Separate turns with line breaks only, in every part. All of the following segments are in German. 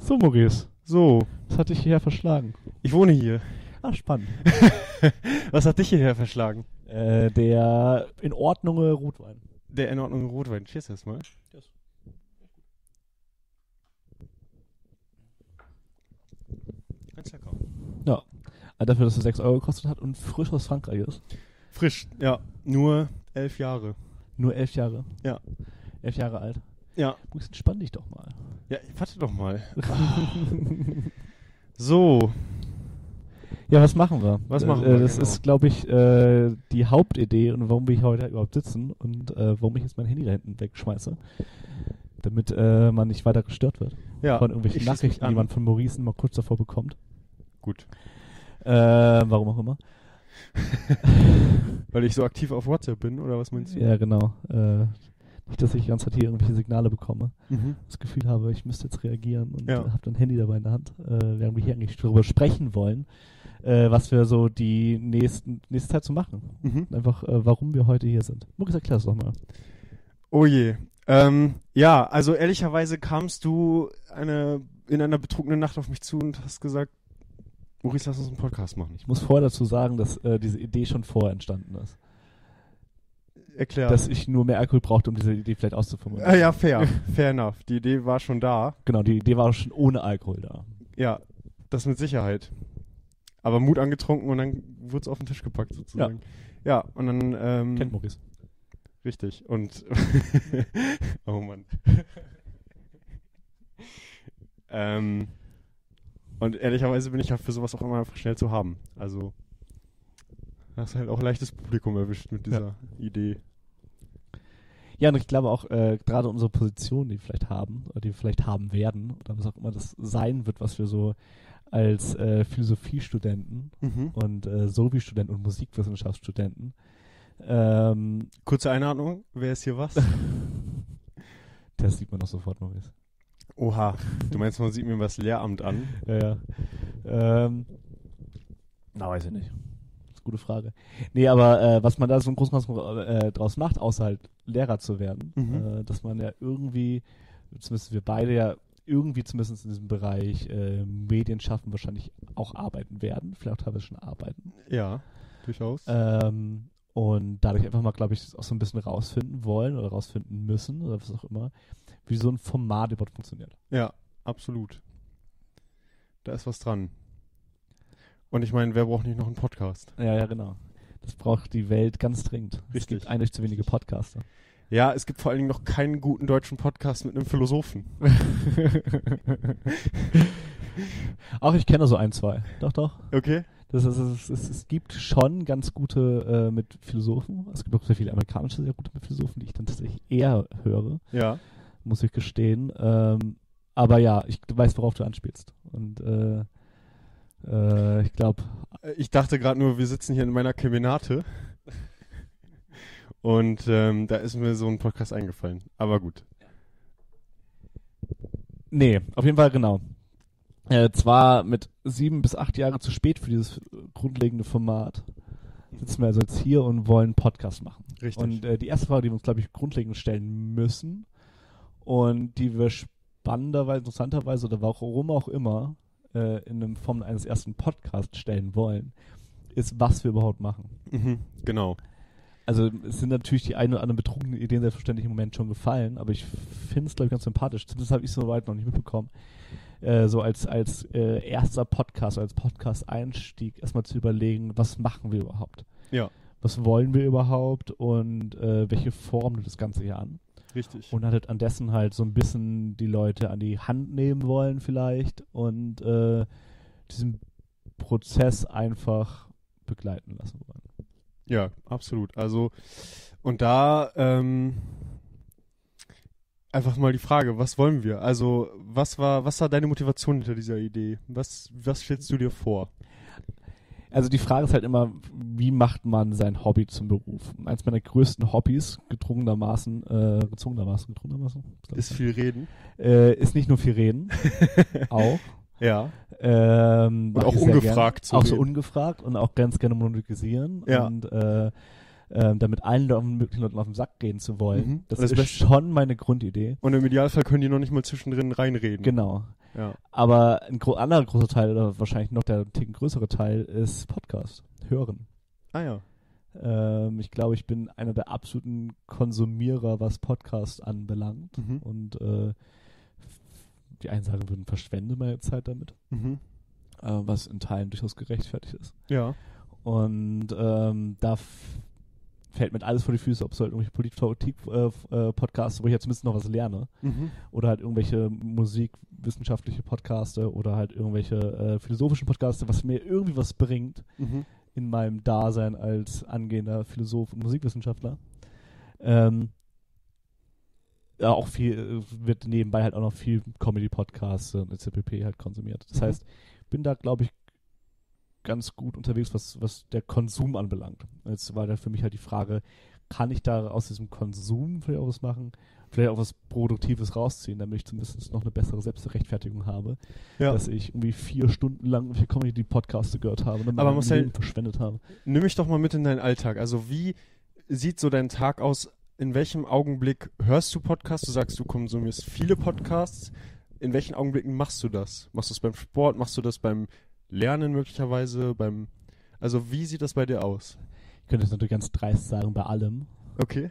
So, Maurice,
So,
was hat dich hierher verschlagen?
ich wohne hier.
Ach, spannend.
Was hat dich hierher verschlagen?
Äh, der in Ordnung Rotwein.
Der in Ordnung Rotwein. Cheers erstmal.
Cheers.
Ganz lecker.
Ah, dafür, dass er 6 Euro gekostet hat und frisch aus Frankreich ist.
Frisch, ja. Nur elf Jahre.
Nur elf Jahre.
Ja.
Elf Jahre alt.
Ja.
Maurice, entspann dich doch mal.
Ja, warte doch mal. So,
Ja, was machen wir?
Was machen
äh,
wir,
Das
genau.
ist, glaube ich, äh, die Hauptidee und warum wir hier heute überhaupt sitzen und äh, warum ich jetzt mein Handy da hinten wegschmeiße. Damit äh, man nicht weiter gestört wird
ja.
von irgendwelchen
ich schließ mich
Nachrichten, die
an.
man von Maurice mal kurz davor bekommt.
Gut.
Äh, warum auch immer.
Weil ich so aktiv auf WhatsApp bin, oder was meinst du?
Ja, genau. Äh, nicht, dass ich die ganze Zeit hier irgendwelche Signale bekomme.
Mhm.
Das Gefühl habe, ich müsste jetzt reagieren und
Ja.
habe dann Handy dabei in der Hand, äh, während wir hier eigentlich darüber sprechen wollen, äh, was wir so die nächsten, nächste Zeit zu machen.
Mhm.
Und Einfach, äh, warum wir heute hier sind. Muckis, erklär es doch mal.
Oh je. Ähm, ja, also ehrlicherweise kamst du eine, in einer betrunkenen Nacht auf mich zu und hast gesagt, Maurice, lass uns einen Podcast machen.
Ich muss vorher dazu sagen, dass äh, diese Idee schon vorher entstanden ist.
Erklär.
Dass ich nur mehr Alkohol brauchte, um diese Idee vielleicht auszuformulieren.
ah, ja, fair. fair enough. Die Idee war schon da.
Genau, die Idee war auch schon ohne Alkohol da.
Ja, das mit Sicherheit. Aber Mut angetrunken und dann wurde es auf den Tisch gepackt sozusagen. Ja, und dann... Ähm,
Kennt Muckis.
Richtig. Und oh Mann. ähm, und ehrlicherweise bin ich ja für sowas auch immer schnell zu haben. Also hast halt auch leichtes Publikum erwischt mit dieser Idee.
Ja, und ich glaube auch, äh, gerade unsere Position, die wir vielleicht haben, oder die wir vielleicht haben werden, oder was auch immer das sein wird, was wir so als äh, Philosophiestudenten und äh, Sobi-Studenten und Musikwissenschaftsstudenten. Ähm,
Kurze Einordnung, wer ist hier was?
das sieht man doch sofort, Maurice.
Oha, du meinst, man sieht mir das Lehramt an?
Ja, ja. Ähm, na, weiß ich nicht. Das ist eine gute Frage. Nee, aber äh, was man da so im Großen und Ganzen äh, draus macht, außer halt Lehrer zu werden,
Mhm.
äh, dass man ja irgendwie, zumindest wir beide ja irgendwie zumindest in diesem Bereich äh, Medien schaffen, wahrscheinlich auch arbeiten werden, vielleicht auch teilweise schon arbeiten.
Ja, durchaus.
Ähm, und dadurch einfach mal, glaube ich, auch so ein bisschen rausfinden wollen oder rausfinden müssen oder was auch immer, wie so ein Format überhaupt funktioniert.
Ja, absolut. Da ist was dran. Und ich meine, wer braucht nicht noch einen Podcast?
Ja, ja, genau. Das braucht die Welt ganz dringend. Es
Richtig.
gibt eigentlich zu wenige Podcaster.
Ja, es gibt vor allen Dingen noch keinen guten deutschen Podcast mit einem Philosophen.
Auch ich kenne so ein, zwei. Doch, doch.
Okay.
Das ist, es, es, es gibt schon ganz gute äh, mit Philosophen. Es gibt auch sehr viele amerikanische sehr gute mit Philosophen, die ich dann tatsächlich eher höre,
Ja.
muss ich gestehen. Ähm, aber ja, ich weiß, worauf du anspielst. Und äh, äh, ich glaube,
Ich dachte gerade nur, wir sitzen hier in meiner Kemenate. Und ähm, da ist mir so ein Podcast eingefallen. Aber gut.
Nee, auf jeden Fall genau. Äh, zwar mit sieben bis acht Jahre zu spät für dieses äh, grundlegende Format sitzen wir also jetzt hier und wollen einen Podcast machen.
Richtig.
Und äh, die erste Frage, die wir uns, glaube ich, grundlegend stellen müssen und die wir spannenderweise, interessanterweise oder warum auch immer äh, in einem Form eines ersten Podcasts stellen wollen, ist, was wir überhaupt machen.
mhm, genau.
Also es sind natürlich die ein oder anderen betrunkenen Ideen selbstverständlich im Moment schon gefallen, aber ich finde es, glaube ich, ganz sympathisch. Zumindest habe ich es soweit noch nicht mitbekommen. Äh, so als, als äh, erster Podcast, als Podcast-Einstieg erstmal zu überlegen, was machen wir überhaupt?
Ja.
Was wollen wir überhaupt und äh, welche Form nimmt das Ganze hier an?
Richtig.
Und halt an dessen halt so ein bisschen die Leute an die Hand nehmen wollen vielleicht und äh, diesen Prozess einfach begleiten lassen wollen.
Ja, absolut. Also, und da ähm, einfach mal die Frage, was wollen wir? Also, was war, was war deine Motivation hinter dieser Idee? Was, was stellst du dir vor?
Also die Frage ist halt immer, wie macht man sein Hobby zum Beruf? Eins meiner größten Hobbys, gedrungenermaßen, äh, gezwungenermaßen, gedrungenermaßen,
Ist viel reden.
äh, ist nicht nur viel reden, auch.
Ja.
Ähm,
Und
mach
auch
ich sehr
ungefragt
Gern,
zu
auch so
reden.
ungefragt und auch ganz gerne monologisieren
Ja.
und äh, ähm, damit allen Leuten- möglichen Leuten auf den Sack gehen zu wollen.
Mhm.
Das,
Und das
ist
Beste-
schon meine Grundidee.
Und im Idealfall können die noch nicht mal zwischendrin reinreden.
Genau.
Ja.
Aber ein gro anderer großer Teil oder wahrscheinlich noch der ticken größere Teil ist Podcast. Hören.
Ah ja.
Ähm, ich glaube, ich bin einer der absoluten Konsumierer, was Podcast anbelangt.
Mhm.
Und äh, die einen sagen würden, verschwende meine Zeit damit,
Mhm.
äh, was in Teilen durchaus gerechtfertigt ist.
Ja.
Und ähm, da f- fällt mir alles vor die Füße, ob es halt irgendwelche Politik-Podcasts, äh, Podcasts, wo ich ja zumindest noch was lerne,
Mhm.
oder halt irgendwelche musikwissenschaftliche Podcaste oder halt irgendwelche äh, philosophischen Podcaste, was mir irgendwie was bringt
Mhm.
in meinem Dasein als angehender Philosoph und Musikwissenschaftler. Ähm, ja, auch viel äh, wird nebenbei halt auch noch viel Comedy-Podcasts und etc. halt konsumiert. Das
Mhm.
heißt, bin da, glaube ich, ganz gut unterwegs, was, was der Konsum anbelangt. Jetzt war da für mich halt die Frage, kann ich da aus diesem Konsum vielleicht auch was machen, vielleicht auch was Produktives rausziehen, damit ich zumindest noch eine bessere Selbstrechtfertigung habe,
Ja.
dass ich irgendwie vier Stunden lang vier Comedy-Podcasts gehört habe und
Aber
mein
Marcel-
Leben verschwendet habe.
Nimm mich doch mal mit in deinen Alltag. Also wie sieht so dein Tag aus? In welchem Augenblick hörst du Podcasts? Du sagst, du konsumierst viele Podcasts. In welchen Augenblicken machst du das? Machst du es beim Sport? Machst du das beim Lernen möglicherweise? Beim also wie sieht das bei dir aus?
Ich könnte jetzt natürlich ganz dreist sagen, bei allem.
Okay.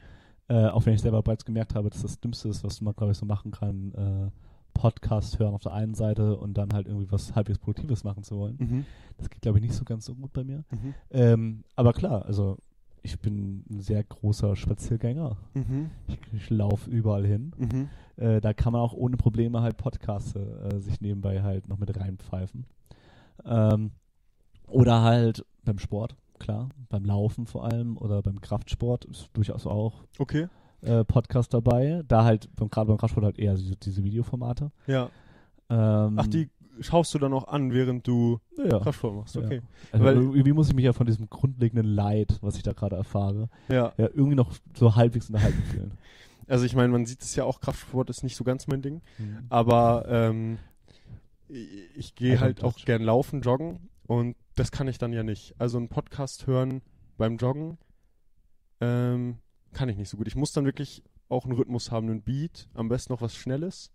Äh, auch wenn ich selber bereits gemerkt habe, dass das Dümmste ist, was man, glaube ich, so machen kann, äh, Podcast hören auf der einen Seite und dann halt irgendwie was halbwegs Produktives machen zu wollen.
Mhm.
Das geht, glaube ich, nicht so ganz so gut bei mir.
Mhm.
Ähm, aber klar, also ich bin ein sehr großer Spaziergänger.
Mhm.
Ich, ich laufe überall hin.
Mhm.
Äh, da kann man auch ohne Probleme halt Podcasts äh, sich nebenbei halt noch mit reinpfeifen. Ähm, oder halt beim Sport, klar, beim Laufen vor allem oder beim Kraftsport ist durchaus auch
Okay.
äh, Podcast dabei. Da halt, beim- gerade beim Kraftsport halt eher diese, diese Videoformate.
Ja.
Ähm,
Ach, die schaust du dann auch an, während du
Ja.
Kraftsport machst.
Ja.
Okay.
Also
weil-
irgendwie muss ich mich ja von diesem grundlegenden Leid, was ich da gerade erfahre,
Ja.
ja, irgendwie noch so halbwegs unterhalten fühlen.
Also ich meine, man sieht es ja auch, Kraftsport ist nicht so ganz mein Ding.
Mhm.
Aber ähm, ich ich gehe
Also
halt
ein
auch
Touch.
gern laufen, joggen und das kann ich dann ja nicht. Also einen Podcast hören beim Joggen ähm, kann ich nicht so gut. Ich muss dann wirklich auch einen Rhythmus haben, einen Beat, am besten noch was Schnelles,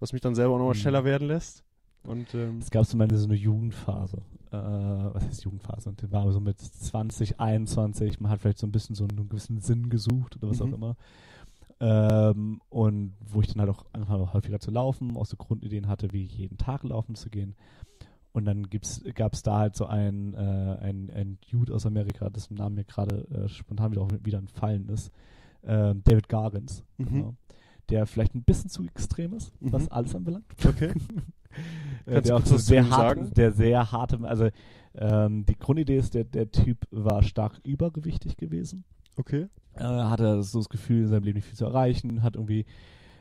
was mich dann selber auch nochmal
Mhm.
schneller werden lässt. Und ähm,
Es gab so meine so eine Jugendphase. Äh, was heißt Jugendphase? Und die war so mit 20, 21. Man hat vielleicht so ein bisschen so einen gewissen Sinn gesucht oder was
Mhm.
auch immer. Ähm, und wo ich dann halt auch angefangen habe, häufiger zu laufen, auch so Grundideen hatte, wie jeden Tag laufen zu gehen. Und dann gab es da halt so einen, äh, einen, einen Dude aus Amerika, dessen Name mir gerade äh, spontan wieder, auch wieder entfallen ist. Ähm, David Garens.
Mhm.
Genau, der vielleicht ein bisschen zu extrem ist, was
Mhm.
alles anbelangt. Äh,
okay. Kannst du
der auch
kurz
so
was zu
sehr
ihm
hart,
sagen?
der sehr harte, also ähm, die Grundidee ist, der, der Typ war stark übergewichtig gewesen,
Okay.
äh, hatte so das Gefühl, in seinem Leben nicht viel zu erreichen, hat irgendwie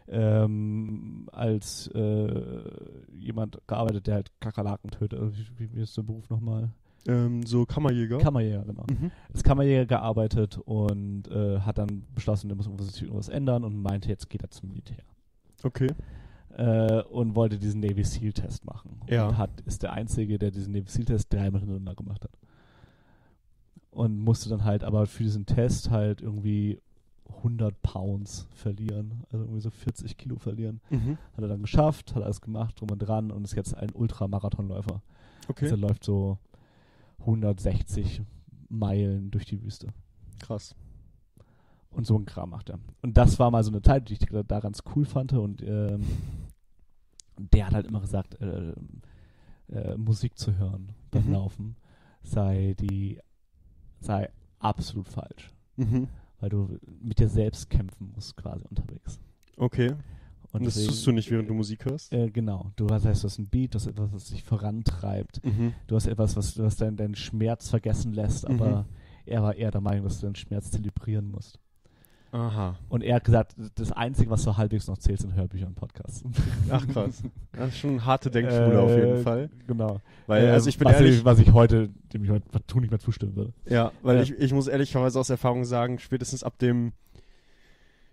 ähm, als äh, jemand gearbeitet, der halt Kakerlaken tötet, Also wie, wie ist der Beruf nochmal?
Ähm, so Kammerjäger.
Kammerjäger, genau.
mhm.
Als Kammerjäger gearbeitet und äh, hat dann beschlossen, er muss irgendwas, irgendwas ändern und meinte, jetzt geht er zum Militär
Okay.
äh, und wollte diesen Navy SEAL Test machen.
Ja.
Und hat, ist der Einzige, der diesen Navy SEAL Test dreimal hintereinander gemacht hat. Und musste dann halt aber für diesen Test halt irgendwie 100 Pounds verlieren, also irgendwie so 40 Kilo verlieren.
Mhm.
Hat er dann geschafft, hat alles gemacht, drum und dran und ist jetzt ein Ultramarathonläufer.
Okay.
Also er läuft so 160 Meilen durch die Wüste.
Krass.
Und so ein Kram macht er. Und das war mal so eine Zeit, die ich da da ganz cool fand. Und ähm, der hat halt immer gesagt, äh, äh, Musik zu hören beim
Mhm.
Laufen sei die sei absolut falsch.
Mhm.
Weil du mit dir selbst kämpfen musst, quasi unterwegs.
Okay. Und das
deswegen-
tust du nicht, während du Musik hörst?
Äh, genau. Du hast, heißt, du hast ein Beat, du hast etwas, was dich vorantreibt.
Mhm.
Du hast etwas, was, was deinen deinen Schmerz vergessen lässt,
Mhm.
aber er war eher der Meinung, dass du deinen Schmerz zelebrieren musst.
Aha.
Und er hat gesagt, das Einzige, was so halbwegs noch zählt, sind Hörbücher und Podcasts.
Ach krass. Das ist schon eine harte Denkschule auf
Äh,
jeden Fall.
Genau.
Weil,
Äh,
also ich bin
was
ehrlich,
Ich, was ich heute, dem ich heute partout nicht mehr zustimmen würde.
Ja, weil
Ja.
Ich, ich muss ehrlicherweise aus Erfahrung sagen, spätestens ab dem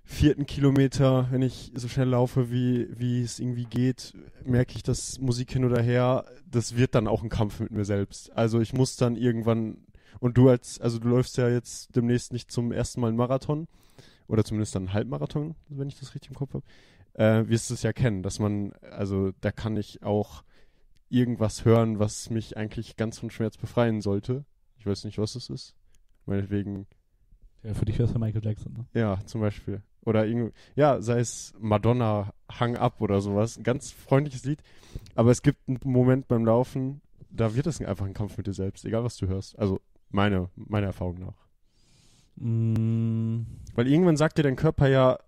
vierten Kilometer, wenn ich so schnell laufe, wie, wie es irgendwie geht, merke ich, dass Musik hin oder her, das wird dann auch ein Kampf mit mir selbst. Also ich muss dann irgendwann Und du als, also du läufst ja jetzt demnächst nicht zum ersten Mal einen Marathon oder zumindest dann einen Halbmarathon, wenn ich das richtig im Kopf habe, äh, wirst du es ja kennen, dass man, also da kann ich auch irgendwas hören, was mich eigentlich ganz von Schmerz befreien sollte. Ich weiß nicht, was es ist. Meinetwegen,
Ja, für dich wäre es ja Michael Jackson, ne?
ja, zum Beispiel. Oder irgendwie, ja, sei es Madonna Hang Up oder sowas. Ein ganz freundliches Lied. Aber es gibt einen Moment beim Laufen, da wird es einfach ein Kampf mit dir selbst, egal was du hörst. Also meine, meiner Erfahrung nach.
Mm,
Weil irgendwann sagt dir dein Körper ja,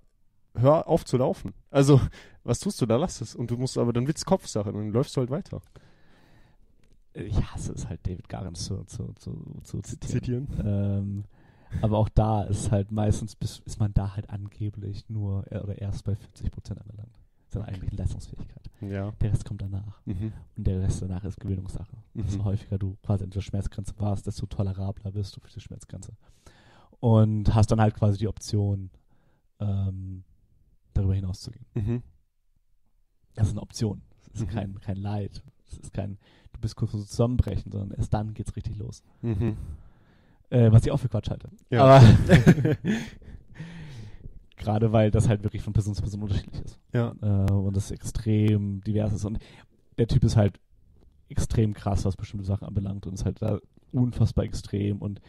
hör auf zu laufen. Also, was tust du da? Lass es. Und du musst aber, dann wird's Kopfsache und dann läufst du halt weiter.
ich hasse es halt, David Garens zu, zu, zu, zu zitieren.
Zitieren.
Ähm, aber auch da ist halt meistens, bis, ist man da halt angeblich nur äh, oder erst bei 40 Prozent angelangt. Seiner eigentlichen Leistungsfähigkeit.
Ja.
Der Rest kommt danach.
Mhm.
Und der Rest danach ist Gewöhnungssache. Desto
Mhm.
häufiger du quasi an dieser Schmerzgrenze warst, desto tolerabler bist du für diese Schmerzgrenze. Und hast dann halt quasi die Option, ähm, darüber hinaus zu gehen.
Mhm.
Das ist eine Option. Es ist
Mhm.
kein, kein Leid. Es ist kein, du bist kurz vor so zusammenbrechen, sondern erst dann geht's richtig los.
Mhm.
Äh, was ich auch für Quatsch halte.
Ja.
Aber gerade weil das halt wirklich von Person zu Person unterschiedlich ist.
ja.
Äh, und das extrem divers ist. Und der Typ ist halt extrem krass, was bestimmte Sachen anbelangt und ist halt da unfassbar extrem und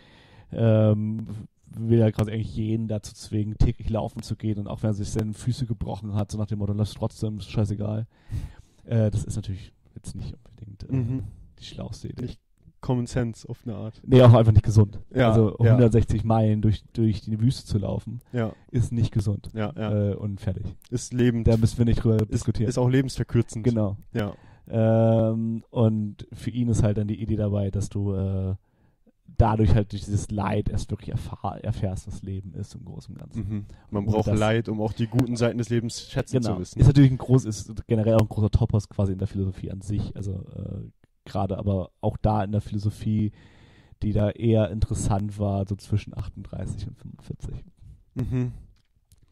ähm, will ja quasi eigentlich jeden dazu zwingen, täglich laufen zu gehen und auch wenn er sich seine Füße gebrochen hat, so nach dem Motto, lass trotzdem, ist scheißegal. Äh, das ist natürlich jetzt nicht unbedingt äh,
Mhm.
die schlauste Idee.
Nicht Common Sense auf eine Art.
Nee, auch einfach nicht gesund.
Ja,
also
ja.
160 Meilen durch, durch die Wüste zu laufen,
Ja,
ist nicht gesund.
ja, ja.
Äh, und fertig.
ist lebend.
Da müssen wir nicht drüber
ist,
diskutieren.
ist auch lebensverkürzend.
genau.
Ja.
Ähm, und für ihn ist halt dann die Idee dabei, dass du äh, dadurch halt durch dieses Leid erst wirklich erfahr erfährst, was Leben ist im Großen und Ganzen.
Mhm. Man
Ohne
braucht
das-
Leid, um auch die guten Seiten des Lebens schätzen
Genau.
zu wissen.
Ist natürlich ein groß, ist generell auch ein großer Topos quasi in der Philosophie an sich. Also äh, gerade aber auch da in der Philosophie, die da eher interessant war, so zwischen 38 und 45.
Mhm.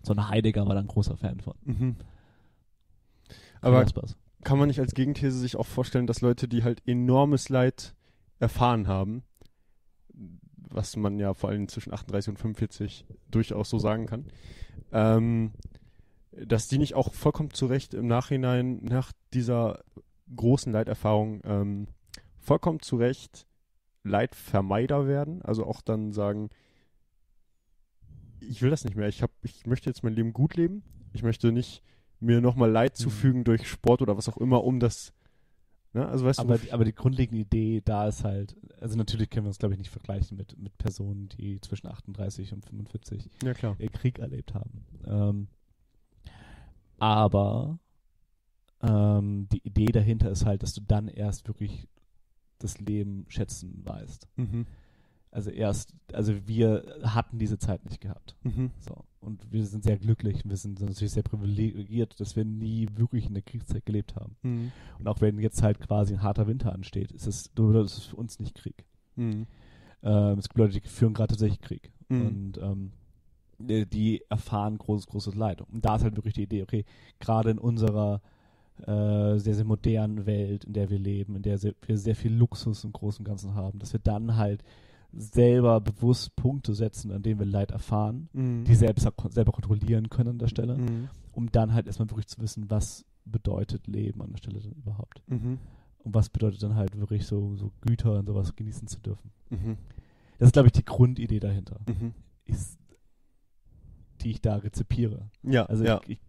So ein Heidegger war da ein großer Fan von.
Mhm. Aber
Knusper's.
kann man nicht als Gegenthese sich auch vorstellen, dass Leute, die halt enormes Leid erfahren haben, was man ja vor allem zwischen 38 und 45 durchaus so sagen kann, ähm, dass die nicht auch vollkommen zu Recht im Nachhinein nach dieser großen Leiterfahrung ähm, vollkommen zu Recht Leidvermeider werden, also auch dann sagen, ich will das nicht mehr, ich, hab, ich möchte jetzt mein Leben gut leben, ich möchte nicht mir nochmal Leid
Mhm.
zufügen durch Sport oder was auch immer, um das, ne, also weißt
aber,
du,
die- aber die grundlegende Idee da ist halt, also natürlich können wir uns, glaube ich, nicht vergleichen mit, mit Personen, die zwischen 38 und 45
ja klar.
ihr Krieg erlebt haben. Ähm, aber ähm, die Idee dahinter ist halt, dass du dann erst wirklich das Leben schätzen weißt.
Mhm.
Also erst, also wir hatten diese Zeit nicht gehabt.
Mhm.
So. Und wir sind sehr glücklich, wir sind natürlich sehr privilegiert, dass wir nie wirklich in der Kriegszeit gelebt haben.
Mhm.
Und auch wenn jetzt halt quasi ein harter Winter ansteht, ist es, bedeutet es für uns nicht Krieg.
Mhm.
Ähm, es gibt Leute, die führen gerade tatsächlich Krieg.
Mhm.
Und ähm, äh, die erfahren großes, großes Leid. Und da ist halt wirklich die Idee, okay, gerade in unserer äh, sehr, sehr modernen Welt, in der wir leben, in der sehr, wir sehr viel Luxus im Großen und Ganzen haben, dass wir dann halt selber bewusst Punkte setzen, an denen wir Leid erfahren,
Mhm.
die selbst, selber kontrollieren können an der Stelle,
Mhm.
um dann halt erstmal wirklich zu wissen, was bedeutet Leben an der Stelle denn überhaupt.
Mhm.
Und was bedeutet dann halt wirklich so, so Güter und sowas genießen zu dürfen?
Mhm.
Das ist, glaube ich, die Grundidee dahinter,
Mhm.
ist, die ich da rezipiere.
Ja,
Also
ja,
ich, ich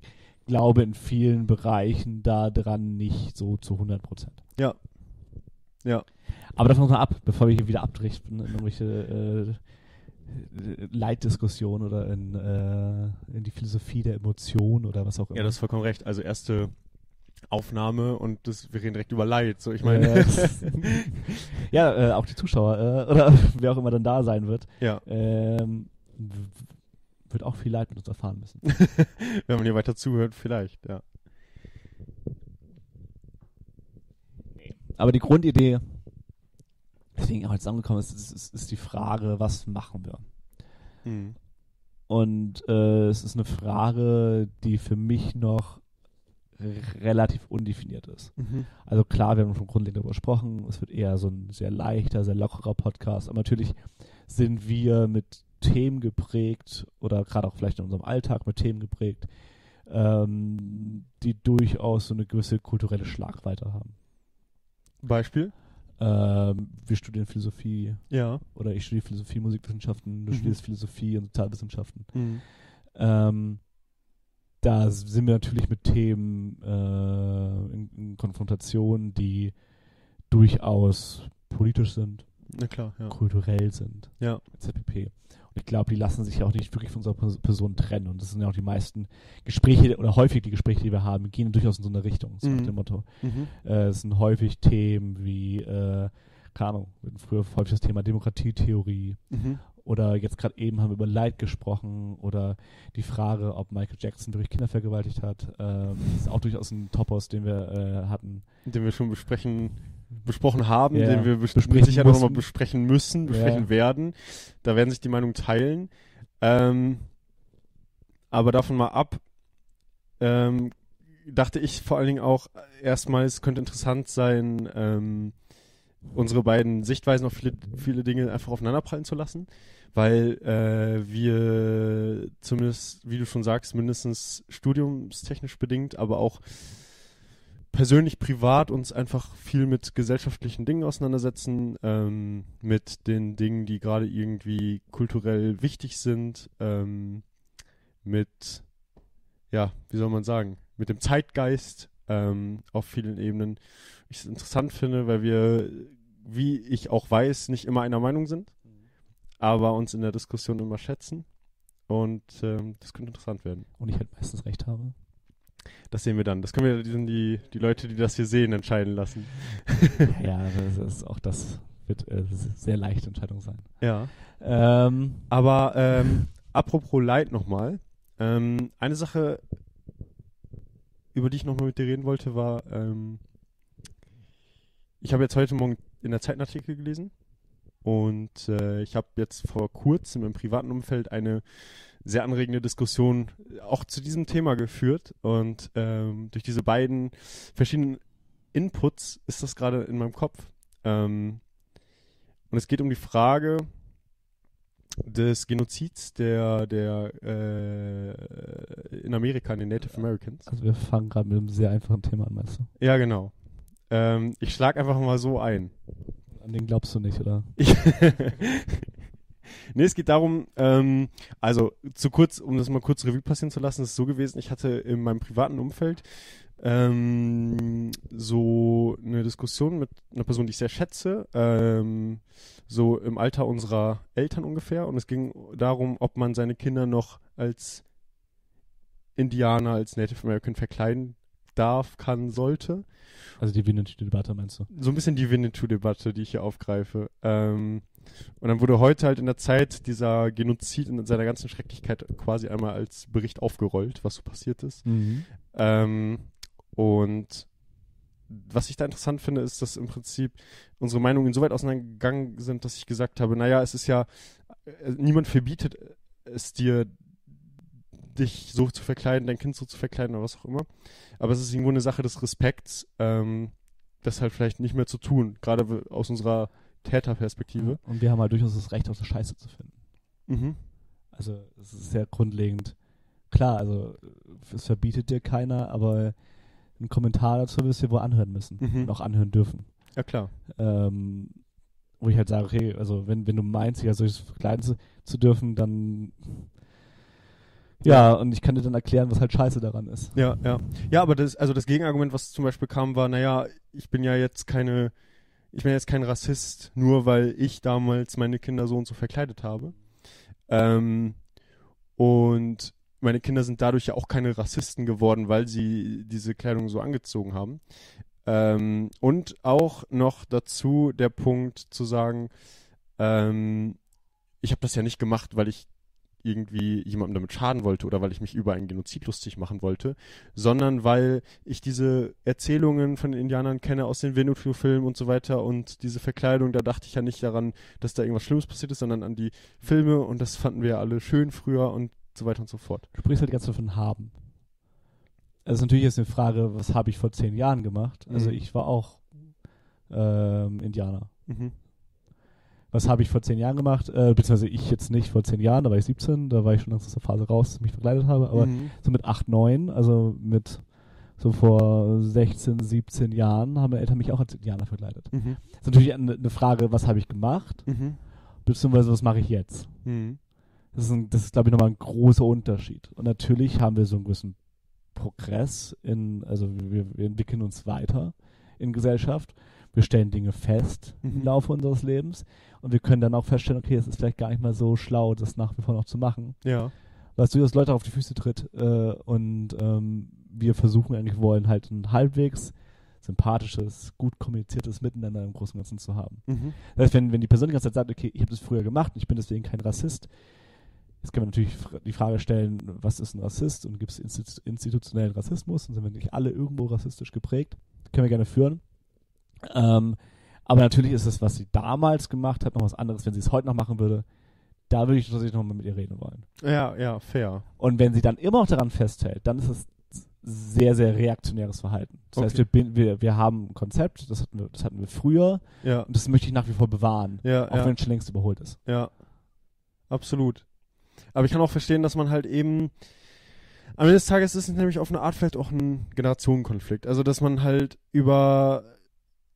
glaube in vielen Bereichen daran nicht so zu 100 Prozent.
Ja. Ja.
Aber davon muss man ab, bevor wir hier wieder abdriften in irgendwelche äh, Leitdiskussionen oder in, äh, in die Philosophie der Emotion oder was auch immer.
ja, das ist vollkommen recht. Also erste Aufnahme und das, wir reden direkt über Leid. So, ich
Ja,
meine,
das- ja äh, auch die Zuschauer äh, oder wer auch immer dann da sein wird,
ja,
ähm, w- wird auch viel Leid mit uns erfahren müssen.
wenn man hier weiter zuhört, vielleicht, ja.
Aber die Grundidee, deswegen auch jetzt angekommen ist, ist, ist, ist die Frage, was machen wir?
Mhm.
Und äh, es ist eine Frage, die für mich noch relativ undefiniert ist.
Mhm.
Also klar, wir haben schon grundlegend darüber gesprochen. Es wird eher so ein sehr leichter, sehr lockerer Podcast. Aber natürlich sind wir mit Themen geprägt oder gerade auch vielleicht in unserem Alltag mit Themen geprägt, ähm, die durchaus so eine gewisse kulturelle Schlagweite haben.
Beispiel?
Ähm, wir studieren Philosophie
Ja.
oder ich studiere Philosophie, Musikwissenschaften, du
Mhm.
studierst Philosophie und Sozialwissenschaften.
Mhm.
Ähm, da sind wir natürlich mit Themen äh, in, in Konfrontation, die durchaus politisch sind,
Na klar, ja.
kulturell sind,
Ja.
etc. pp. Und ich glaube, die lassen sich auch nicht wirklich von unserer Pers- Person trennen. Und das sind ja auch die meisten Gespräche oder häufig die Gespräche, die wir haben, gehen durchaus in so eine Richtung, so nach
Mhm.
dem Motto.
Mhm.
Äh, es sind häufig Themen wie, äh, keine Ahnung, wir hatten früher häufig das Thema Demokratietheorie,
Mhm.
oder jetzt gerade eben haben wir über Leid gesprochen oder die Frage, ob Michael Jackson wirklich Kinder vergewaltigt hat. Ähm, das ist auch durchaus ein Topos, den wir äh, hatten.
Den wir schon besprechen, besprochen haben,
Ja.
den wir bes
Besprechen
mit Sicherheit auch nochmal
mussten.
besprechen müssen, besprechen
Ja.
werden. Da werden sich die Meinungen teilen. Ähm, aber davon mal ab, ähm, dachte ich vor allen Dingen auch äh, erstmal, es könnte interessant sein, ähm, unsere beiden Sichtweisen auf viele, viele Dinge einfach aufeinanderprallen zu lassen, weil äh, wir zumindest, wie du schon sagst, mindestens studiumstechnisch bedingt, aber auch persönlich privat uns einfach viel mit gesellschaftlichen Dingen auseinandersetzen, ähm, mit den Dingen, die gerade irgendwie kulturell wichtig sind, ähm, mit, ja, wie soll man sagen, mit dem Zeitgeist ähm, auf vielen Ebenen. Ich es interessant finde, weil wir, wie ich auch weiß, nicht immer einer Meinung sind, aber uns in der Diskussion immer schätzen. Und ähm, das könnte interessant werden.
Und ich halt meistens recht habe.
Das sehen wir dann. Das können wir dann die, die Leute, die das hier sehen, entscheiden lassen.
ja, das ist auch das wird äh, das ist sehr leichte Entscheidung sein.
Ja.
Ähm,
Aber ähm, apropos Leid nochmal. Ähm, eine Sache, über die ich nochmal mit dir reden wollte, war, ähm, ich habe jetzt heute Morgen in der Zeit einen Artikel gelesen und äh, ich habe jetzt vor kurzem im privaten Umfeld eine sehr anregende Diskussion auch zu diesem Thema geführt und ähm, durch diese beiden verschiedenen Inputs ist das gerade in meinem Kopf. Ähm, und es geht um die Frage, des Genozids der, der äh, in Amerika, an den Native Americans.
also wir fangen gerade mit einem sehr einfachen Thema an, meinst du?
Ja, genau. Ähm, ich schlag einfach mal so ein.
An den glaubst du nicht, oder?
Ich nee, es geht darum, ähm, also zu kurz, um das mal kurz Revue passieren zu lassen, ist es so gewesen, ich hatte in meinem privaten Umfeld ähm, so eine Diskussion mit einer Person, die ich sehr schätze, ähm, so im Alter unserer Eltern ungefähr. Und es ging darum, ob man seine Kinder noch als Indianer, als Native American verkleiden darf, kann, sollte
Also die Winnetou-Debatte meinst du?
so ein bisschen die Winnetou-Debatte, die ich hier aufgreife. Ähm, und dann wurde heute halt in der Zeit dieser Genozid in seiner ganzen Schrecklichkeit quasi einmal als Bericht aufgerollt, was so passiert ist.
Mhm.
Ähm, und was ich da interessant finde, ist, dass im Prinzip unsere Meinungen so weit auseinandergegangen sind, dass ich gesagt habe, naja, es ist ja, äh, niemand verbietet es dir, dich so zu verkleiden, dein Kind so zu verkleiden oder was auch immer. Aber es ist irgendwo eine Sache des Respekts, ähm, das halt vielleicht nicht mehr zu tun, gerade w- aus unserer Täterperspektive.
Und wir haben halt durchaus das Recht, auf das Scheiße zu finden.
Mhm.
Also es ist sehr grundlegend. Klar, also äh, es verbietet dir keiner, aber einen Kommentar dazu wirst du wohl anhören müssen
Mhm.
und auch anhören dürfen.
Ja, klar.
Ähm, wo ich halt sage, okay, also wenn, wenn du meinst, dich als solches verkleiden zu, zu dürfen, dann ja, und ich kann dir dann erklären, was halt scheiße daran ist.
Ja, ja. Ja, aber das, also das Gegenargument, was zum Beispiel kam, war, naja, ich bin ja jetzt keine, ich bin ja jetzt kein Rassist, nur weil ich damals meine Kinder so und so verkleidet habe. Ähm, und meine Kinder sind dadurch ja auch keine Rassisten geworden, weil sie diese Kleidung so angezogen haben. Ähm, und auch noch dazu der Punkt zu sagen, ähm, ich habe das ja nicht gemacht, weil ich irgendwie jemandem damit schaden wollte oder weil ich mich über einen Genozid lustig machen wollte, sondern weil ich diese Erzählungen von den Indianern kenne aus den Winnetou-Filmen und so weiter und diese Verkleidung, da dachte ich ja nicht daran, dass da irgendwas Schlimmes passiert ist, sondern an die Filme und das fanden wir ja alle schön früher und so weiter und so fort.
Du sprichst halt ganz davon haben. Also natürlich ist eine Frage, was habe ich vor zehn Jahren gemacht? Also
Mhm.
ich war auch ähm, Indianer.
Mhm.
Was habe ich vor zehn Jahren gemacht? Äh, beziehungsweise ich jetzt nicht vor zehn Jahren, da war ich 17, da war ich schon aus der Phase raus, dass ich mich verkleidet habe, aber
mhm.
so mit 8, 9, also mit so vor 16, 17 Jahren haben meine Eltern mich auch als Indianer verkleidet.
Mhm.
ist natürlich eine, eine Frage, was habe ich gemacht,
Mhm.
beziehungsweise was mache ich jetzt?
Mhm.
Das ist, ein, das ist glaube ich, nochmal ein großer Unterschied. Und natürlich haben wir so einen gewissen Progress in, also wir, wir entwickeln uns weiter in Gesellschaft. Wir stellen Dinge fest im
Mhm.
Laufe unseres Lebens und wir können dann auch feststellen, okay, es ist vielleicht gar nicht mal so schlau, das nach wie vor noch zu machen,
Ja.
weil es durchaus Leute auf die Füße tritt äh, und ähm, wir versuchen eigentlich, wollen halt ein halbwegs sympathisches, gut kommuniziertes Miteinander im Großen und Ganzen zu haben.
Mhm.
Das heißt, Äh, wenn, wenn die Person die ganze Zeit sagt, okay, ich habe das früher gemacht, ich bin deswegen kein Rassist, jetzt kann man natürlich fr- die Frage stellen, was ist ein Rassist und gibt es institu institutionellen Rassismus und sind wir nicht alle irgendwo rassistisch geprägt? Können wir gerne führen. Ähm, aber natürlich ist das, was sie damals gemacht hat, noch was anderes. Wenn sie es heute noch machen würde, da würde ich tatsächlich nochmal mit ihr reden wollen.
Ja, ja, fair.
Und wenn sie dann immer noch daran festhält, dann ist es sehr, sehr reaktionäres Verhalten. Das heißt, wir,
Okay.
bin- wir, wir haben ein Konzept, das hatten, wir, das hatten wir früher
Ja,
und das möchte ich nach wie vor bewahren
ja,
auch
ja.
wenn es schon längst überholt ist.
Ja, absolut. Aber ich kann auch verstehen, dass man halt eben. Am Ende des Tages ist es nämlich auf eine Art vielleicht auch ein Generationenkonflikt. Also, dass man halt über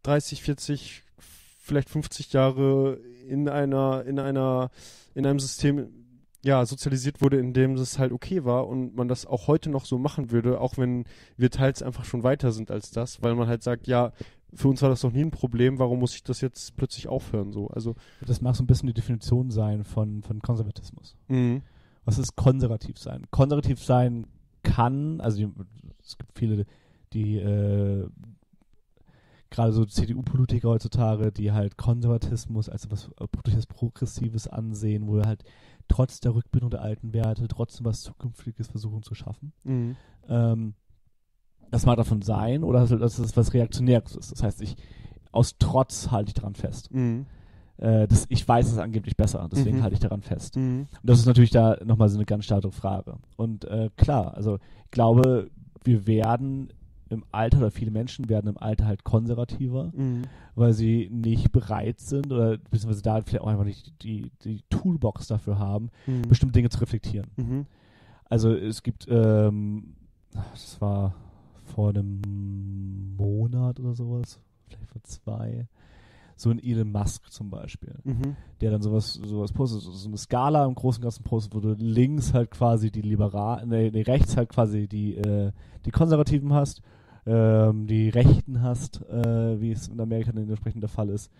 30, 40, vielleicht 50 Jahre in einer, in einer, in einem System, ja, sozialisiert wurde, in dem es halt okay war und man das auch heute noch so machen würde, auch wenn wir teils einfach schon weiter sind als das, weil man halt sagt, ja, für uns war das noch nie ein Problem, warum muss ich das jetzt plötzlich aufhören, so? Also,
Das mag so ein bisschen die Definition sein von, von Konservatismus.
mhm.
Was ist konservativ sein? Konservativ sein kann, also die, es gibt viele, die äh, gerade so CDU-Politiker heutzutage, die halt Konservatismus als etwas äh, durchaus Progressives ansehen, wo wir halt trotz der Rückbindung der alten Werte trotzdem was Zukünftiges versuchen zu schaffen.
Mhm.
Ähm, das mag davon sein oder dass es was Reaktionäres ist. Das heißt, ich aus Trotz halte ich daran fest.
Mhm.
äh, das, ich weiß es angeblich besser, deswegen
Mhm.
halte ich daran fest.
Mhm.
Und das ist natürlich da nochmal so eine ganz starke Frage. Und äh, klar, also ich glaube, wir werden im Alter oder viele Menschen werden im Alter halt konservativer,
Mhm.
weil sie nicht bereit sind oder beziehungsweise da vielleicht auch einfach nicht die, die Toolbox dafür haben,
Mhm.
bestimmte Dinge zu reflektieren.
Mhm.
Also es gibt, ähm, das war vor einem Monat oder sowas, vielleicht vor zwei, so ein Elon Musk zum Beispiel
Mhm.
der dann sowas, sowas postet, so- so eine Skala im Großen und Ganzen postet, wo du links halt quasi die Liberalen, nee, nee, rechts halt quasi die, äh, die Konservativen hast, ähm, die Rechten hast, äh, wie es in Amerika dann entsprechend der Fall ist,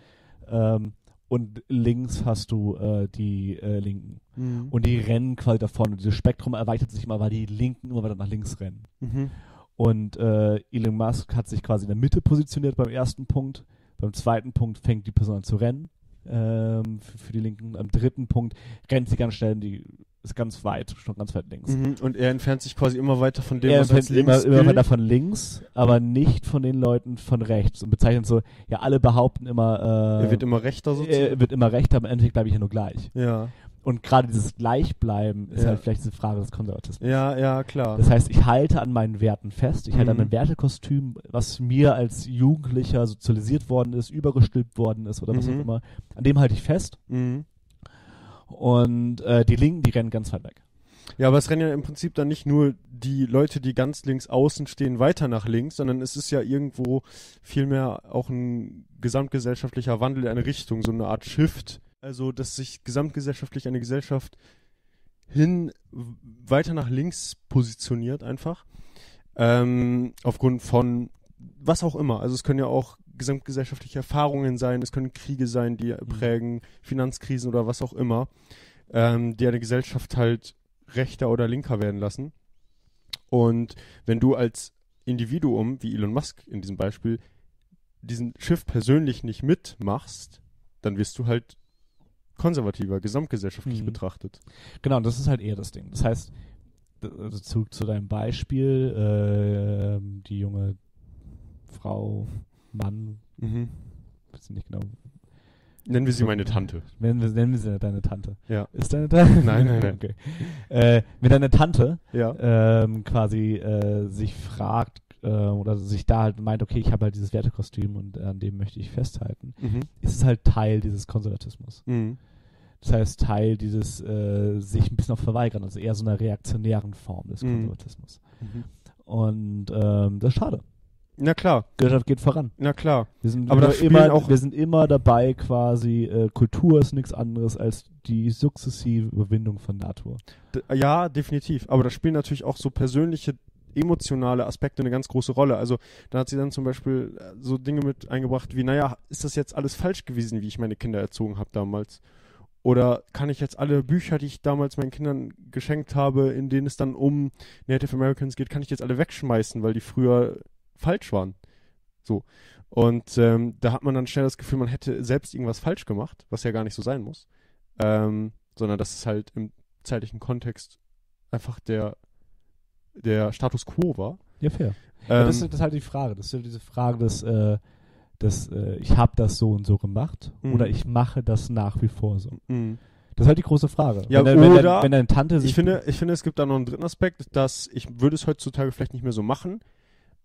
ähm, und links hast du äh, die äh, Linken.
Mhm.
Und die rennen quasi davon. Und dieses Spektrum erweitert sich immer, weil die Linken immer weiter nach links rennen.
Mhm.
Und äh, Elon Musk hat sich quasi in der Mitte positioniert beim ersten Punkt. Beim zweiten Punkt fängt die Person an zu rennen ähm, für, für die Linken. Am dritten Punkt rennt sie ganz schnell, in die ist ganz weit, schon ganz weit links.
Mhm. Und er entfernt sich quasi immer weiter von dem,
er
was als
fängt immer,
links
immer
gilt.
weiter von links, aber nicht von den Leuten von rechts und bezeichnet so, ja, alle behaupten immer, äh,
Er wird immer rechter sozusagen.
er wird immer recht, aber im Endeffekt bleibe ich ja nur gleich.
ja.
Und gerade dieses Gleichbleiben ist
Ja.
halt vielleicht eine Frage des Konservatismus.
ja, ja, klar.
Das heißt, ich halte an meinen Werten fest, ich halte an
Mhm.
meinem Wertekostüm, was mir als Jugendlicher sozialisiert worden ist, übergestülpt worden ist oder was
Mhm.
auch immer, an dem halte ich fest.
mhm.
Und äh, die Linken, die rennen ganz weit weg.
Ja, aber es rennen ja im Prinzip dann nicht nur die Leute, die ganz links außen stehen, weiter nach links, sondern es ist ja irgendwo vielmehr auch ein gesamtgesellschaftlicher Wandel in eine Richtung, so eine Art Shift. Also, dass sich gesamtgesellschaftlich eine Gesellschaft hin w- weiter nach links positioniert einfach. Ähm, aufgrund von was auch immer. Also es können ja auch gesamtgesellschaftliche Erfahrungen sein, es können Kriege sein, die prägen, Finanzkrisen oder was auch immer, ähm, die eine Gesellschaft halt rechter oder linker werden lassen. Und wenn du als Individuum, wie Elon Musk in diesem Beispiel, diesen Schiff persönlich nicht mitmachst, dann wirst du halt konservativer, gesamtgesellschaftlich
Mhm.
betrachtet.
Genau, und das ist halt eher das Ding. Das heißt, d- also zu, zu deinem Beispiel, äh, ähm, die junge Frau, Mann,
Mhm.
weiß nicht genau,
Nennen wir sie meine Tante.
Nennen wir, nennen wir sie deine Tante.
Ja.
Ist deine Tante?
Nein, nein, nein.
Okay. Äh, wenn deine Tante
Ja.
ähm, quasi äh, sich fragt äh, oder sich da halt meint, okay, ich habe halt dieses Wertekostüm und an dem möchte ich festhalten,
Mhm.
ist es halt Teil dieses Konservatismus.
Mhm.
Das heißt, Teil dieses äh, sich ein bisschen auch verweigern, also eher so einer reaktionären Form des
Mhm.
Konservatismus. Und ähm, das ist schade.
Na klar,
Gesellschaft geht voran.
na klar.
Wir sind,
Aber da
wir
spielen
immer,
auch-
wir sind immer dabei, quasi, äh, Kultur ist nichts anderes als die sukzessive Überwindung von Natur.
D ja, definitiv. Aber da spielen natürlich auch so persönliche, emotionale Aspekte eine ganz große Rolle. Also da hat sie dann zum Beispiel äh, so Dinge mit eingebracht wie, naja, ist das jetzt alles falsch gewesen, wie ich meine Kinder erzogen habe damals? Oder kann ich jetzt alle Bücher, die ich damals meinen Kindern geschenkt habe, in denen es dann um Native Americans geht, kann ich jetzt alle wegschmeißen, weil die früher falsch waren? So. Und ähm, da hat man dann schnell das Gefühl, man hätte selbst irgendwas falsch gemacht, was ja gar nicht so sein muss. Ähm, sondern das ist halt im zeitlichen Kontext einfach der, der Status quo war.
Ja, fair.
Ähm,
ja, das, ist, das ist halt die Frage. Das ist ja diese Frage des, äh, des äh, ich habe das so und so gemacht
Mhm.
oder ich mache das nach wie vor so.
mh.
Das ist halt die große Frage.
Ja,
wenn, dein- wenn, dein-
oder-
wenn deine Tante sich
mm. ich, finde, ich finde, es gibt da noch einen dritten Aspekt, dass ich würde es heutzutage vielleicht nicht mehr so machen,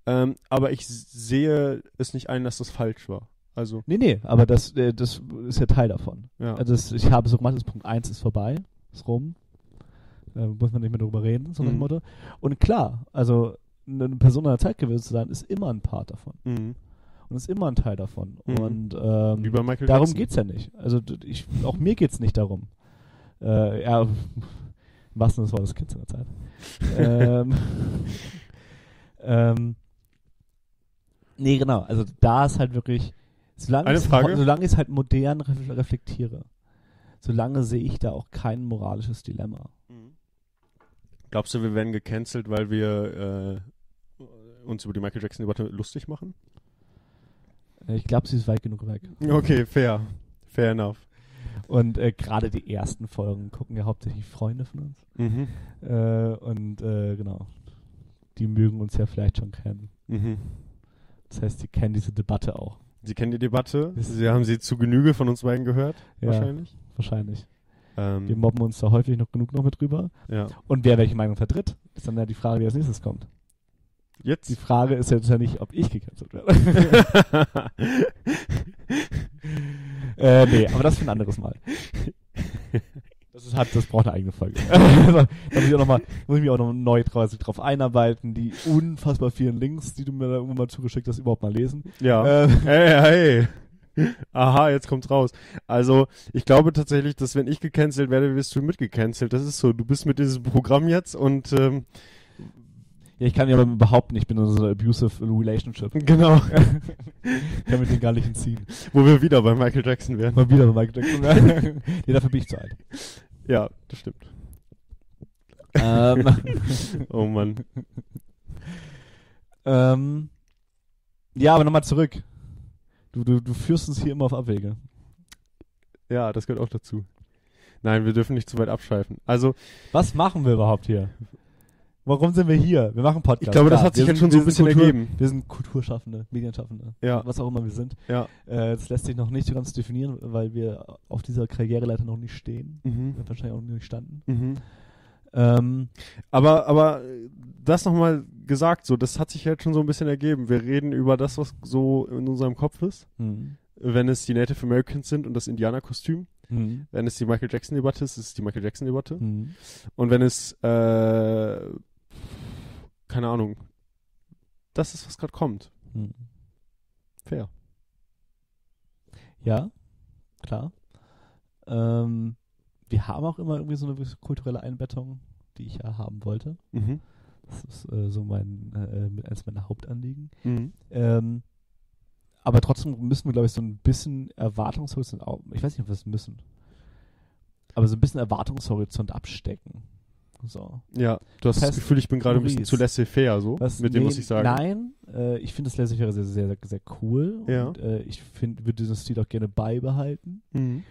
ähm, aber ich s- sehe es nicht ein, dass das falsch war. Also,
Nee, nee, aber das, äh, das ist ja Teil davon.
ja.
Also das, ich habe so gemacht, das Punkt 1 ist vorbei, ist rum. Da muss man nicht mehr drüber reden, so nach dem
Mhm.
Motto. Und klar, also eine Person einer Zeit gewesen zu sein, ist immer ein Part davon.
Mhm.
Und ist immer ein Teil davon.
Mhm.
Und
Wie
ähm,
bei Michael
darum
Jackson.
geht es ja nicht. Also d- ich, auch mir geht es nicht darum. Äh, ja, was denn das war das Kind seiner Zeit? ähm, ähm, nee, genau. Also da ist halt wirklich, solange,
Eine
ich,
Frage?
solange ich es halt modern ref- reflektiere, solange sehe ich da auch kein moralisches Dilemma.
Mhm. Glaubst du, wir werden gecancelt, weil wir äh, uns über die Michael Jackson-Debatte lustig machen?
Äh, Ich glaube, sie ist weit genug weg.
Okay, fair. Fair enough.
Und äh, gerade die ersten Folgen gucken ja hauptsächlich Freunde von uns.
Mhm.
Äh, und äh, genau, die mögen uns ja vielleicht schon kennen.
Mhm.
Das heißt, die kennen diese Debatte auch.
Sie kennen die Debatte.
Ist-
Sie haben sie zu Genüge von uns beiden gehört,
Ja,
wahrscheinlich.
Wahrscheinlich. Wir
Ähm,
mobben uns da häufig noch genug noch mit drüber.
ja.
Und wer welche Meinung vertritt, ist dann ja die Frage, die als nächstes kommt. Die
Jetzt.
Frage ist jetzt ja nicht, ob ich gecancelt werde. äh, nee, aber das für ein anderes Mal. Das, ist, hat, das braucht eine eigene Folge. also, da muss ich, auch noch mal, muss ich mich auch noch neu drauf, drauf einarbeiten, die unfassbar vielen Links, die du mir da irgendwann mal zugeschickt hast, überhaupt mal lesen.
ja.
Ähm,
Hey, hey. Aha, jetzt kommt's raus. Also, ich glaube tatsächlich, dass wenn ich gecancelt werde, wirst du mitgecancelt. Das ist so. Du bist mit diesem Programm jetzt und ähm,
ja, ich kann ja aber überhaupt nicht, ich bin in so einer abusive Relationship.
genau,
Ich kann mich den gar nicht entziehen.
wo wir wieder bei Michael Jackson werden.
Mal wieder bei Michael Jackson. nee, dafür bin ich zu alt.
Ja, das stimmt.
ähm,
Oh Mann.
ähm, ja, aber nochmal zurück. Du, du, du führst uns hier immer auf Abwege.
Ja, das gehört auch dazu. Nein, wir dürfen nicht zu weit abschweifen. Also,
Was machen wir überhaupt hier? Warum sind wir hier? Wir machen Podcast.
ich glaube, das
Klar,
hat sich
wir
jetzt
sind-
schon so
wir
ein bisschen
sind Kultur,
ergeben.
Wir sind Kulturschaffende, Medienschaffende,
Ja.
was auch immer wir sind.
Ja.
Äh, das lässt sich noch nicht so ganz definieren, weil wir auf dieser Karriereleiter noch nicht stehen.
Mhm.
Wir wahrscheinlich auch noch nicht standen.
Mhm.
Ähm,
Aber, aber äh, das nochmal gesagt, so, das hat sich halt schon so ein bisschen ergeben. Wir reden über das, was so in unserem Kopf ist.
hm,
Wenn es die Native Americans sind und das Indianerkostüm.
hm,
Wenn es die Michael Jackson-Debatte ist, ist es die Michael Jackson-Debatte.
hm.
Und wenn es, äh, keine Ahnung, das ist, was gerade kommt.
hm.
Fair.
Ja, klar. Ähm, wir haben auch immer irgendwie so eine gewisse kulturelle Einbettung, die ich ja haben wollte.
Mhm.
Das ist äh, so mein, äh, mit eines meiner Hauptanliegen.
Mhm.
Ähm, aber trotzdem müssen wir, glaube ich, so ein bisschen Erwartungshorizont, au- ich weiß nicht, ob wir es müssen, aber so ein bisschen Erwartungshorizont abstecken. So.
Ja, du
Das
hast das,
heißt,
Gefühl, ich bin gerade ein bisschen
Maurice.
zu laissez-faire, so,
Was-
mit dem,
nee,
was ich sage.
Nein, äh, ich finde das Lässig wäre sehr, sehr, sehr, sehr cool.
Ja.
Und äh, ich find, würde diesen Stil auch gerne beibehalten.
Mhm.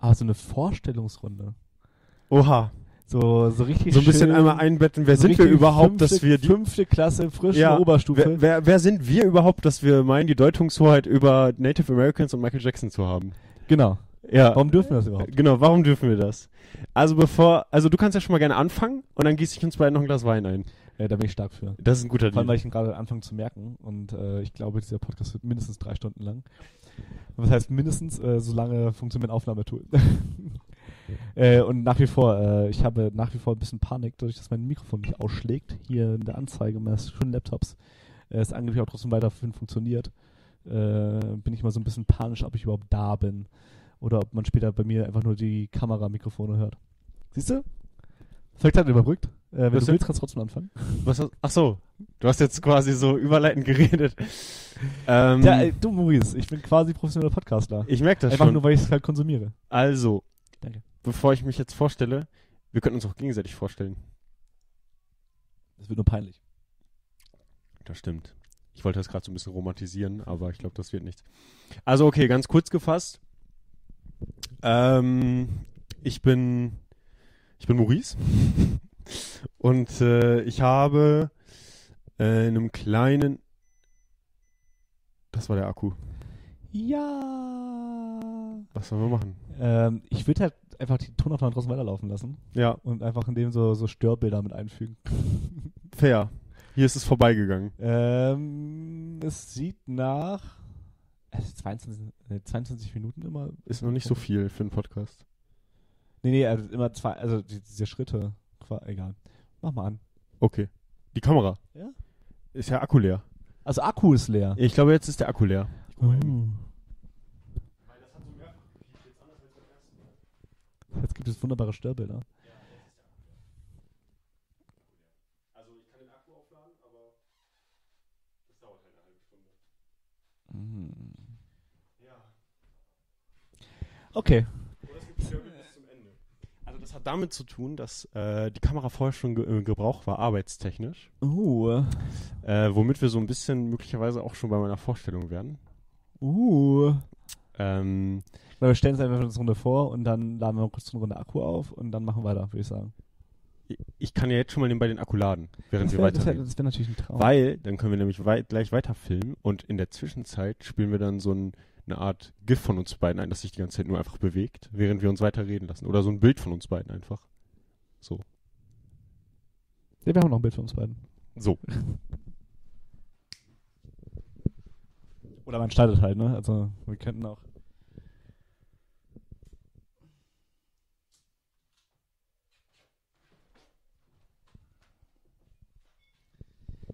Aber so eine Vorstellungsrunde.
Oha.
So, so richtig
So ein bisschen
schön,
einmal einbetten, wer
so
sind wir
richtig
überhaupt, dass
fünfte-
wir die
Fünfte Klasse, frische
Ja,
Oberstufe.
Wer, wer, wer sind wir überhaupt, dass wir meinen, die Deutungshoheit über Native Americans und Michael Jackson zu haben?
genau.
Ja,
Warum dürfen wir das überhaupt?
genau, warum dürfen wir das? Also bevor, also du kannst ja schon mal gerne anfangen und dann gieße ich uns beiden noch ein Glas Wein ein.
Äh, da bin ich stark für.
Das ist ein guter
Vor allem,
Deal.
weil ich ihn gerade anfange zu merken. Und äh, ich glaube, dieser Podcast wird mindestens drei Stunden lang. Was heißt mindestens, äh, solange funktioniert mein Aufnahmetool. äh, und nach wie vor, äh, ich habe nach wie vor ein bisschen Panik, dadurch, dass mein Mikrofon nicht ausschlägt. Hier in der Anzeige meines schönen Laptops. Äh, es angeblich auch trotzdem weiterhin funktioniert. Äh, bin ich mal so ein bisschen panisch, ob ich überhaupt da bin. Oder ob man später bei mir einfach nur die Kameramikrofone hört. Siehst du? Vielleicht hat er überbrückt. Äh, wenn
Das
du
ja-
willst, kannst du trotzdem anfangen.
Was hast, ach so, du hast jetzt quasi so überleitend geredet. Ähm,
Ja, ey, du Maurice, ich bin quasi professioneller Podcastler.
ich merke das
Einfach
schon.
nur, weil ich es halt konsumiere.
also,
Danke.
bevor ich mich jetzt vorstelle, wir könnten uns auch gegenseitig vorstellen.
Das wird nur peinlich.
Das stimmt. Ich wollte das gerade so ein bisschen romantisieren, aber ich glaube, das wird nichts. Also, okay, ganz kurz gefasst. Ähm, ich bin. Ich bin Maurice. Und äh, ich habe äh, in einem kleinen. Das war der Akku.
Ja.
Was sollen wir machen?
Ähm, ich würde halt einfach die Tonaufnahmen draußen weiterlaufen lassen
Ja,
und einfach in dem so, so Störbilder mit einfügen.
fair. Hier ist es vorbeigegangen.
ähm, es sieht nach also 22, nee, 22 Minuten immer.
Ist noch nicht so viel für einen Podcast.
Nee, nee, also immer zwei, also die, diese Schritte. Qua- Egal. Mach mal an.
Okay. Die Kamera.
Ja.
Ist ja Akku leer.
Also Akku ist leer.
Ich glaube, jetzt ist der Akku leer.
Uh. Jetzt gibt es wunderbare Störbilder. Hm. Okay.
Also das hat damit zu tun, dass äh, die Kamera vorher schon ge im Gebrauch war, arbeitstechnisch.
Uh.
Äh, womit wir so ein bisschen möglicherweise auch schon bei meiner Vorstellung werden.
Uh.
Ähm,
Na, wir stellen es einfach eine Runde vor und dann laden wir noch kurz eine Runde Akku auf und dann machen wir weiter, würde ich sagen.
ich- ich kann ja jetzt schon mal den bei den Akku laden, während
Das
wir
wäre wär, oh.
weiterreden.
das wär natürlich ein Traum.
Weil, dann können wir nämlich wei gleich weiter filmen und in der Zwischenzeit spielen wir dann so ein, eine Art GIF von uns beiden ein, das sich die ganze Zeit nur einfach bewegt, während wir uns weiterreden lassen. Oder so ein Bild von uns beiden einfach.
Ja, wir haben noch ein Bild von uns beiden.
So.
Oder man startet halt, ne? Also wir könnten auch.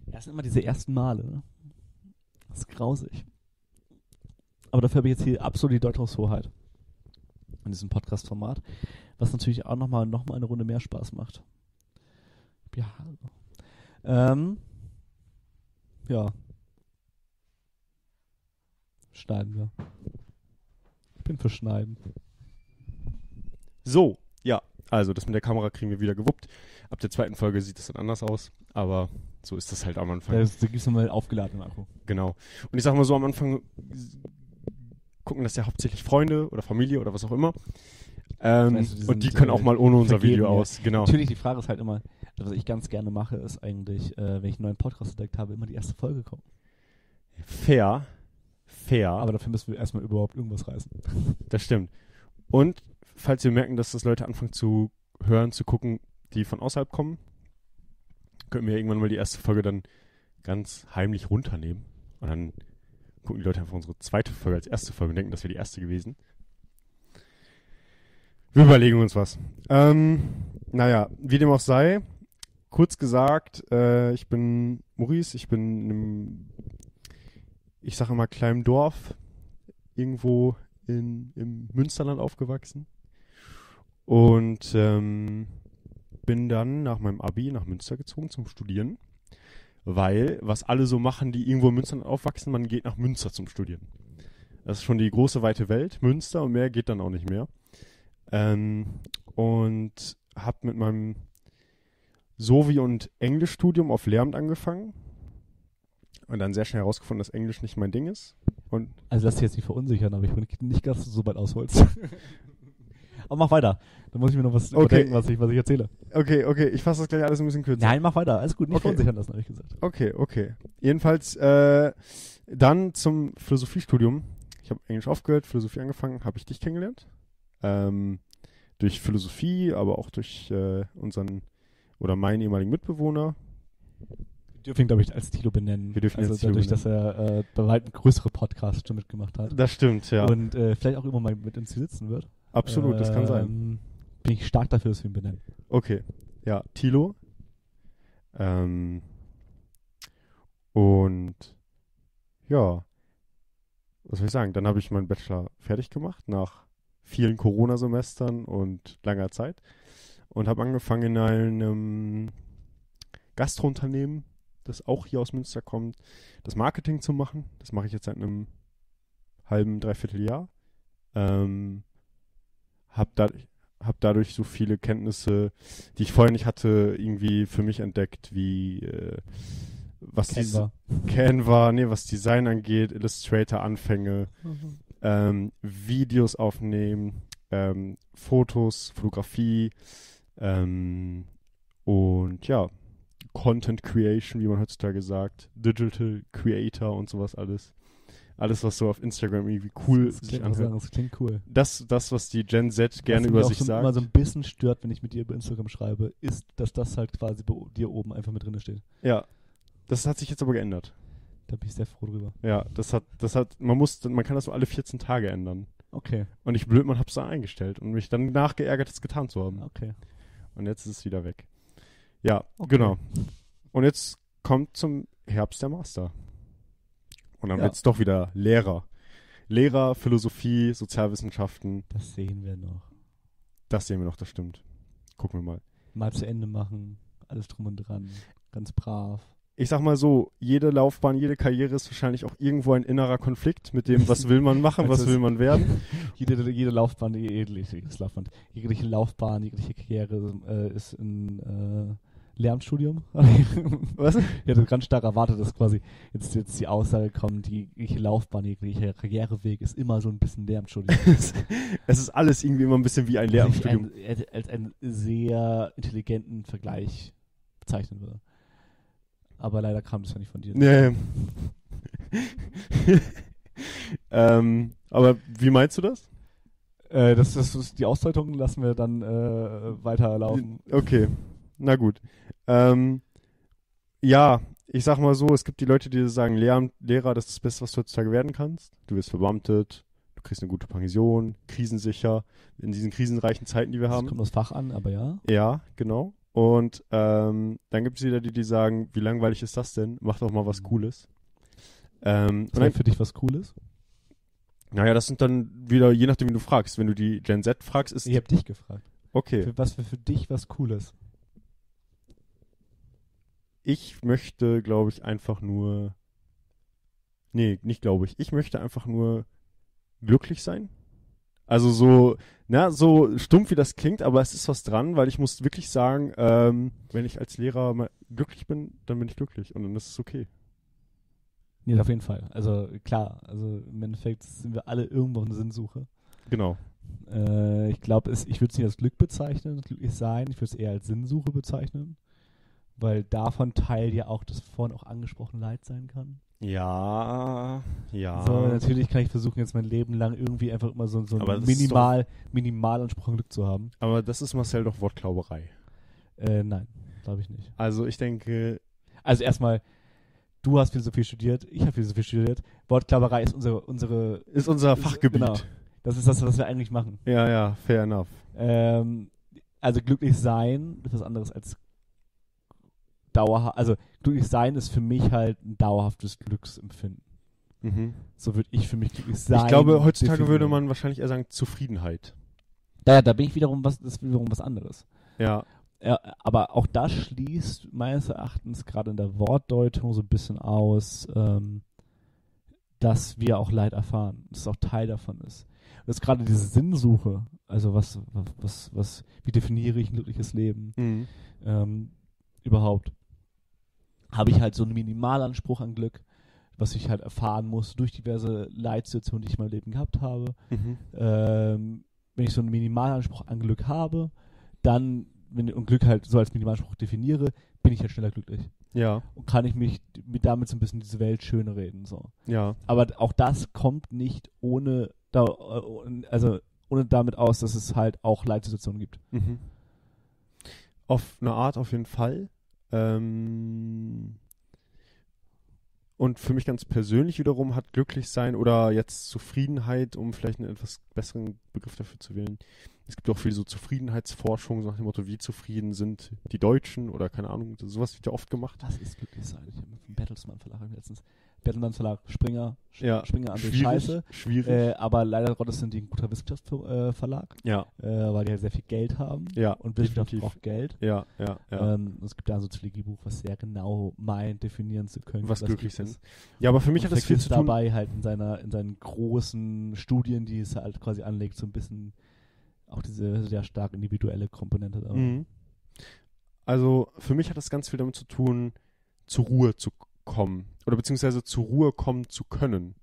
Ja, das sind immer diese ersten Male, ne? Das ist grausig. Aber dafür habe ich jetzt hier absolut die Deutungshoheit in diesem Podcast-Format, was natürlich auch nochmal noch mal eine Runde mehr Spaß macht. Ja. also. Ähm, ja. Schneiden wir. Ich bin für Schneiden.
So, ja. Also das mit der Kamera kriegen wir wieder gewuppt. Ab der zweiten Folge sieht das dann anders aus, aber so ist das halt am Anfang.
Da, ist- da gibt es nochmal einen aufgeladenen Akku.
Genau. Und ich sag mal so, am Anfang gucken das ja hauptsächlich Freunde oder Familie oder was auch immer. Ähm,
Also die
und die
sind,
können
äh,
auch mal ohne unser
vergeben,
Video
ja.
aus. Genau.
Natürlich, die Frage ist halt immer, was ich ganz gerne mache, ist eigentlich, äh, wenn ich einen neuen Podcast entdeckt habe, immer die erste Folge gucken.
Fair. Fair.
Aber dafür müssen wir erstmal überhaupt irgendwas reißen.
das stimmt. Und falls wir merken, dass das Leute anfangen zu hören, zu gucken, die von außerhalb kommen, können wir irgendwann mal die erste Folge dann ganz heimlich runternehmen. Und dann gucken die Leute einfach unsere zweite Folge als erste Folge und denken, das wäre die erste gewesen. Wir überlegen uns was. Ähm, naja, wie dem auch sei, kurz gesagt, äh, ich bin Maurice, ich bin in einem, ich sage immer, kleinen Dorf, irgendwo in, im Münsterland aufgewachsen. Und ähm, bin dann nach meinem Abi nach Münster gezogen zum Studieren. Weil, was alle so machen, die irgendwo in Münsterland aufwachsen, man geht nach Münster zum Studieren. Das ist schon die große weite Welt, Münster und mehr geht dann auch nicht mehr. Ähm, und habe mit meinem Sovi- und Englischstudium auf Lehramt angefangen. Und dann sehr schnell herausgefunden, dass Englisch nicht mein Ding ist. Und
Also lass dich jetzt nicht verunsichern, aber ich bin nicht ganz so weit ausholst. Aber mach weiter. Dann muss ich mir noch was
Okay.
überdenken, was ich, was ich erzähle.
Okay, okay, ich fasse das gleich alles ein bisschen kürzer.
Nein, mach weiter. Alles gut, nicht
Okay.
verunsichern lassen, habe ich gesagt.
Okay, okay. Jedenfalls äh, dann zum Philosophiestudium. Ich habe Englisch aufgehört, Philosophie angefangen, habe ich dich kennengelernt. Ähm, durch Philosophie, aber auch durch äh, unseren oder meinen ehemaligen Mitbewohner.
Wir dürfen ihn, glaube ich, als Tilo benennen.
Wir dürfen ihn
also
als Thilo
dadurch, dass er äh, bei weitem größere Podcasts schon mitgemacht hat.
Das stimmt, ja.
Und äh, vielleicht auch immer mal mit uns hier sitzen wird.
Absolut, das kann sein.
Ähm, Bin ich stark dafür, dass wir ihn benennen.
Okay, ja, Tilo. Ähm, und ja, was soll ich sagen? Dann habe ich meinen Bachelor fertig gemacht nach vielen Corona-Semestern und langer Zeit und habe angefangen in einem Gastrounternehmen, das auch hier aus Münster kommt, das Marketing zu machen. Das mache ich jetzt seit einem halben, dreiviertel Jahr. Ähm, habe dadurch, hab dadurch so viele Kenntnisse die ich vorher nicht hatte, irgendwie für mich entdeckt, wie äh, was
Canva.
diese Canva, nee, was Design angeht, Illustrator Anfänge, ähm, Videos aufnehmen, ähm, Fotos, Fotografie ähm, und ja, Content Creation, wie man heutzutage sagt, Digital Creator und sowas alles. Alles, was so auf Instagram irgendwie cool
Das
sich
klingt, muss sagen,
anhört.
das klingt cool.
Das, das, was die Gen Z gerne
was
über
mich auch
sich
so,
sagt.
immer so ein bisschen stört, wenn ich mit dir über Instagram schreibe, ist, dass das halt quasi bei o- dir oben einfach mit drin steht.
Ja. Das hat sich jetzt aber geändert.
Da bin ich sehr froh drüber.
Ja, das hat, das hat, man muss, man kann das nur alle 14 Tage ändern.
Okay,
Und ich blöd, man hab's da eingestellt und mich dann nachgeärgert, es getan zu haben.
okay.
Und jetzt ist es wieder weg. Ja,
Okay.
genau. Und jetzt kommt zum Herbst der Master. Und dann
Ja.
wird's doch wieder Lehrer. Lehrer, Philosophie, Sozialwissenschaften,
Das sehen wir noch.
das sehen wir noch, das stimmt. Gucken wir mal.
Mal zu Ende machen, alles drum und dran, ganz brav.
Ich sag mal so, jede Laufbahn, jede Karriere ist wahrscheinlich auch irgendwo ein innerer Konflikt mit dem, was will man machen,
Also
was
es-
will man werden.
Jede, jede Laufbahn, jegliches Laufband, jegliche Laufbahn, jegliche Karriere äh, ist ein äh, Lernstudium.
Was?
Ich hätte ganz stark erwartet, dass quasi jetzt, jetzt die Aussage kommt, die jegliche Laufbahn, jeglicher Karriereweg ist immer so ein bisschen Lernstudium.
es es ist alles irgendwie immer ein bisschen wie ein
Als
Lehramtsstudium.
ich ein, als einen sehr intelligenten Vergleich bezeichnen würde. Aber leider kam das ja nicht von dir.
Nee. ähm, aber wie meinst du das?
Äh, das, das ist die Ausdeutung lassen wir dann äh, weiterlaufen.
Okay, na gut. Ähm, ja, ich sag mal so, es gibt die Leute, die sagen, Lehramt, Lehrer, das ist das Beste, was du heutzutage werden kannst. Du wirst verbeamtet, du kriegst eine gute Pension, krisensicher, in diesen krisenreichen Zeiten, die wir
Das
haben.
kommt das Fach an, aber ja.
Ja, genau. Und ähm, dann gibt es wieder die, die sagen, wie langweilig ist das denn? Mach doch mal was
Mhm.
Cooles. Ähm, und
Das
dann,
wäre für dich was Cooles.
naja, das sind dann wieder, je nachdem, wie du fragst. Wenn du die Gen Z fragst, ist
Ich habe dich gefragt.
okay.
Für, was wäre für dich was Cooles?
Ich möchte, glaube ich, einfach nur. Nee, nicht glaube ich. Ich möchte einfach nur glücklich sein. Also so, na, so stumpf wie das klingt, aber es ist was dran, weil ich muss wirklich sagen, ähm, wenn ich als Lehrer mal glücklich bin, dann bin ich glücklich und dann ist es okay.
Nee, auf jeden Fall. Also klar, also im Endeffekt sind wir alle irgendwo in der Sinnsuche.
Genau.
Äh, ich glaube, ich würde es nicht als Glück bezeichnen, glücklich sein. Ich würde es eher als Sinnsuche bezeichnen. Weil davon Teil ja auch das vorhin auch angesprochene Leid sein kann.
Ja, ja.
So, natürlich kann ich versuchen, jetzt mein Leben lang irgendwie einfach immer so, so
Aber das
einen
ist
minimal, Minimalanspruch an Glück zu haben.
Aber das ist Marcel doch Wortklauberei.
Äh, nein, glaube ich nicht.
Also ich denke,
Also erstmal, du hast Philosophie studiert, ich habe Philosophie studiert. Wortklaberei ist unsere, unsere,
ist unser
Ist-
Fachgebiet.
genau. das ist das, was wir eigentlich machen.
Ja, ja, fair enough.
Ähm, also glücklich sein ist was anderes als dauerhaft. Also glücklich sein ist für mich halt ein dauerhaftes Glücksempfinden. So würde ich für mich glücklich sein.
Mhm. Ich glaube, heutzutage
definieren.
würde man wahrscheinlich eher sagen Zufriedenheit.
Da, da bin ich wiederum was, das ist wiederum was anderes.
Ja,
Ja, aber auch das schließt meines Erachtens gerade in der Wortdeutung so ein bisschen aus, ähm, dass wir auch Leid erfahren, dass es auch Teil davon ist. Und dass gerade diese Sinnsuche, also was, was, was, wie definiere ich ein glückliches Leben?
Mhm.
ähm, überhaupt. Habe ich halt so einen Minimalanspruch an Glück, was ich halt
Mhm.
erfahren muss durch diverse Leitsituationen, die ich in meinem Leben gehabt habe. Ähm, wenn ich so einen Minimalanspruch an Glück habe, dann, wenn und Glück halt so als Minimalanspruch definiere, bin ich halt schneller glücklich.
Ja,
Und kann ich mich mit damit so ein bisschen diese Welt schöner reden. So.
ja,
Aber auch das kommt nicht ohne da, äh, also ohne damit aus, dass es halt auch Leitsituationen gibt.
Mhm. Auf eine Art auf jeden Fall. Ähm und für mich ganz persönlich wiederum hat glücklich sein oder jetzt Zufriedenheit, um vielleicht einen etwas besseren Begriff dafür zu wählen. Es gibt auch viel so Zufriedenheitsforschung so nach dem Motto, wie zufrieden sind die Deutschen oder keine Ahnung, sowas wird ja oft gemacht.
Was ist glücklich sein? Ich habe mit dem Bertelsmann Verlag letztens. Bertelsmann Verlag, Springer, Sch-
Ja,
Springer an sich scheiße.
schwierig.
Äh, aber leider Gottes sind die ein guter Wissenschaftsverlag,
ja,
äh, weil die halt sehr viel Geld haben.
ja,
Und Wissenschaft
definitiv.
braucht Geld.
ja, ja, ja.
Ähm, es gibt da ein Soziologiebuch, was sehr genau meint, definieren zu können,
Was glücklich
Glück ist.
sind. ja, aber für mich
und
hat das viel
vergisst
zu tun.
dabei halt in seiner in seinen großen Studien, die es halt quasi anlegt, so ein bisschen auch diese sehr stark individuelle Komponente da.
Mhm. Also für mich hat das ganz viel damit zu tun, zur Ruhe zu kommen oder beziehungsweise zur Ruhe kommen zu können.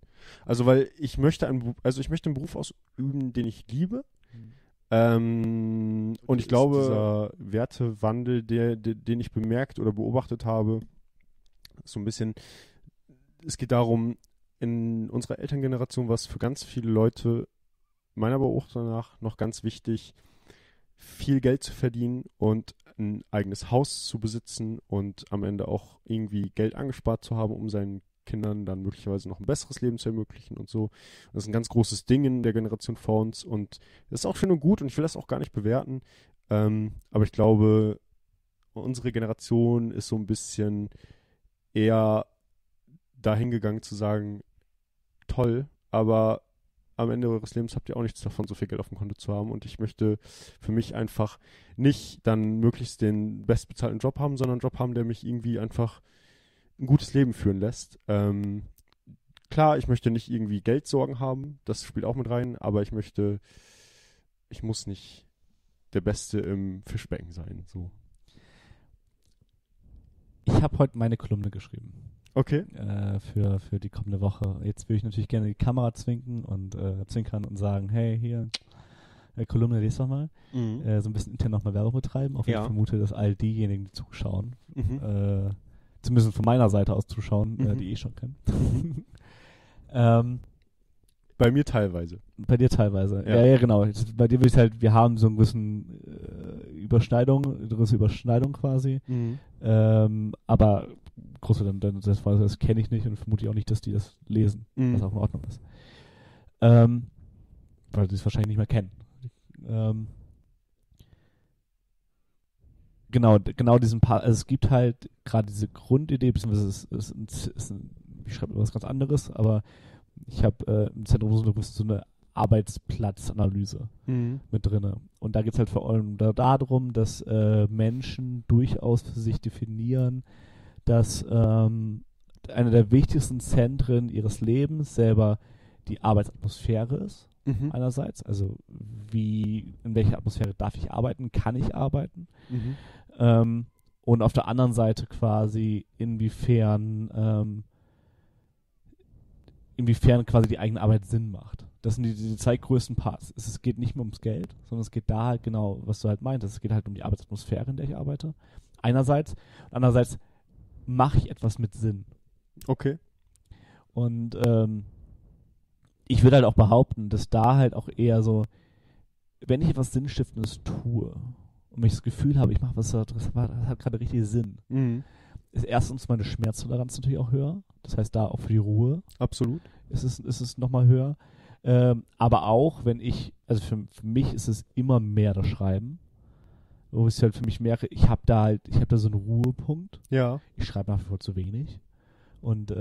Also weil ich möchte einen, Beruf- also ich möchte einen Beruf ausüben, den ich liebe. Ähm, und ich
Ist
glaube, dieser Wertewandel, der, de- den ich bemerkt oder beobachtet habe, ist so ein bisschen, es geht darum, in unserer Elterngeneration war es für ganz viele Leute meiner Beobachtung nach noch ganz wichtig, viel Geld zu verdienen und ein eigenes Haus zu besitzen und am Ende auch irgendwie Geld angespart zu haben, um seinen Kindern dann möglicherweise noch ein besseres Leben zu ermöglichen und so. Das ist ein ganz großes Ding in der Generation vor uns und das ist auch schön und gut und ich will das auch gar nicht bewerten. Ähm, aber ich glaube, unsere Generation ist so ein bisschen eher dahin gegangen zu sagen, toll, aber am Ende eures Lebens habt ihr auch nichts davon, so viel Geld auf dem Konto zu haben. Und ich möchte für mich einfach nicht dann möglichst den bestbezahlten Job haben, sondern einen Job haben, der mich irgendwie einfach ein gutes Leben führen lässt. Ähm, klar, ich möchte nicht irgendwie Geldsorgen haben, das spielt auch mit rein, aber ich möchte ich muss nicht der Beste im Fischbecken sein. So.
Ich habe heute meine Kolumne geschrieben
Okay.
äh, für, für die kommende Woche. Jetzt würde ich natürlich gerne die Kamera zwinken und äh, zwinkern und sagen, hey, hier, äh, Kolumne, lest doch mal.
Mhm.
Äh, so ein bisschen intern nochmal Werbung betreiben, auch wenn
Ja.
ich vermute, dass all diejenigen, die zuschauen,
Mhm.
äh, zumindest von meiner Seite aus zuschauen, äh,
Mhm.
die eh schon kennen. ähm,
Bei mir teilweise.
bei dir teilweise.
Ja.
Ja, ja, genau. Das- Bei dir würde ich halt, wir haben so einen gewissen äh, Überschneidung, eine gewisse Überschneidung quasi. Ähm, aber große, dann, dann, das, war- das kenne ich nicht und vermute ich auch nicht, dass die das lesen,
Mhm.
was auch in Ordnung ist. Ähm, weil die es wahrscheinlich nicht mehr kennen. Ähm, genau, d- genau diesen Part. Also es gibt halt gerade diese Grundidee, beziehungsweise es ist, ist, ein Z- ist ein, ich schreibe über was ganz anderes, aber ich habe äh, im Zentrum so eine, gewisse- so eine Arbeitsplatzanalyse mit drinne. Und da geht es halt vor allem da- darum, dass äh, Menschen durchaus für sich definieren, dass ähm, einer der wichtigsten Zentren ihres Lebens selber die Arbeitsatmosphäre ist,
Mhm.
einerseits. Also wie, in welcher Atmosphäre darf ich arbeiten, kann ich arbeiten?
Mhm.
Ähm, und auf der anderen Seite quasi, inwiefern, ähm, inwiefern quasi die eigene Arbeit Sinn macht. Das sind die, die zwei größten Parts. Es, es geht nicht mehr ums Geld, sondern es geht da halt genau, was du halt meintest. Es geht halt um die Arbeitsatmosphäre, in der ich arbeite. Einerseits. Andererseits mache ich etwas mit Sinn.
Okay.
Und ähm, ich würde halt auch behaupten, dass da halt auch eher so, wenn ich etwas Sinnstiftendes tue und mich das Gefühl habe, ich mache was, das hat das hat gerade richtig Sinn,
Mhm.
ist erstens meine Schmerztoleranz natürlich auch höher. Das heißt, da auch für die Ruhe
Absolut.
ist es, ist es nochmal höher. Ähm, aber auch, wenn ich, also für, für mich ist es immer mehr das Schreiben, wo ich halt für mich merke, ich habe da halt, ich habe da so einen Ruhepunkt
Ja.
ich schreibe nach wie vor zu wenig und äh,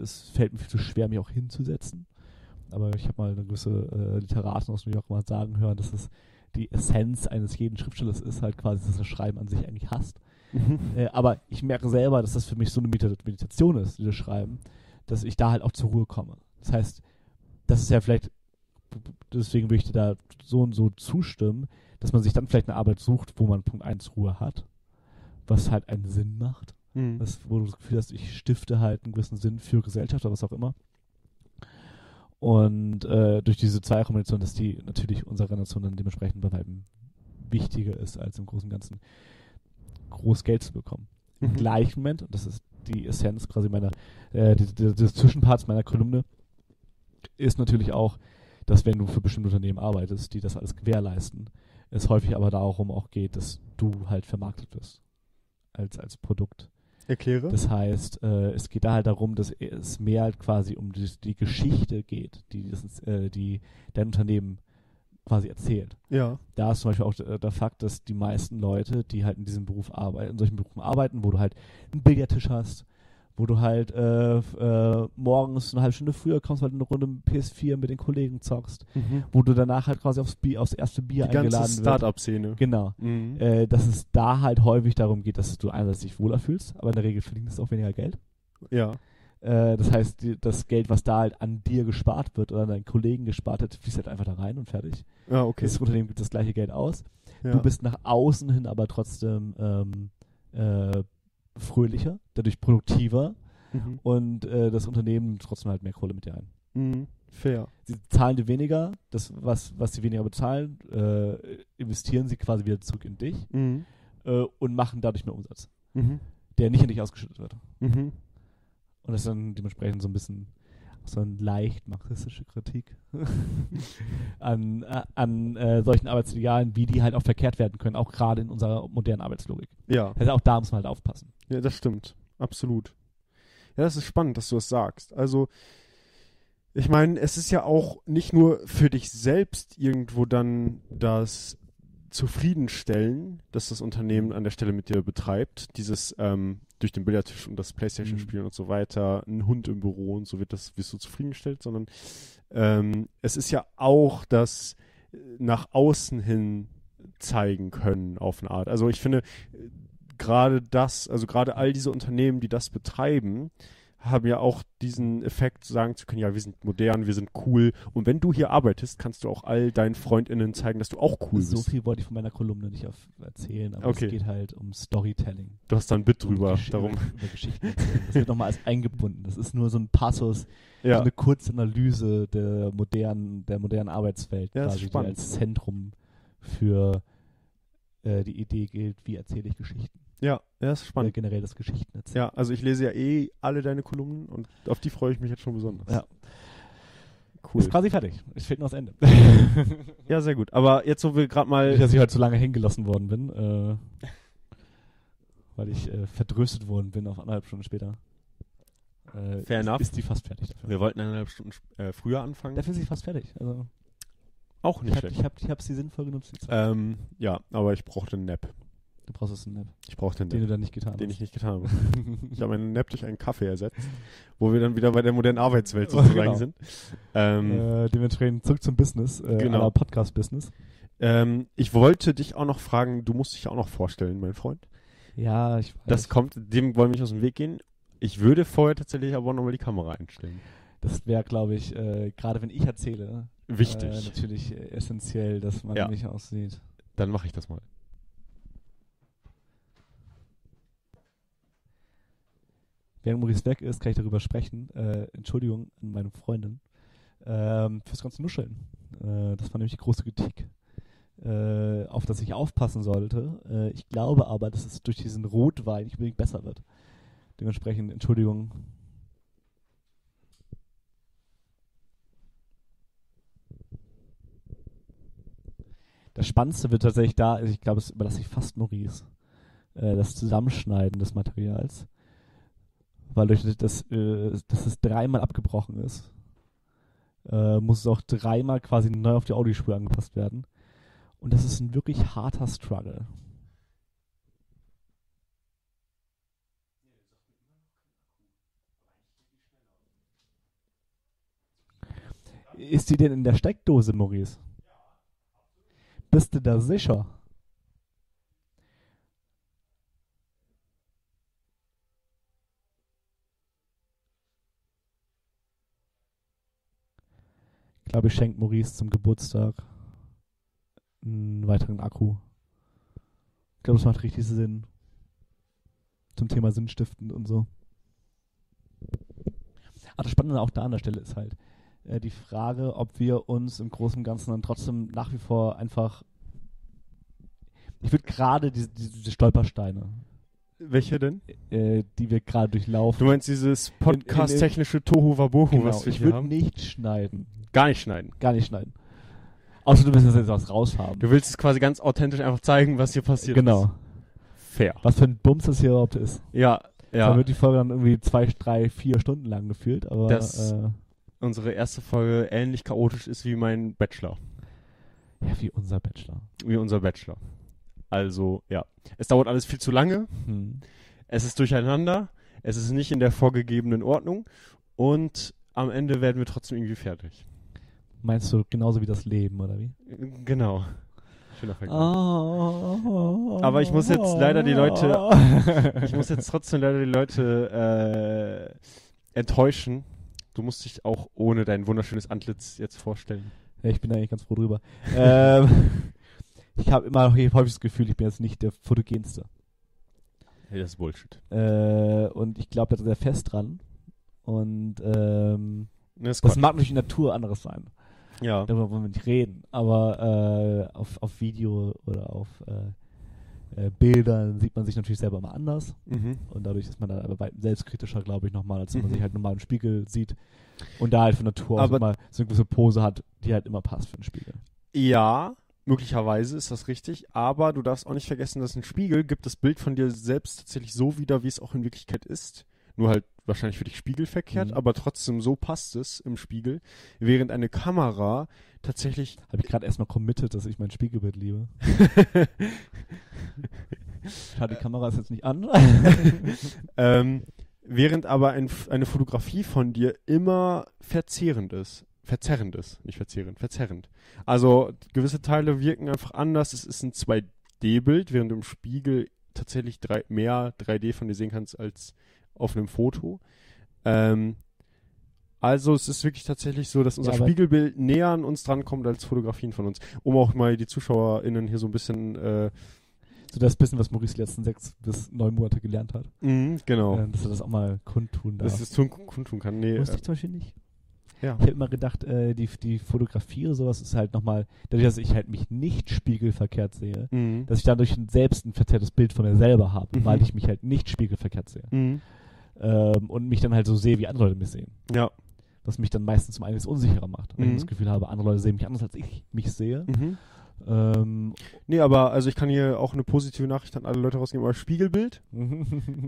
es fällt mir viel zu schwer, mich auch hinzusetzen. Aber ich habe mal eine gewisse äh, Literaten aus New York mal sagen hören, dass es die Essenz eines jeden Schriftstellers ist, halt quasi, dass das Schreiben an sich eigentlich hasst.
Mhm.
Äh, aber ich merke selber, dass das für mich so eine Medita- Meditation ist, dieses Schreiben, dass ich da halt auch zur Ruhe komme. Das heißt, das ist ja vielleicht, deswegen würde ich dir da so und so zustimmen, dass man sich dann vielleicht eine Arbeit sucht, wo man Punkt 1 Ruhe hat, was halt einen Sinn macht
Mhm.
was, wo du das Gefühl hast, ich stifte halt einen gewissen Sinn für Gesellschaft oder was auch immer. Und äh, durch diese Zweierkombination, dass die natürlich unserer Nation dann dementsprechend bei weitem wichtiger ist, als im Großen und Ganzen groß Geld zu bekommen. Im
Mhm.
gleichen Moment, und das ist die Essenz quasi meiner, äh, des, des des Zwischenparts meiner Kolumne, ist natürlich auch, dass wenn du für bestimmte Unternehmen arbeitest, die das alles gewährleisten, es häufig aber darum auch geht, dass du halt vermarktet wirst als, als Produkt.
Erkläre.
Das heißt, äh, es geht da halt darum, dass es mehr halt quasi um die, die Geschichte geht, die, das, äh, die dein Unternehmen quasi erzählt.
ja.
Da ist zum Beispiel auch äh, der Fakt, dass die meisten Leute, die halt in diesem Beruf arbeiten, in solchen Berufen arbeiten, wo du halt einen Billardtisch hast, wo du halt äh, f- äh, morgens eine halbe Stunde früher kommst, weil du eine Runde PS4 mit den Kollegen zockst, wo du danach halt quasi aufs, Bier, aufs erste Bier
Die ganze
eingeladen wirst.
Start-up-Szene.
Genau
Mhm.
äh, dass es da halt häufig darum geht, dass du einerseits dich wohler fühlst, aber in der Regel verdienst du auch weniger Geld.
Ja.
Äh, das heißt, die, das Geld, was da halt an dir gespart wird oder an deinen Kollegen gespart wird, fließt halt einfach da rein und fertig.
Ja, Ah, okay.
Das Unternehmen gibt das gleiche Geld aus.
ja.
Du bist nach außen hin aber trotzdem ähm, äh, fröhlicher, dadurch produktiver
Mhm.
und äh, das Unternehmen nimmt trotzdem halt mehr Kohle mit dir ein.
Mhm. Fair.
Sie zahlen dir weniger, das, was, was sie weniger bezahlen, äh, investieren sie quasi wieder zurück in dich
Mhm.
äh, und machen dadurch mehr Umsatz.
Mhm.
der nicht in dich ausgeschüttet wird.
Mhm.
Und das ist dann dementsprechend so ein bisschen so eine leicht marxistische Kritik an, äh, an äh, solchen Arbeitsidealen, wie die halt auch verkehrt werden können, auch gerade in unserer modernen Arbeitslogik.
Ja.
Also auch da muss man halt aufpassen.
Ja, das stimmt. Absolut. Ja, das ist spannend, dass du das sagst. Also, ich meine, es ist ja auch nicht nur für dich selbst irgendwo dann das Zufriedenstellen, dass das Unternehmen an der Stelle mit dir betreibt. Dieses ähm, durch den Billardtisch und das Playstation-Spielen und so weiter, ein Hund im Büro und so wird das, wirst du zufriedengestellt, sondern ähm, es ist ja auch das äh, nach außen hin zeigen können auf eine Art. Also ich finde, äh, gerade das, also gerade all diese Unternehmen, die das betreiben, haben ja auch diesen Effekt, sagen zu können, ja, wir sind modern, wir sind cool. Und wenn du hier arbeitest, kannst du auch all deinen FreundInnen zeigen, dass du auch cool
so
bist.
viel wollte ich von meiner Kolumne nicht auf erzählen, aber
Okay.
es geht halt um Storytelling.
Du hast da ein Bit
Um
drüber,
Gesch-
darum.
Über, über Geschichten erzählen. Das wird nochmal als eingebunden. Das ist nur so ein Passus, so
Ja,
eine kurze Analyse der modernen, der modernen Arbeitswelt
Ja, das ist
quasi, die
spannend.
als Zentrum für äh, die Idee gilt, wie erzähle ich Geschichten.
ja, ja, ist
Oder
spannend.
generell das Geschichtenerzählen.
Ja, also ich lese ja eh alle deine Kolumnen und auf die freue ich mich jetzt schon besonders.
Ja.
Cool.
Ist quasi fertig. Es fehlt noch das Ende.
Ja, sehr gut. Aber jetzt, wo wir gerade mal.
Nicht, dass ich heute so lange hängen gelassen worden bin, äh, weil ich äh, verdröstet worden bin auf anderthalb Stunden später. Äh,
Fair
ist,
enough.
Ist die fast fertig dafür.
Wir wollten eineinhalb Stunden äh, früher anfangen.
Dafür ist sie fast fertig. Also,
auch
ich
nicht
habe
schlecht.
ich hab, ich hab sie sinnvoll genutzt. Die Zeit.
Ähm, ja, aber ich brauchte einen Nap.
Du brauchst es einen Nap,
Ich brauchte
den
einen
du
Nap,
dann nicht getan
den
hast.
ich nicht getan habe. Ich habe meinen Nap durch einen Kaffee ersetzt, wo wir dann wieder bei der modernen Arbeitswelt sozusagen
Genau.
sind. Ähm,
äh, dementsprechend zurück zum Business, äh,
Genau.
aller Podcast-Business.
ähm, ich wollte dich auch noch fragen, du musst dich auch noch vorstellen, mein Freund.
Ja, ich weiß.
Das kommt, dem wollen wir nicht aus dem Weg gehen. Ich würde vorher tatsächlich aber nochmal die Kamera einstellen.
das wäre, glaube ich, äh, gerade wenn ich erzähle, Äh,
Wichtig.
natürlich äh, essentiell, dass man
Ja.
mich aussieht.
Dann mache ich das mal.
Während Maurice weg ist, kann ich darüber sprechen. Äh, Entschuldigung an meine Freundin ähm, fürs ganze Nuscheln. Äh, das war nämlich die große Kritik, äh, auf das ich aufpassen sollte. Äh, ich glaube aber, dass es durch diesen Rotwein nicht unbedingt besser wird. Dementsprechend, Entschuldigung. Das Spannendste wird tatsächlich da, also ich glaube, es überlasse ich fast Maurice, äh, das Zusammenschneiden des Materials weil durch das, das, äh, dass es dreimal abgebrochen ist, äh, muss es auch dreimal quasi neu auf die Audiospur angepasst werden. Und das ist ein wirklich harter Struggle. Ist die denn in der Steckdose, Maurice? Bist du da sicher? Ich glaube, ich schenke Maurice zum Geburtstag einen weiteren Akku. Ich glaube, das macht richtig Sinn. Zum Thema Ah, sinnstiftend und so. Aber das Spannende auch da an der Stelle ist halt, äh, die Frage, ob wir uns im Großen und Ganzen dann trotzdem nach wie vor einfach. Ich würde gerade diese, diese, diese Stolpersteine,
Welche denn?
äh, die wir gerade
Du
durchlaufen, genau,
meinst dieses podcast-technische Tohu-Wabohu, was wir
ich
hier
würde
haben?
nicht schneiden.
Gar nicht schneiden.
Gar nicht schneiden. Außer du willst jetzt was raushaben.
Du willst es quasi ganz authentisch einfach zeigen, was hier passiert ist.
Genau.
Fair.
Was für ein Bums das hier überhaupt ist.
Ja,
Da
ja.
wird die Folge dann irgendwie zwei, drei, vier Stunden lang gefühlt, aber
Das-
äh,
Unsere erste Folge ähnlich chaotisch ist wie mein Bachelor.
ja, wie unser Bachelor.
Wie unser Bachelor. Also, ja. Es dauert alles viel zu lange.
Hm.
Es ist durcheinander. Es ist nicht in der vorgegebenen Ordnung. Und am Ende werden wir trotzdem irgendwie fertig.
Meinst du genauso wie das Leben, oder wie?
Genau. Schöner
Ah.
Vergleich.
Aber
Aber ich muss jetzt leider die Leute- Ich muss jetzt trotzdem leider die Leute äh, enttäuschen. Du musst dich auch ohne dein wunderschönes Antlitz jetzt vorstellen.
Ja, ich bin da eigentlich ganz froh drüber. ähm, ich habe immer noch häufig das Gefühl, ich bin jetzt nicht der Fotogenste.
Hey, das ist Bullshit.
Äh, und ich glaube, da ist er fest dran. Und ähm,
Das Ne, ist
das
Quatsch.
mag natürlich in der Natur anderes sein.
Ja.
darüber wollen wir nicht reden, aber äh, auf, auf Video oder auf äh, äh, Bildern sieht man sich natürlich selber mal anders
Mhm.
und dadurch ist man dann aber weit selbstkritischer, glaube ich, nochmal, als wenn man
Mhm.
sich halt normal im Spiegel sieht und da halt von Natur aus
Aber-
immer so eine gewisse Pose hat, die halt immer passt für den Spiegel.
Ja, möglicherweise ist das richtig, aber du darfst auch nicht vergessen, dass ein Spiegel gibt das Bild von dir selbst tatsächlich so wieder, wie es auch in Wirklichkeit ist. Nur halt wahrscheinlich für dich spiegelverkehrt,
Mhm.
aber trotzdem so passt es im Spiegel, während eine Kamera tatsächlich
Habe ich gerade erstmal committed, dass ich mein Spiegelbild liebe. Schade, die Kamera ist jetzt nicht an.
ähm, während aber ein, F- eine Fotografie von dir immer verzehrend ist. Verzerrend ist, nicht verzehrend, verzerrend. Also gewisse Teile wirken einfach anders. Es ist ein 2D-Bild, während du im Spiegel tatsächlich drei, mehr 3D von dir sehen kannst als auf einem Foto. Ähm, also es ist wirklich tatsächlich so, dass unser
Ja, aber-
Spiegelbild näher an uns drankommt als Fotografien von uns. Um auch mal die ZuschauerInnen hier so ein bisschen äh,
so das bisschen, was Maurice die letzten sechs bis neun Monate gelernt hat.
mh, genau,
Äh, dass er das auch mal kundtun darf.
dass es tun, kundtun kann. Nee,
Wusste
äh,
ich zum Beispiel nicht.
ja.
Ich habe immer gedacht, äh, die, die Fotografie oder sowas ist halt nochmal, dadurch, dass ich halt mich nicht spiegelverkehrt sehe,
Mhm.
dass ich dadurch ein- selbst ein verzerrtes Bild von mir selber habe,
Mhm.
weil ich mich halt nicht spiegelverkehrt sehe.
Mhm.
Ähm, und mich dann halt so sehe, wie andere Leute mich sehen.
Ja.
Was mich dann meistens um einiges unsicherer macht. Wenn
Mhm.
ich das Gefühl habe, andere Leute sehen mich anders, als ich mich sehe.
Mhm.
Ähm,
Nee, aber also ich kann hier auch eine positive Nachricht an alle Leute rausgeben. Euer Spiegelbild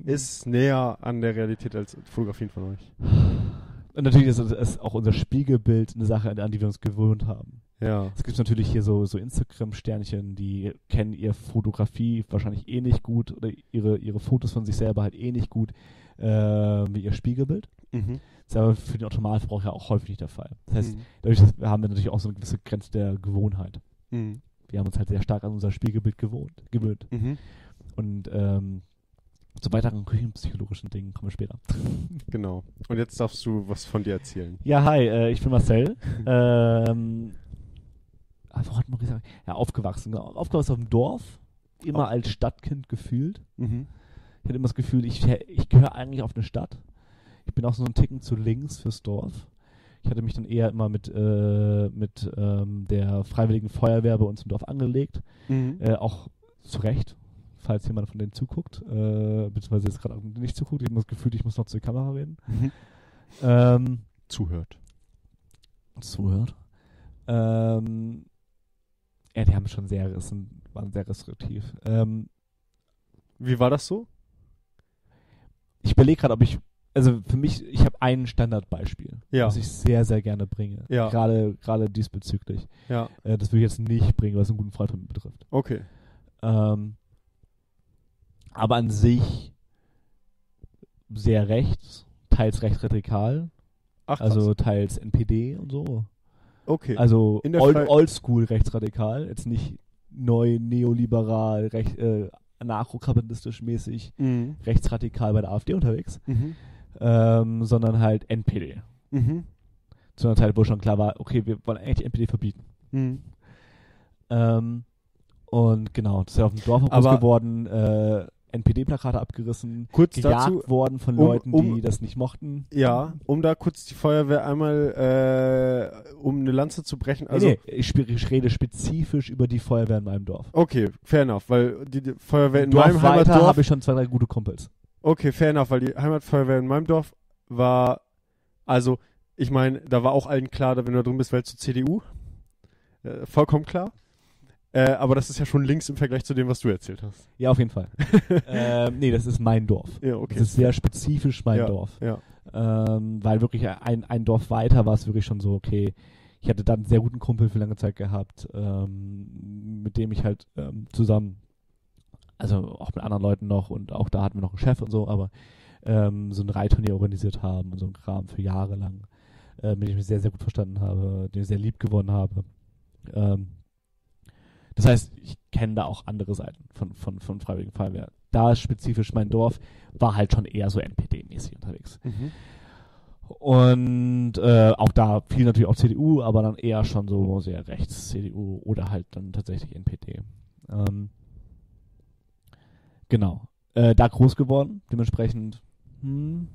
ist näher an der Realität als Fotografien von euch.
und natürlich ist, ist auch unser Spiegelbild eine Sache, an die wir uns gewöhnt haben.
Ja.
Es gibt natürlich hier so, so Instagram-Sternchen, die kennen ihre Fotografie wahrscheinlich eh nicht gut oder ihre, ihre Fotos von sich selber halt eh nicht gut äh, wie ihr Spiegelbild.
Mhm.
Das ist aber für den Automatverbrauch ja auch häufig nicht der Fall. Das heißt,
Mhm.
dadurch dass wir haben wir natürlich auch so eine gewisse Grenze der Gewohnheit.
Mhm.
Wir haben uns halt sehr stark an unser Spiegelbild gewohnt, gewöhnt.
Mhm.
Und ähm, zu weiteren küchenpsychologischen Dingen kommen wir später.
Genau. Und jetzt darfst du was von dir erzählen.
Ja, hi, äh, ich bin Marcel. ähm, ah, wo hat Maurice gesagt? Ja, aufgewachsen, genau. Aufgewachsen auf dem Dorf, immer
Auf-
als Stadtkind gefühlt.
Mhm.
Ich hatte immer das Gefühl, ich, hä- ich gehöre eigentlich auf eine Stadt. Ich bin auch so einen Ticken zu links fürs Dorf. Ich hatte mich dann eher immer mit, äh, mit ähm, der Freiwilligen Feuerwehr bei uns im Dorf angelegt.
Mhm.
Äh, auch zu Recht, falls jemand von denen zuguckt, äh, beziehungsweise jetzt gerade nicht zuguckt. Ich habe das Gefühl, ich muss noch zur Kamera reden.
Mhm.
Ähm,
Zuhört.
zuhört. Ähm, ja, die haben schon sehr, sind, waren sehr restriktiv. Ähm,
Wie war das so?
ich überlege gerade, ob ich, also für mich, ich habe ein Standardbeispiel,
Ja.
das ich sehr, sehr gerne bringe.
Ja.
Gerade, gerade diesbezüglich.
Ja.
Äh, das will ich jetzt nicht bringen, was einen guten Freund von mir betrifft.
Okay.
Ähm, aber an sich sehr rechts, teils recht radikal,
Ach, krass.
also teils NPD und so.
okay.
Also
In der
old,
Frei-
oldschool rechtsradikal, jetzt nicht neu neoliberal, recht, äh, anarchokapitalistisch mäßig
mhm.
rechtsradikal bei der AfD unterwegs,
Mhm.
ähm, sondern halt NPD.
Mhm.
Zu einer Zeit, wo schon klar war, okay, wir wollen eigentlich NPD verbieten.
Mhm.
Ähm, und genau, das ist ja auf dem Dorf auch groß
Aber-
geworden. Äh, NPD-Plakate abgerissen,
Kurz
gejagt
dazu,
worden von
um-
Leuten,
um-
die das nicht mochten.
Ja, um da kurz die Feuerwehr einmal, äh, um eine Lanze zu brechen. Also,
nee, nee, ich, sp- ich rede spezifisch über die Feuerwehr in meinem Dorf.
okay, fair enough, weil die, die Feuerwehr in meinem
weiter
Heimatdorf.
habe ich schon zwei, drei gute Kumpels.
Okay, fair enough, weil die Heimatfeuerwehr in meinem Dorf war, also, ich meine, da war auch allen klar, da wenn du da drin bist, wählst du CDU. Äh, vollkommen klar. Äh, aber das ist ja schon links im Vergleich zu dem, was du erzählt hast.
Ja, auf jeden Fall. ähm, nee, das ist mein Dorf.
Ja, okay.
Das ist sehr spezifisch mein
Ja,
Dorf.
ja.
Ähm, weil wirklich ein, ein Dorf weiter war es wirklich schon so, okay, ich hatte dann einen sehr guten Kumpel für lange Zeit gehabt, ähm, mit dem ich halt ähm, zusammen, also auch mit anderen Leuten noch und auch da hatten wir noch einen Chef und so, aber ähm, so ein Reitturnier organisiert haben und so ein Kram für Jahre lang, äh, mit dem ich mich sehr, sehr gut verstanden habe, den ich sehr lieb gewonnen habe. Ähm, das heißt, ich kenne da auch andere Seiten von, von, von Freiwilligen Feuerwehr. Da spezifisch mein Dorf war halt schon eher so NPD-mäßig unterwegs.
Mhm.
Und äh, auch da fiel natürlich auch CDU, aber dann eher schon so sehr rechts CDU oder halt dann tatsächlich NPD. Ähm, genau. Äh, da groß geworden, dementsprechend hm,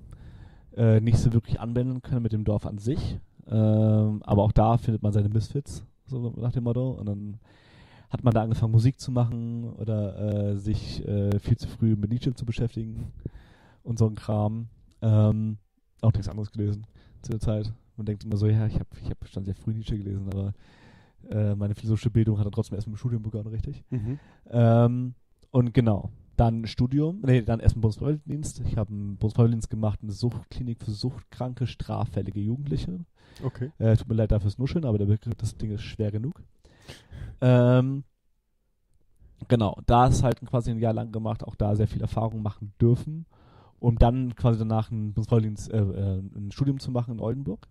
äh, nicht so wirklich anwenden können mit dem Dorf an sich. Ähm, aber auch da findet man seine Misfits, so nach dem Motto. Und dann hat man da angefangen, Musik zu machen oder äh, sich äh, viel zu früh mit Nietzsche zu beschäftigen und so ein Kram. Ähm, auch nichts anderes gelesen zu der Zeit. Man denkt immer so, ja, ich habe ich hab schon sehr früh Nietzsche gelesen, aber äh, meine philosophische Bildung hat dann trotzdem erst mit dem Studium begonnen, richtig?
Mhm.
Ähm, und genau, dann Studium, nee, dann erst im Bundesfreiwilligendienst. Ich habe einen Bundesfreiwilligendienst gemacht, eine Suchtklinik für suchtkranke, straffällige Jugendliche.
Okay.
Äh, tut mir leid dafür's Nuscheln, aber der Begriff des Ding ist schwer genug. Ähm, genau, da ist halt quasi ein Jahr lang gemacht, auch da sehr viel Erfahrung machen dürfen, um dann quasi danach ein, Bundesfreiwilligendienst- äh, äh, ein Studium zu machen in Oldenburg.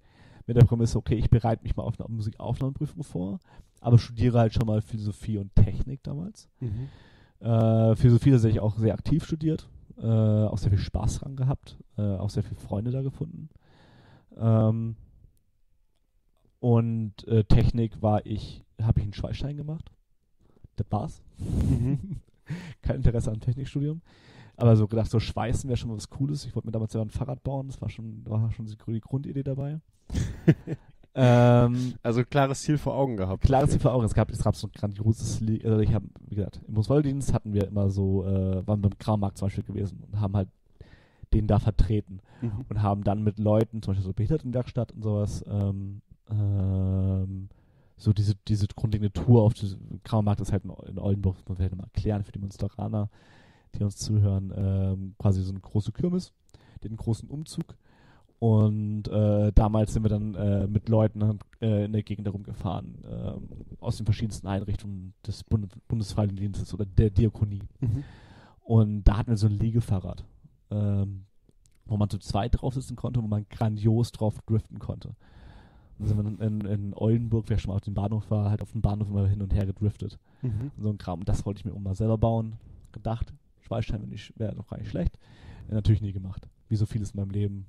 Mit der Prämisse, okay, ich bereite mich mal auf eine Musikaufnahmeprüfung vor, aber studiere halt schon mal Philosophie und Technik damals.
Mhm.
Äh, Philosophie tatsächlich auch sehr aktiv studiert, äh, auch sehr viel Spaß dran gehabt, äh, auch sehr viele Freunde da gefunden. Ähm, und äh, Technik war ich, habe ich einen Schweißstein gemacht. Das war's.
Mhm.
Kein Interesse am Technikstudium. Aber so gedacht, so Schweißen wäre schon mal was Cooles. Ich wollte mir damals selber ein Fahrrad bauen, das war schon, war schon die die Grundidee dabei. ähm,
Also klares Ziel vor Augen gehabt.
klares Ziel vor Augen. Es gab, es gab so ein grandioses Lied. Also ich habe, wie gesagt, im Bundesvolldienst hatten wir immer so, äh, waren beim Krammarkt zum Beispiel gewesen und haben halt den da vertreten
Mhm.
und haben dann mit Leuten, zum Beispiel so Behindertenwerkstatt und sowas, ähm, ähm, so diese, diese grundlegende Tour auf den Krammarkt ist halt in, in Oldenburg, das muss man vielleicht nochmal erklären für die Münsteraner, die uns zuhören, ähm, quasi so eine große Kirmes, den großen Umzug. Und äh, damals sind wir dann äh, mit Leuten äh, in der Gegend herumgefahren, ähm, aus den verschiedensten Einrichtungen des Bund Bundesfreiwilligendienstes oder der Diakonie.
Mhm.
Und da hatten wir so ein Liegefahrrad, ähm, wo man zu zweit drauf sitzen konnte, wo man grandios drauf driften konnte. Dann sind wir dann in, in Oldenburg, wer schon mal auf dem Bahnhof war, halt auf dem Bahnhof immer hin und her gedriftet.
Mhm.
Und so ein Kram. Und das wollte ich mir auch mal selber bauen. Gedacht, Schweißstein wäre nicht- wäre doch gar nicht schlecht. Äh, natürlich nie gemacht. Wie so vieles in meinem Leben.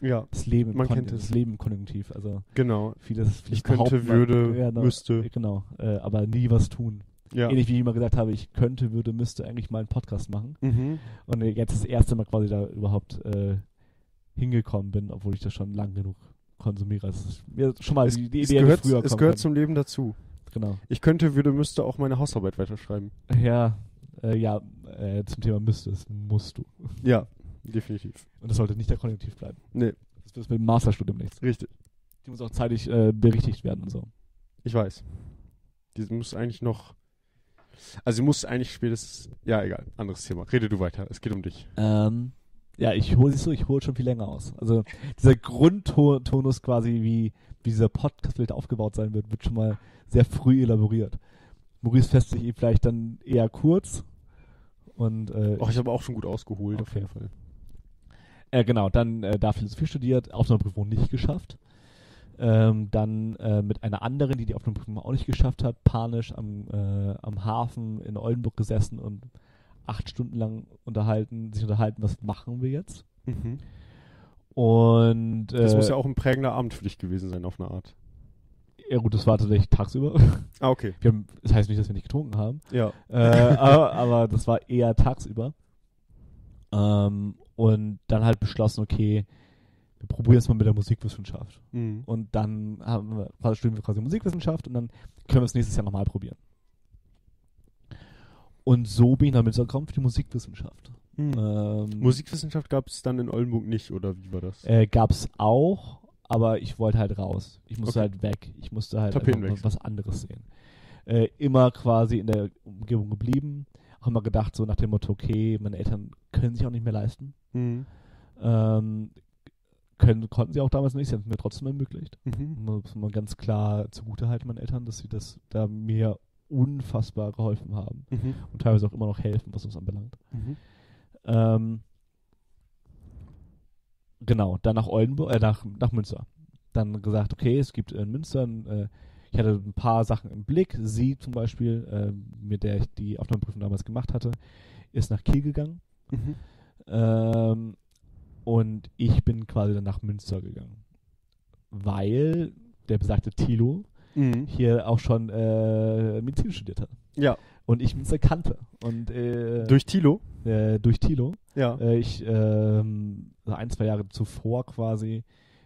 Ja,
Das Leben im,
Man
Kon-
kennt es.
das Leben im Konjunktiv. Also
genau.
vieles, vieles
Ich könnte,
behaupten,
würde,
ja, genau,
müsste.
Genau. Äh, aber nie was tun.
Ja.
Ähnlich wie ich immer gesagt habe, ich könnte, würde, müsste eigentlich mal einen Podcast machen.
Mhm.
Und jetzt das erste Mal quasi da überhaupt äh, hingekommen bin, obwohl ich das schon lang genug konsumiere. Das ist mir schon mal
Es,
die, die
es
Idee hätte
gehört,
früher
es
kommen
gehört
können.
zum Leben dazu.
Genau.
Ich könnte, würde, müsste auch meine Hausarbeit weiterschreiben.
Ja, äh, ja äh, zum Thema müsstest, musst du.
Ja, definitiv.
Und das sollte nicht der Konjunktiv bleiben.
Nee.
Das wird mit dem Masterstudium nichts.
Richtig.
Die muss auch zeitig äh, berichtigt werden und so.
Ich weiß. Die muss eigentlich noch. Also, sie muss eigentlich spätestens. Ja, egal. Anderes Thema. Rede du weiter. Es geht um dich.
Ähm, ja, ich hole siehst du, ich hole schon viel länger aus. Also dieser Grundtonus quasi, wie, wie dieser Podcast vielleicht aufgebaut sein wird, wird schon mal sehr früh elaboriert. Maurice fässt sich eh vielleicht dann eher kurz. Und äh,
Och, Oh, ich habe auch schon gut ausgeholt, auf
Okay.
jeden Fall.
äh, genau, dann äh, da Philosophie studiert, Aufnahmeprüfung nicht geschafft. Ähm, dann äh, mit einer anderen, die die Aufnahmeprüfung auch nicht geschafft hat, panisch am, äh, am Hafen in Oldenburg gesessen und acht Stunden lang unterhalten, sich unterhalten, was machen wir jetzt?
Mhm.
Und
Das
äh,
muss ja auch ein prägender Abend für dich gewesen sein, auf eine Art.
Ja gut, das war tatsächlich tagsüber.
Ah, okay.
Wir haben, das heißt nicht, dass wir nicht getrunken haben.
Ja.
Äh, aber, aber das war eher tagsüber. Ähm, und dann halt beschlossen, okay, wir probieren es mal mit der Musikwissenschaft.
Mhm.
Und dann haben wir, quasi studieren wir quasi Musikwissenschaft und dann können wir es nächstes Jahr nochmal probieren. Und so bin ich damit gekommen für die Musikwissenschaft.
Mhm.
Ähm,
Musikwissenschaft gab es dann in Oldenburg nicht, oder wie war das?
äh, gab es auch, aber ich wollte halt raus. Ich musste
Okay.
halt weg. Ich musste halt
Tapeten
einfach mal
wechseln.
was anderes sehen. Äh, immer quasi in der Umgebung geblieben. Auch immer gedacht, so nach dem Motto, okay, meine Eltern können sich auch nicht mehr leisten.
Mhm.
Ähm, können, konnten sie auch damals nicht, sie haben es mir trotzdem ermöglicht.
Mhm.
Muss man ganz klar zugutehalten meinen Eltern, dass sie das da mir unfassbar geholfen haben
Mhm.
und teilweise auch immer noch helfen, was uns anbelangt.
Mhm.
Ähm, genau, dann nach Oldenburg, äh, nach, nach Münster. Dann gesagt, okay, es gibt in Münster, ein, äh, ich hatte ein paar Sachen im Blick. Sie zum Beispiel, äh, mit der ich die Aufnahmeprüfung damals gemacht hatte, ist nach Kiel gegangen.
Mhm.
Ähm, und ich bin quasi dann nach Münster gegangen. Weil der besagte Thilo
Mhm.
hier auch schon äh, Medizin studiert hat.
Ja,
Und ich Münster kannte. Und äh,
durch Tilo.
äh, durch Thilo.
Ja.
Äh, ich ähm, so ein, zwei Jahre zuvor quasi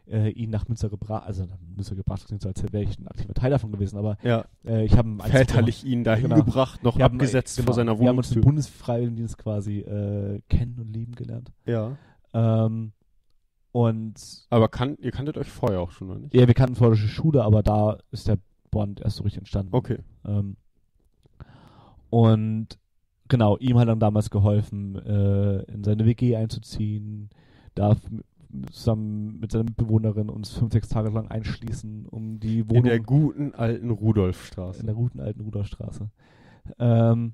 äh, ihn nach Münster gebracht, also nach Münster gebracht, klingt so, als wäre ich ein aktiver Teil davon gewesen, aber
ja.
äh, ich habe ihn eins-
Väterlich ihn dahin
Genau.
gebracht, noch
Wir haben-
abgesetzt
genau,
vor seiner
Wir haben uns im
Wohnungstür.
Bundesfreiwilligendienst quasi äh, kennen und lieben gelernt.
Ja.
Ähm, und
Aber kan ihr kanntet euch vorher auch schon, oder nicht?
ja, wir kannten vorher schon Schule, aber da ist der Bond erst so richtig entstanden.
Okay.
Ähm, und genau, ihm hat dann damals geholfen, äh, in seine WG einzuziehen, da f- zusammen mit seiner Mitbewohnerin uns fünf, sechs Tage lang einschließen, um die
In
Wohnung
der guten alten Rudolfstraße.
in der guten alten Ruderstraße. Ähm,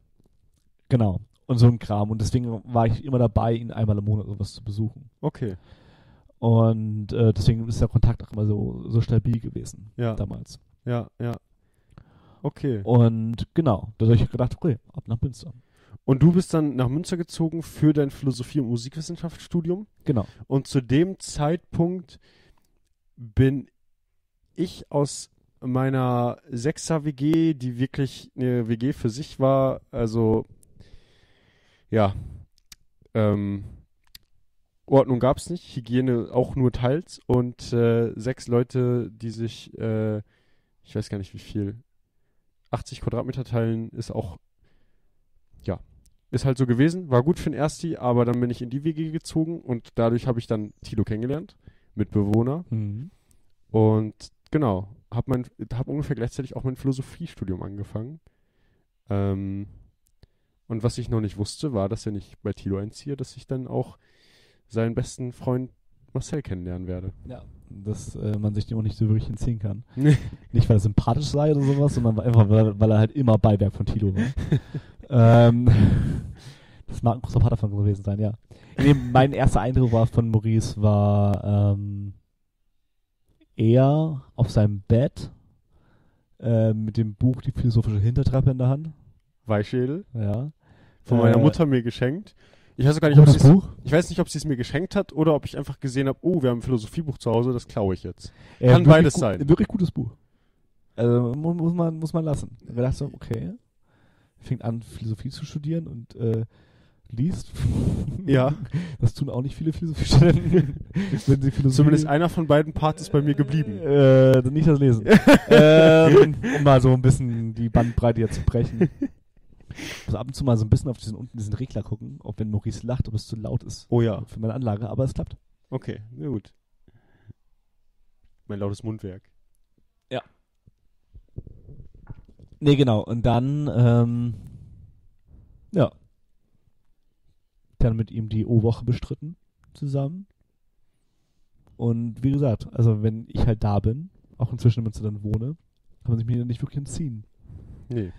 genau. Und so ein Kram. Und deswegen war ich immer dabei, ihn einmal im Monat sowas zu besuchen.
Okay.
Und äh, deswegen ist der Kontakt auch immer so, so stabil gewesen
Ja.
damals.
Ja, ja. Okay.
Und genau, da habe ich gedacht, okay, ab nach Münster.
Und du bist dann nach Münster gezogen für dein Philosophie- und Musikwissenschaftsstudium.
Genau.
Und zu dem Zeitpunkt bin ich aus meiner Sechser-WG, die wirklich eine WG für sich war, also ja, ähm, Ordnung gab es nicht, Hygiene auch nur teils und äh, sechs Leute, die sich, äh, ich weiß gar nicht wie viel, 80 Quadratmeter teilen, ist auch, ja, ist halt so gewesen. War gut für den Ersti, aber dann bin ich in die WG gezogen und dadurch habe ich dann Tilo kennengelernt, Mitbewohner.
Mhm.
Und genau, habe mein, hab ungefähr gleichzeitig auch mein Philosophiestudium angefangen. Ähm, und was ich noch nicht wusste, war, dass wenn ich bei Tilo einziehe, dass ich dann auch seinen besten Freund Marcel kennenlernen werde.
Ja, dass äh, man sich dem auch nicht so wirklich entziehen kann.
Nee.
Nicht, weil er sympathisch sei oder sowas, sondern weil- einfach, weil, weil er halt immer Beiwerk von Tilo war. ähm, das mag ein großer Part davon gewesen sein, ja. Nee, mein erster Eindruck war von Maurice war ähm, er auf seinem Bett äh, mit dem Buch Die philosophische Hintertreppe in der Hand.
Weichschädel,
Ja.
von
Äh,
meiner Mutter mir geschenkt. Ich weiß gar nicht, ob
Gutes
sie es
Buch.
Ich weiß nicht, ob sie es mir geschenkt hat oder ob ich einfach gesehen habe, oh, wir haben ein Philosophiebuch zu Hause, das klaue ich jetzt.
Äh,
Kann
wirklich
beides
gu-
sein.
Wirklich gutes Buch. Also mu- muss man, muss man lassen. Da dachte ich so, okay. Fängt an, Philosophie zu studieren und äh, liest.
Ja.
Das tun auch nicht viele Philosophiestudenten, wenn sie Philosophie.
Zumindest einer von beiden Parts ist bei mir geblieben.
Äh, nicht das Lesen. ähm, um mal so ein bisschen die Bandbreite jetzt zu brechen. Ich muss ab und zu mal so ein bisschen auf diesen unten diesen Regler gucken, ob wenn Maurice lacht, ob es zu laut ist
Oh ja,
für meine Anlage, aber es klappt.
okay, na gut. Mein lautes Mundwerk.
Nee, genau. Und dann, ähm, ja. Dann mit ihm die O-Woche bestritten zusammen. Und wie gesagt, also wenn ich halt da bin, auch inzwischen in Münster dann wohne, kann man sich mir nicht wirklich entziehen.
Nee.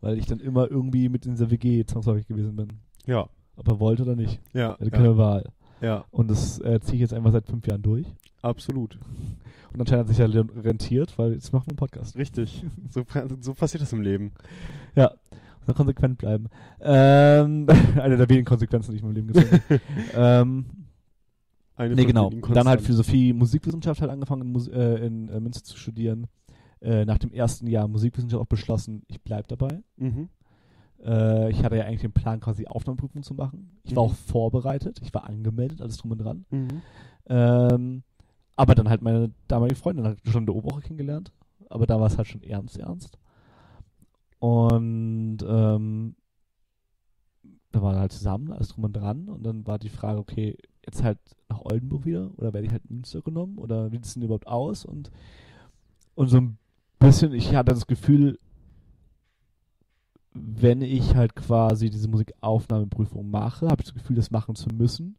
Weil ich dann immer irgendwie mit in dieser WG zwangsläufig gewesen bin.
Ja,
Ob er wollte oder nicht.
ja,
Er hatte
ja,
keine Wahl.
ja,
Und das äh, ziehe ich jetzt einfach seit fünf Jahren durch.
absolut.
Und anscheinend hat sich ja le- rentiert, weil jetzt machen wir einen Podcast.
Richtig. So, so passiert das im Leben.
Ja, muss man konsequent bleiben. Ähm, eine der wenigen Konsequenzen, die ich in meinem Leben gezogen habe. ähm,
Eine
nee,
von
genau.
wenigen
Dann halt
Konstanten.
Philosophie, Musikwissenschaft halt angefangen in, Mus äh, in äh, Münster zu studieren. Äh, nach dem ersten Jahr Musikwissenschaft auch beschlossen, ich bleib dabei.
Mhm.
Äh, Äh, ich hatte ja eigentlich den Plan, quasi Aufnahmeprüfung zu machen. Ich war
Mhm.
auch vorbereitet, ich war angemeldet, alles drum und dran.
Mhm.
Ähm, aber dann halt meine damalige Freundin hat schon in der Oberwoche kennengelernt. Aber da war es halt schon ernst, ernst. Und ähm, da waren wir halt zusammen, alles drum und dran. Und dann war die Frage, okay, jetzt halt nach Oldenburg wieder oder werde ich halt in Münster genommen oder wie sieht es denn überhaupt aus? Und, und so ein bisschen, ich hatte das Gefühl, wenn ich halt quasi diese Musikaufnahmeprüfung mache, habe ich das Gefühl, das machen zu müssen.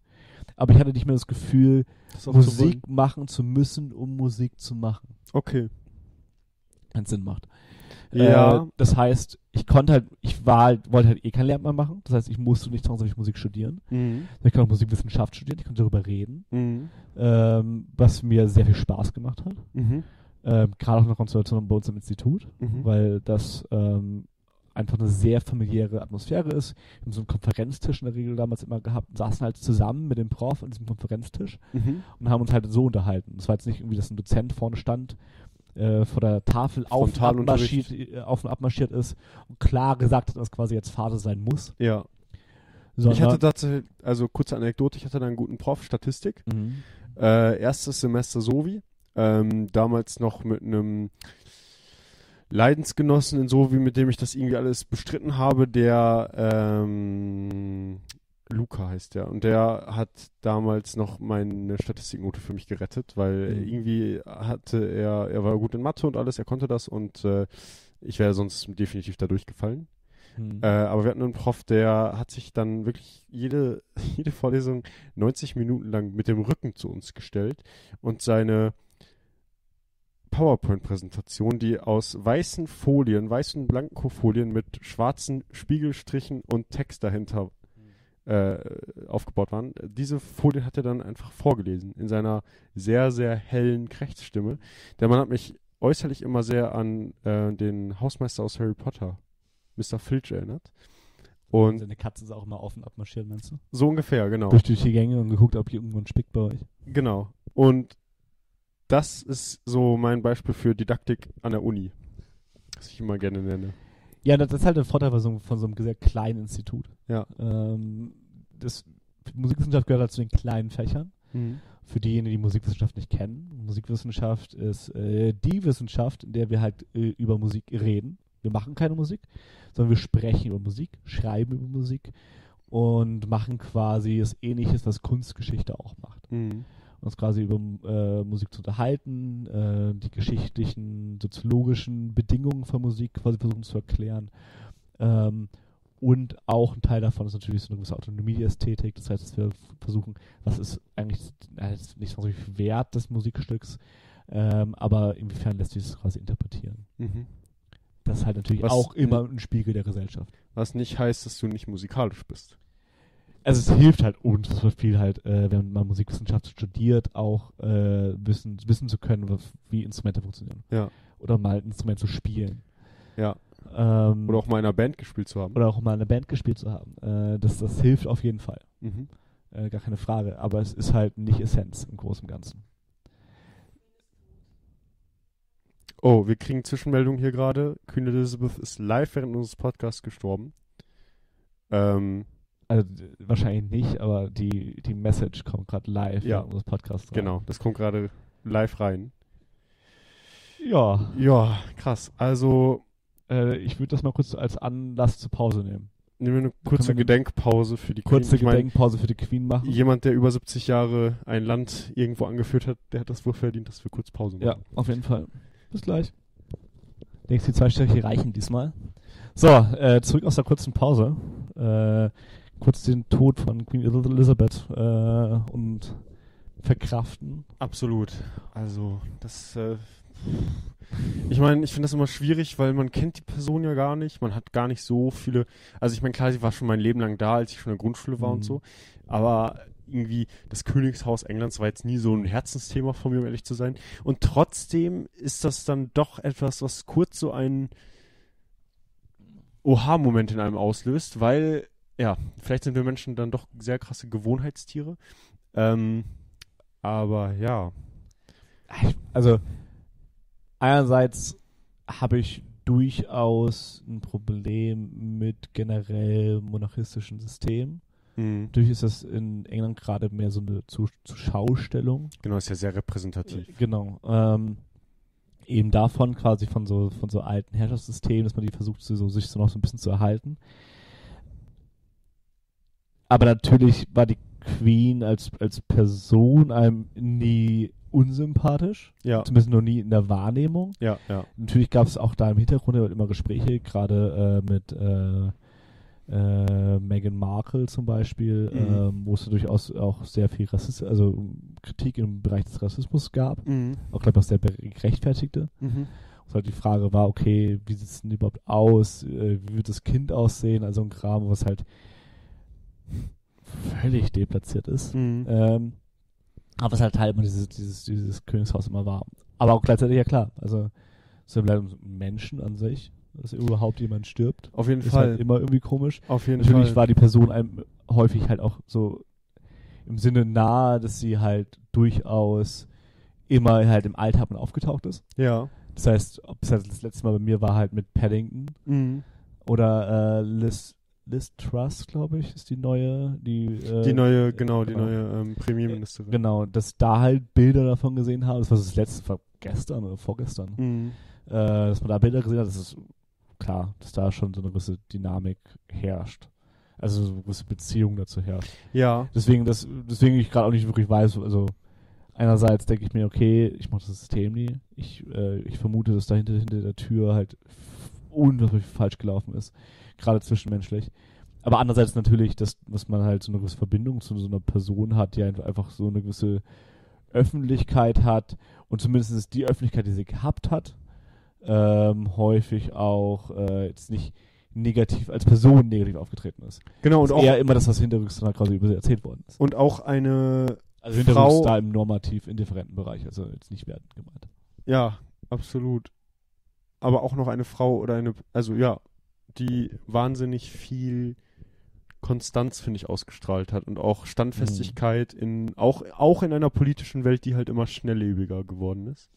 Aber ich hatte nicht mehr das Gefühl,
Das auch zu wollen.
Musik machen zu müssen, um Musik zu machen.
Okay.
Keinen Sinn macht.
Ja.
Äh, das heißt, ich konnte halt, ich war, halt- wollte halt eh kein Lehrplan machen. Das heißt, ich musste nicht zwangsläufig Musik studieren. Also
Mhm.
Ich konnte auch Musikwissenschaft studieren, ich konnte darüber reden,
Mhm.
ähm, was mir sehr viel Spaß gemacht hat.
Mhm.
Ähm, Gerade auch in der Konstellation bei uns im Institut,
Mhm.
weil das ähm, einfach eine sehr familiäre Atmosphäre ist. Wir haben so einen Konferenztisch in der Regel damals immer gehabt, saßen halt zusammen mit dem Prof an diesem Konferenztisch
Mhm.
und haben uns halt so unterhalten. Es war jetzt nicht irgendwie, dass ein Dozent vorne stand, äh, vor der Tafel auf und,
Frontalunterricht.
abmarschiert, äh, auf und abmarschiert ist und klar gesagt hat, dass quasi jetzt Phase sein muss.
Ja.
Sondern,
Ich hatte dazu, also kurze Anekdote, ich hatte da einen guten Prof, Statistik.
Mhm.
Äh, erstes Semester Sovi. Ähm, damals noch mit einem Leidensgenossen in Sovi, mit dem ich das irgendwie alles bestritten habe, der ähm, Luca heißt der. Und der hat damals noch meine Statistiknote für mich gerettet, weil
Mhm.
irgendwie hatte er, er war gut in Mathe und alles, er konnte das und äh, ich wäre sonst definitiv da durchgefallen.
Mhm.
Äh, aber wir hatten einen Prof, der hat sich dann wirklich jede, jede Vorlesung 90 Minuten lang mit dem Rücken zu uns gestellt und seine PowerPoint-Präsentation, die aus weißen Folien, weißen Blankofolien mit schwarzen Spiegelstrichen und Text dahinter äh, aufgebaut waren, diese Folien hat er dann einfach vorgelesen in seiner sehr, sehr hellen Krächzstimme. Der Mann hat mich äußerlich immer sehr an äh, den Hausmeister aus Harry Potter, Mr. Filch, erinnert. Und
Seine Katze ist auch immer auf und abmarschiert, meinst du?
so ungefähr, genau.
Durch die Gänge und geguckt, ob hier irgendwo ein Spick bei euch.
Genau. Und das ist so mein Beispiel für Didaktik an der Uni, das ich immer gerne nenne.
Ja, das das ist halt der Vorteil von so, einem- von so einem sehr kleinen Institut.
Ja.
Ähm, das, Musikwissenschaft gehört halt zu den kleinen Fächern. für diejenigen, die Musikwissenschaft nicht kennen. Musikwissenschaft ist äh, die Wissenschaft, in der wir halt äh, über Musik reden. Wir machen keine Musik, sondern wir sprechen über Musik, schreiben über Musik und machen quasi das Ähnliches, was Kunstgeschichte auch macht.
Mhm.
Uns quasi über äh, Musik zu unterhalten, äh, die geschichtlichen, soziologischen Bedingungen von Musik quasi versuchen zu erklären. Ähm, und auch ein Teil davon ist natürlich so eine gewisse Autonomie der Ästhetik. Das heißt, dass wir f- versuchen, was ist eigentlich na, das ist nicht so viel Wert des Musikstücks, ähm, aber inwiefern lässt sich das quasi interpretieren.
Mhm.
Das ist halt natürlich
Was-
auch immer ein Spiegel der Gesellschaft.
Was nicht heißt, dass du nicht musikalisch bist.
Also es hilft halt unfassbar viel halt, äh, wenn man Musikwissenschaft studiert, auch äh, wissen, wissen zu können, was, wie Instrumente funktionieren.
Ja.
Oder mal ein Instrument zu spielen.
Ja.
Ähm,
Oder auch mal in einer Band gespielt zu haben.
oder auch mal eine Band gespielt zu haben. Äh, das, das hilft auf jeden Fall.
Mhm.
Äh, gar keine Frage. Aber es ist halt nicht Essenz im Großen und Ganzen.
Oh, wir kriegen Zwischenmeldung hier gerade. Queen Elizabeth ist live während unseres Podcasts gestorben. Ähm,
Also d- wahrscheinlich nicht, aber die, die Message kommt gerade live
Ja.
in unseres Podcasts rein.
Genau, das kommt gerade live rein.
Ja,
Ja, krass. Also
äh, ich würde das mal kurz als Anlass zur Pause nehmen.
nehmen wir eine
wir
kurze
eine
Gedenkpause für die
Kurze
Queen. Ich mein,
Gedenkpause für die Queen machen.
Jemand, der über 70 Jahre ein Land irgendwo angeführt hat, der hat das wohl verdient, dass wir kurz Pause
Ja,
machen.
auf jeden Fall. Bis gleich. Denkst du, die zwei Striche reichen diesmal? So, äh, zurück aus der kurzen Pause. Äh, kurz den Tod von Queen Elizabeth äh, und verkraften.
Absolut. Also, das. Äh, ich meine, ich finde das immer schwierig, weil man kennt die Person ja gar nicht. Man hat gar nicht so viele. Also, ich meine, klar, sie war schon mein Leben lang da, als ich schon in der Grundschule war
Mhm.
und so. Aber irgendwie das Königshaus Englands war jetzt nie so ein Herzensthema von mir, um ehrlich zu sein. Und trotzdem ist das dann doch etwas, was kurz so einen Oha-Moment in einem auslöst, weil, ja, vielleicht sind wir Menschen dann doch sehr krasse Gewohnheitstiere. Ähm, aber ja.
Ich- Also, einerseits habe ich durchaus ein Problem mit generell monarchistischen Systemen.
Mhm.
Natürlich ist das in England gerade mehr so eine Zu- Zuschaustellung.
Genau, ist ja sehr repräsentativ.
Genau. Ähm, eben davon quasi von so von so alten Herrschaftssystemen, dass man die versucht, so, so- sich so noch so ein bisschen zu erhalten. Aber natürlich war die Queen als, als Person einem nie unsympathisch,
Ja,
zumindest noch nie in der Wahrnehmung.
ja, ja.
Natürlich gab es auch da im Hintergrund immer Gespräche, gerade äh, mit äh, äh, Meghan Markle zum Beispiel,
Mhm.
ähm, wo es durchaus auch sehr viel Rassist also Kritik im Bereich des Rassismus gab
Mhm.
auch glaube ich auch sehr gerechtfertigte.
Mhm.
Und halt die Frage war, okay, wie sieht es denn überhaupt aus? Äh, Wie wird das Kind aussehen? Also ein Kram, was halt völlig deplatziert ist.
Mhm.
Ähm, aber was halt Teil immer dieses, dieses, dieses Königshaus immer war. Aber auch gleichzeitig, ja klar, also es sind leider um Menschen an sich, dass überhaupt jemand stirbt.
Auf jeden
Ist
Fall.
halt immer irgendwie komisch.
Auf jeden
Natürlich
Fall.
war die Person einem häufig halt auch so im Sinne nahe, dass sie halt durchaus immer halt im Alter und aufgetaucht ist.
ja.
Das heißt, ob es halt das letzte Mal bei mir war halt mit Paddington
Mhm.
oder äh, Liz, Liz Truss, glaube ich, ist die neue, die, äh,
Die neue, genau, die
genau.
neue ähm, Premierministerin.
Genau, dass ich da halt Bilder davon gesehen habe. Das war das letzte, war gestern oder vorgestern.
Mhm.
Äh, dass man da Bilder gesehen hat, das ist klar, dass da schon so eine gewisse Dynamik herrscht. Also so eine gewisse Beziehung dazu herrscht.
Ja,
Deswegen, das, deswegen ich gerade auch nicht wirklich weiß, also einerseits denke ich mir, okay, ich mache das System nie. Ich, äh, ich vermute, dass dahinter hinter der Tür halt f- unglaublich falsch gelaufen ist, gerade zwischenmenschlich. Aber andererseits natürlich, dass, dass man halt so eine gewisse Verbindung zu so einer Person hat, die ein- einfach so eine gewisse Öffentlichkeit hat und zumindest die Öffentlichkeit, die sie gehabt hat, ähm, häufig auch äh, jetzt nicht negativ, als Person negativ aufgetreten ist.
genau. Und
Und eher
auch,
immer das, was hinterrücks dann quasi über sie erzählt worden ist.
und auch eine,
Also hinterrücks
Frau-
da im normativ indifferenten Bereich, also jetzt nicht wertend gemeint.
ja, absolut. Aber auch noch eine Frau oder eine, also ja, die wahnsinnig viel Konstanz, finde ich, ausgestrahlt hat und auch Standfestigkeit
Mhm.
in, auch, auch in einer politischen Welt, die halt immer schnelllebiger geworden ist.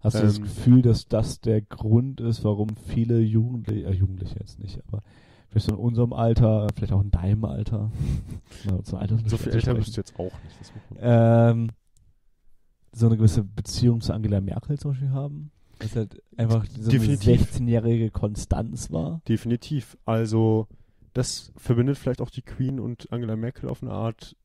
Hast du das
Ähm.
Gefühl, dass das der Grund ist, warum viele Jugendliche, äh, Jugendliche jetzt nicht, aber vielleicht so in unserem Alter, vielleicht auch in deinem Alter, na, unser Alter ist nicht
So viel älter
anzusprechen,
bist du jetzt auch nicht. das muss man-
ähm, so eine gewisse Beziehung zu Angela Merkel zum Beispiel haben? Dass halt einfach so eine
Definitiv.
16-jährige Konstanz war?
Definitiv. Also, das verbindet vielleicht auch die Queen und Angela Merkel auf eine Art,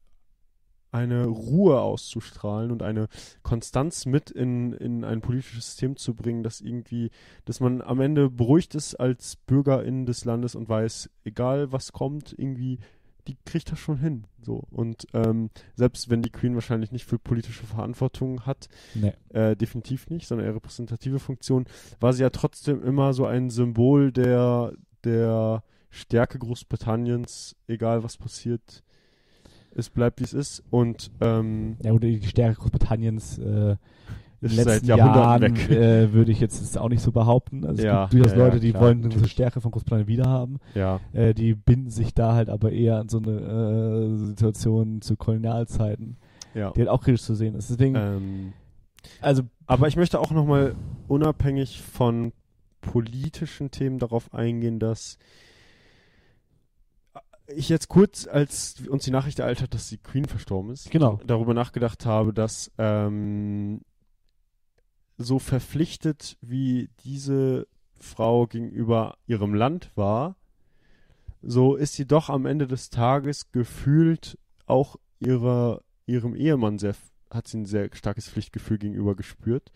eine Ruhe auszustrahlen und eine Konstanz mit in, in ein politisches System zu bringen, dass irgendwie, dass man am Ende beruhigt ist als Bürgerin des Landes und weiß, egal was kommt, irgendwie, die kriegt das schon hin. So. Und ähm, selbst wenn die Queen wahrscheinlich nicht viel politische Verantwortung hat,
Nee.
äh, definitiv nicht, sondern eher repräsentative Funktion, war sie ja trotzdem immer so ein Symbol der, der Stärke Großbritanniens, egal was passiert, es bleibt wie es ist und ähm,
Ja, oder die Stärke Großbritanniens äh, in
ist
den letzten
seit Jahrhunderten
Jahren,
weg.
Äh, würde ich jetzt das auch nicht so behaupten. Also
Ja,
es gibt durchaus
ja, ja,
Leute, die
klar,
wollen diese
natürlich.
Stärke von Großbritannien wiederhaben.
ja,
Äh, die binden sich da halt aber eher an so eine äh, Situation zu Kolonialzeiten,
ja.
die halt auch kritisch zu sehen ist. Deswegen,
Ähm,
also
aber ich möchte auch nochmal unabhängig von politischen Themen darauf eingehen, dass ich jetzt kurz, als uns die Nachricht ereilt hat, dass die Queen verstorben ist,
genau.
darüber nachgedacht habe, dass ähm, so verpflichtet wie diese Frau gegenüber ihrem Land war, so ist sie doch am Ende des Tages gefühlt auch ihrer, ihrem Ehemann sehr, hat sie ein sehr starkes Pflichtgefühl gegenüber gespürt.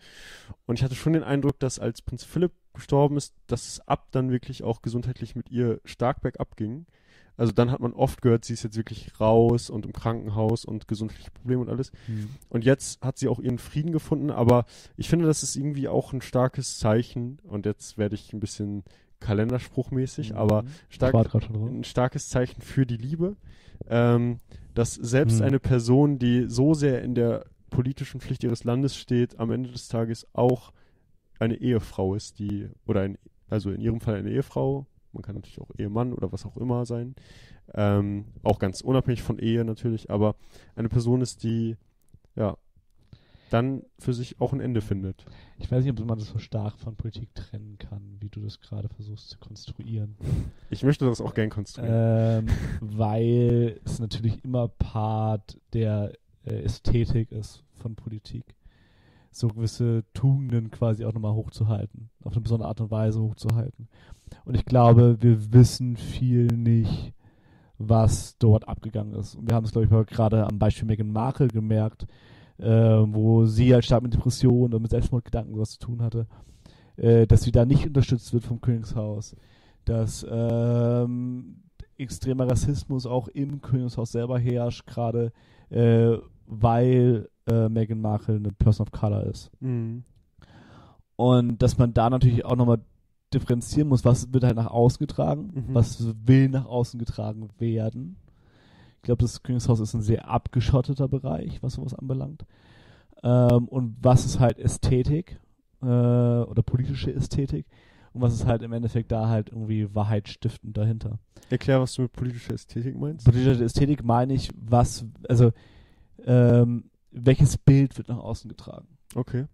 Und ich hatte schon den Eindruck, dass als Prinz Philipp gestorben ist, dass es ab dann wirklich auch gesundheitlich mit ihr stark bergab ging. Also dann hat man oft gehört, sie ist jetzt wirklich raus und im Krankenhaus und gesundheitliche Probleme und alles. Und jetzt hat sie auch ihren Frieden gefunden, aber ich finde, das ist irgendwie auch ein starkes Zeichen. Und jetzt werde ich ein bisschen kalenderspruchmäßig, aber
stark. Hm.
stark,
Ich Mhm. warte gerade schon drauf.
ein starkes Zeichen für die Liebe, ähm, dass selbst
Mhm.
eine Person, die so sehr in der politischen Pflicht ihres Landes steht, am Ende des Tages auch eine Ehefrau ist, die, oder ein, also in ihrem Fall eine Ehefrau, man kann natürlich auch Ehemann oder was auch immer sein, ähm, auch ganz unabhängig von Ehe natürlich, aber eine Person ist, die, ja, dann für sich auch ein Ende findet.
Ich weiß nicht, ob man das so stark von Politik trennen kann, wie du das gerade versuchst zu konstruieren.
Ich möchte das auch gern konstruieren.
ähm, weil es natürlich immer Part der äh, Ästhetik ist von Politik. So gewisse Tugenden quasi auch nochmal hochzuhalten, auf eine besondere Art und Weise hochzuhalten. Und ich glaube, wir wissen viel nicht, was dort abgegangen ist. Und wir haben es, glaube ich, auch gerade am Beispiel Meghan Markle gemerkt, äh, wo sie halt stark mit Depressionen und mit Selbstmordgedanken sowas zu tun hatte, äh, dass sie da nicht unterstützt wird vom Königshaus, dass ähm, extremer Rassismus auch im Königshaus selber herrscht, gerade äh, weil äh, Meghan Markle eine Person of Color ist.
Mhm.
Und dass man da natürlich auch nochmal differenzieren muss, was wird halt nach außen getragen,
Mhm.
was will nach außen getragen werden. Ich glaube, das Königshaus ist ein sehr abgeschotteter Bereich, was sowas anbelangt. Ähm, und was ist halt Ästhetik äh, oder politische Ästhetik und was ist halt im Endeffekt da halt irgendwie Wahrheit stiftend dahinter.
Erklär, was du mit politischer Ästhetik meinst.
Politische Ästhetik meine ich, was, also ähm, welches Bild wird nach außen getragen?
Okay.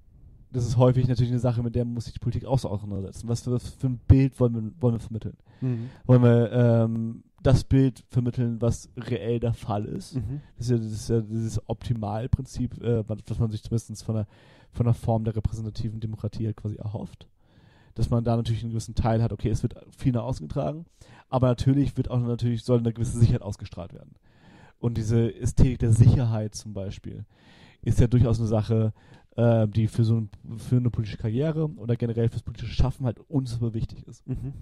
das ist häufig natürlich eine Sache, mit der muss sich die Politik auch so auseinandersetzen. Was für, für ein Bild wollen wir, wollen wir vermitteln?
Mhm.
Wollen wir ähm, das Bild vermitteln, was reell der Fall ist?
Mhm.
Das ist ja, das ist ja dieses Optimalprinzip, äh, was was man sich zumindest von einer, von einer Form der repräsentativen Demokratie halt quasi erhofft. Dass man da natürlich einen gewissen Teil hat, okay, es wird viel nach außen getragen, aber natürlich wird auch natürlich, soll eine gewisse Sicherheit ausgestrahlt werden. Und diese Ästhetik der Sicherheit zum Beispiel ist ja durchaus eine Sache, äh, die für so ein, für eine politische Karriere oder generell fürs politische Schaffen halt unfassbar wichtig ist.
Mhm.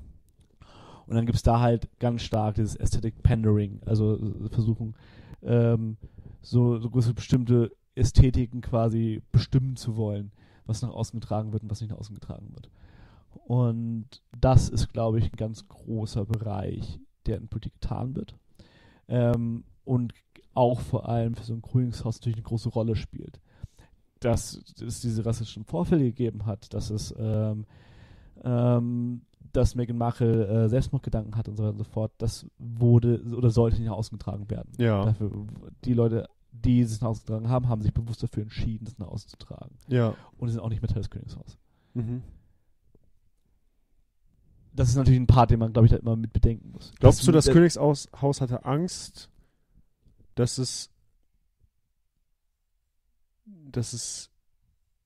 Und dann gibt es da halt ganz stark dieses Aesthetic Pandering, also äh, versuchen, ähm, so, so gewisse bestimmte Ästhetiken quasi bestimmen zu wollen, was nach außen getragen wird und was nicht nach außen getragen wird. Und das ist, glaube ich, ein ganz großer Bereich, der in Politik getan wird. Ähm, und auch vor allem für so ein Königshaus natürlich eine große Rolle spielt. Dass es diese rassistischen Vorfälle gegeben hat, dass es ähm, ähm, dass Meghan Markle äh, Selbstmordgedanken hat und so weiter und so fort, das wurde oder sollte nicht nach außen getragen werden.
Ja.
Dafür, die Leute, die es nach außen getragen haben, haben sich bewusst dafür entschieden, das nach außen zu tragen.
Ja.
Und sind auch nicht mehr Teil des Königshauses.
Mhm.
Das ist natürlich ein Part, den man, glaube ich, da immer mit bedenken muss.
Glaubst du, das
äh,
Königshaus Haus hatte Angst, dass es, dass es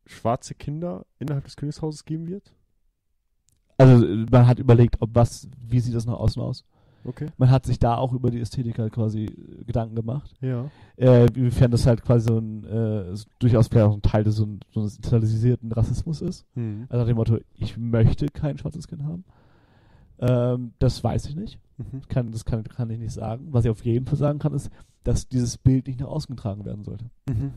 schwarze Kinder innerhalb des Königshauses geben wird?
Also, äh, man hat überlegt, ob was, wie sieht das nach außen aus?
Okay.
Man hat sich da auch über die Ästhetik halt quasi äh, Gedanken gemacht.
Ja.
äh, inwiefern das halt quasi so ein äh, so durchaus vielleicht auch ein Teil des so, ein- so eines internalisierten Rassismus ist.
Mhm.
Also nach dem Motto, ich möchte kein schwarzes Kind haben. Ähm, das weiß ich nicht.
Mhm.
Kann, das kann, kann ich nicht sagen. Was ich auf jeden Fall sagen kann, ist, dass dieses Bild nicht nach außen getragen werden sollte.
Mhm.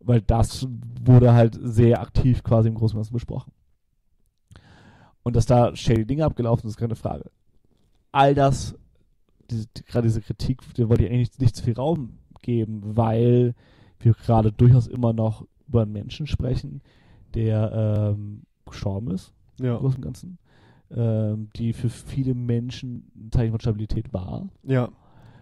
Weil das wurde halt sehr aktiv quasi im Großen und Ganzen besprochen. Und dass da shady Dinge abgelaufen sind, ist keine Frage. All das, diese, gerade diese Kritik, der wollte ich eigentlich nicht, nicht zu viel Raum geben, weil wir gerade durchaus immer noch über einen Menschen sprechen, der ähm, gestorben ist, im
Ja.
Großen und Ganzen, ähm, die für viele Menschen ein Zeichen von Stabilität war.
Ja.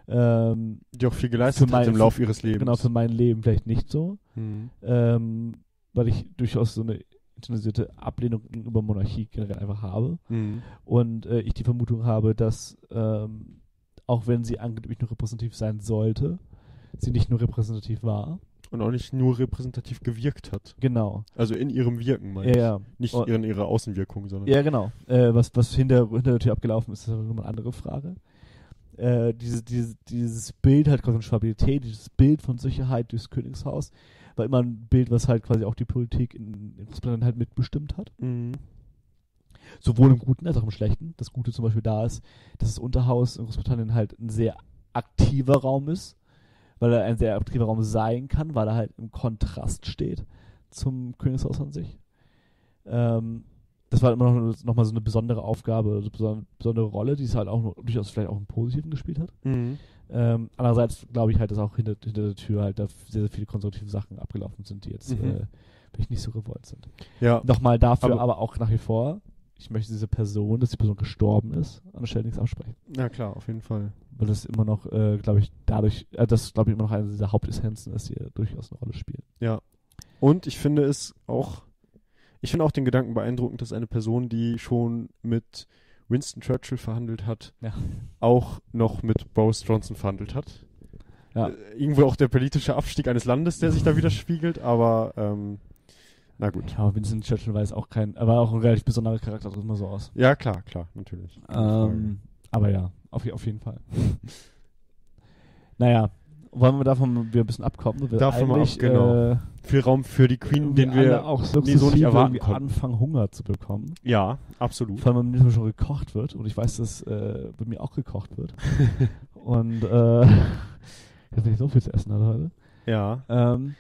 Ähm,
Die auch viel
Für
geleistet
mein-
hat im
für-
Laufe ihres Lebens.
genau, für mein Leben vielleicht nicht so.
mhm.
ähm, weil ich durchaus so eine internalisierte Ablehnung gegenüber Monarchie generell einfach habe.
Mhm.
Und äh, ich die Vermutung habe, dass ähm, auch wenn sie angeblich nur repräsentativ sein sollte, sie nicht nur repräsentativ war.
Und auch nicht nur repräsentativ gewirkt hat.
Genau.
Also in ihrem Wirken, meine
Ja, ja.
ich. Nicht
Und-
in ihrer Außenwirkung, sondern.
Ja, genau. Äh, was, was hinter, hinter der Tür abgelaufen ist, ist aber nochmal eine andere Frage. Äh, diese, diese, dieses Bild halt quasi von Stabilität, dieses Bild von Sicherheit durchs Königshaus, war immer ein Bild, was halt quasi auch die Politik in, in Großbritannien halt mitbestimmt hat.
Mhm.
sowohl im Guten als auch im Schlechten. Das Gute zum Beispiel da ist, dass das Unterhaus in Großbritannien halt ein sehr aktiver Raum ist, weil er ein sehr aktiver Raum sein kann, weil er halt im Kontrast steht zum Königshaus an sich. Ähm, das war immer noch, noch mal so eine besondere Aufgabe, so eine beson- besondere Rolle, die es halt auch noch- durchaus vielleicht auch im Positiven gespielt hat.
Mhm.
Ähm, andererseits glaube ich halt, dass auch hinter, hinter der Tür halt da sehr, sehr viele konstruktive Sachen abgelaufen sind, die jetzt
Mhm.
äh, vielleicht nicht so gewollt sind.
Ja.
Nochmal dafür aber,
Aber-
auch nach wie vor, ich möchte diese Person, dass die Person gestorben ist, an der Stelle nichts absprechen.
Na klar, auf jeden Fall.
Weil das immer noch, äh, glaube ich, dadurch, äh, das glaube ich immer noch eine dieser Hauptessenzen ist, die durchaus eine Rolle spielen.
Ja. Und ich finde es auch, ich finde auch den Gedanken beeindruckend, dass eine Person, die schon mit Winston Churchill verhandelt hat,
Ja.
auch noch mit Boris Johnson verhandelt hat.
Ja.
Äh, Irgendwo auch der politische Abstieg eines Landes, der sich da widerspiegelt, aber ähm, na gut.
Ja, aber Vincent Churchill war jetzt auch kein, er war auch ein relativ besonderer Charakter, drück mal so aus.
Ja, klar, klar, natürlich. Keine Frage.
Ähm, aber ja, auf, je- auf jeden Fall. naja, wollen wir davon wieder ein bisschen abkommen? weil
Davon mal ab,
eigentlich,
genau.
Äh,
Viel Raum für die Queen, den wir.
alle auch
nie so nicht
sukzessive
erwarten
irgendwie
konnten.
anfangen, Hunger zu bekommen.
Ja, absolut.
Vor allem, wenn mir schon gekocht wird. Und ich weiß, dass äh, bei mir auch gekocht wird. Und äh, jetzt nicht so viel zu essen hat heute.
Ja,
Ähm,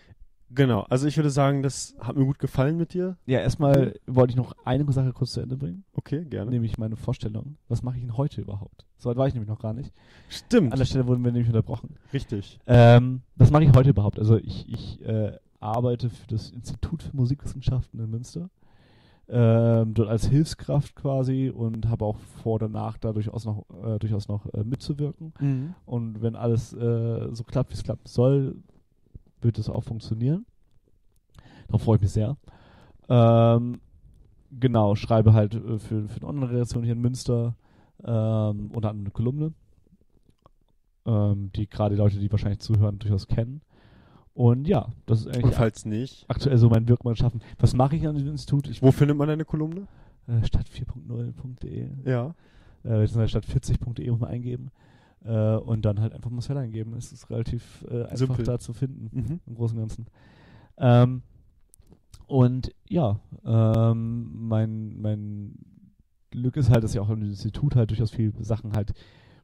genau. Also ich würde sagen, das hat mir gut gefallen mit dir.
ja, erstmal wollte ich noch eine Sache kurz zu Ende bringen,
Okay, gerne.
nämlich meine Vorstellung. Was mache ich denn heute überhaupt? So weit war ich nämlich noch gar nicht.
Stimmt.
An der Stelle wurden wir nämlich unterbrochen.
Richtig.
Ähm, was mache ich heute überhaupt? Also ich, ich äh, arbeite für das Institut für Musikwissenschaften in Münster. Ähm, dort als Hilfskraft quasi und habe auch vor, danach da durchaus noch, äh, durchaus noch äh, mitzuwirken. Und wenn alles äh, so klappt, wie es klappen soll, wird es auch funktionieren. Darauf freue ich mich sehr. Ähm, genau, schreibe halt äh, für, für eine Online-Redaktion hier in Münster ähm, unter anderem eine Kolumne, ähm, die gerade die Leute, die wahrscheinlich zuhören, durchaus kennen. Und ja, das ist
Und
eigentlich
falls nicht,
aktuell so mein Wirkmannschaften. Was mache ich an diesem Institut? Ich,
wo findet man deine Kolumne?
äh, Stadt4.0.de
Ja.
äh, beziehungsweise statt 40.de muss man eingeben äh, und dann halt einfach Marcel eingeben. Es ist relativ äh, einfach
Simpel.
da zu finden im Großen und Ganzen. Ähm, und ja, ähm, mein, mein Glück ist halt, dass ich auch im Institut halt durchaus viele Sachen halt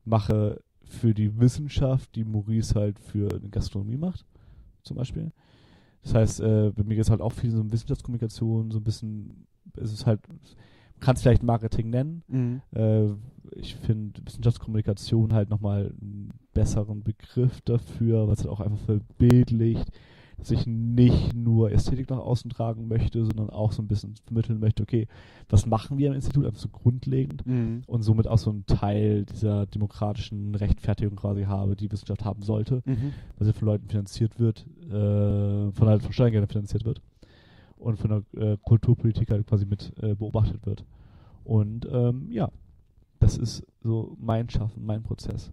mache für die Wissenschaft, die Maurice halt für eine Gastronomie macht, zum Beispiel. Das heißt, äh, bei mir geht es halt auch viel so um Wissenschaftskommunikation, so ein bisschen, es ist halt, kann es vielleicht Marketing nennen,
Mhm.
äh, ich finde Wissenschaftskommunikation halt nochmal einen besseren Begriff dafür, was halt auch einfach verbildlicht, dass ich nicht nur Ästhetik nach außen tragen möchte, sondern auch so ein bisschen vermitteln möchte, okay, was machen wir am Institut, einfach so grundlegend
Mhm.
und somit auch so einen Teil dieser demokratischen Rechtfertigung quasi habe, die Wissenschaft haben sollte
Mhm.
was ja von Leuten finanziert wird, äh, von halt von Steuergeldern finanziert wird und von der äh, Kulturpolitik halt quasi mit äh, beobachtet wird. Und ähm, ja, das ist so mein Schaffen, mein Prozess,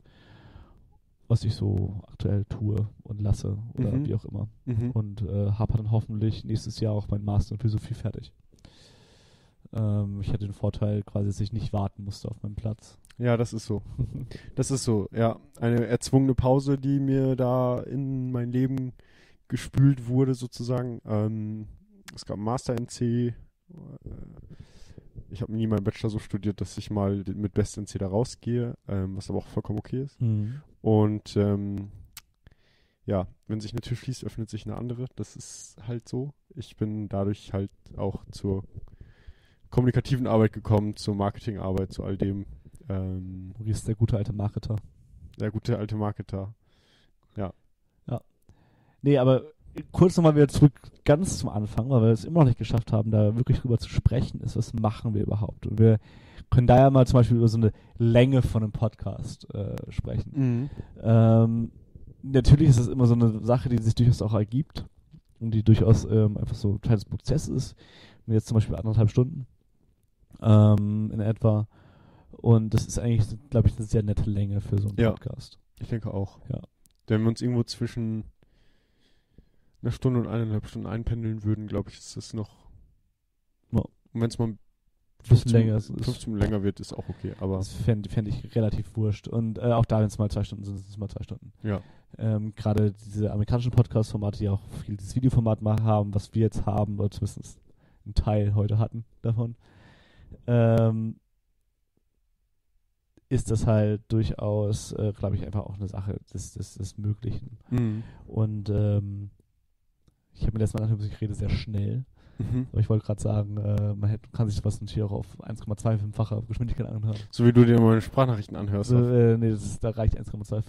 was ich so aktuell tue und lasse oder
Mhm.
wie auch immer. Und äh, habe dann hoffentlich nächstes Jahr auch meinen Master in Philosophie fertig. Ähm, ich hatte den Vorteil quasi, dass ich nicht warten musste auf meinen Platz.
Ja, das ist so. Das ist so, ja. Eine erzwungene Pause, die mir da in mein Leben gespült wurde, sozusagen. Ähm, es gab Master NC. äh, Ich habe nie meinen Bachelor so studiert, dass ich mal mit Best NC da rausgehe, ähm, was aber auch vollkommen okay ist. Und ähm, ja, wenn sich eine Tür schließt, öffnet sich eine andere. Das ist halt so. Ich bin dadurch halt auch zur kommunikativen Arbeit gekommen, zur Marketingarbeit, zu all dem. Ähm,
Maurice ist der gute alte Marketer.
der gute alte Marketer.
Nee, aber kurz nochmal wieder zurück ganz zum Anfang, weil wir es immer noch nicht geschafft haben, da wirklich drüber zu sprechen, ist, was machen wir überhaupt? Und wir können da ja mal zum Beispiel über so eine Länge von einem Podcast äh, sprechen. Ähm, natürlich ist das immer so eine Sache, die sich durchaus auch ergibt und die durchaus ähm, einfach so ein Teil des Prozesses ist. Wie Jetzt zum Beispiel anderthalb Stunden ähm, in etwa. Und das ist eigentlich, glaube ich, eine sehr nette Länge für so einen
Ja.
Podcast.
Ich denke auch.
Ja.
Wenn wir uns irgendwo zwischen einer Stunde und eineinhalb Stunden einpendeln würden, glaube ich, ist das noch.
Ja.
Und wenn es mal
Bisschen länger ist.
15 Minuten länger wird, ist auch okay. Aber
Das fände fänd ich relativ wurscht. Und äh, auch da, wenn es mal zwei Stunden sind, sind es mal zwei Stunden.
Ja.
Ähm, Gerade diese amerikanischen Podcast-Formate, die auch viel dieses Videoformat mal haben, was wir jetzt haben, oder zumindest einen Teil heute hatten davon, ähm, ist das halt durchaus, äh, glaube ich, einfach auch eine Sache des, des, des Möglichen.
Mhm.
Und ähm, ich habe mir letztes Mal angeguckt, ich rede sehr schnell.
Mhm.
Aber ich wollte gerade sagen, äh, man hätte, kann sich sowas natürlich auch auf 1,25-facher Geschwindigkeit anhören.
So wie du dir immer meine Sprachnachrichten anhörst.
Also, äh, nee, das ist, da reicht 1,25.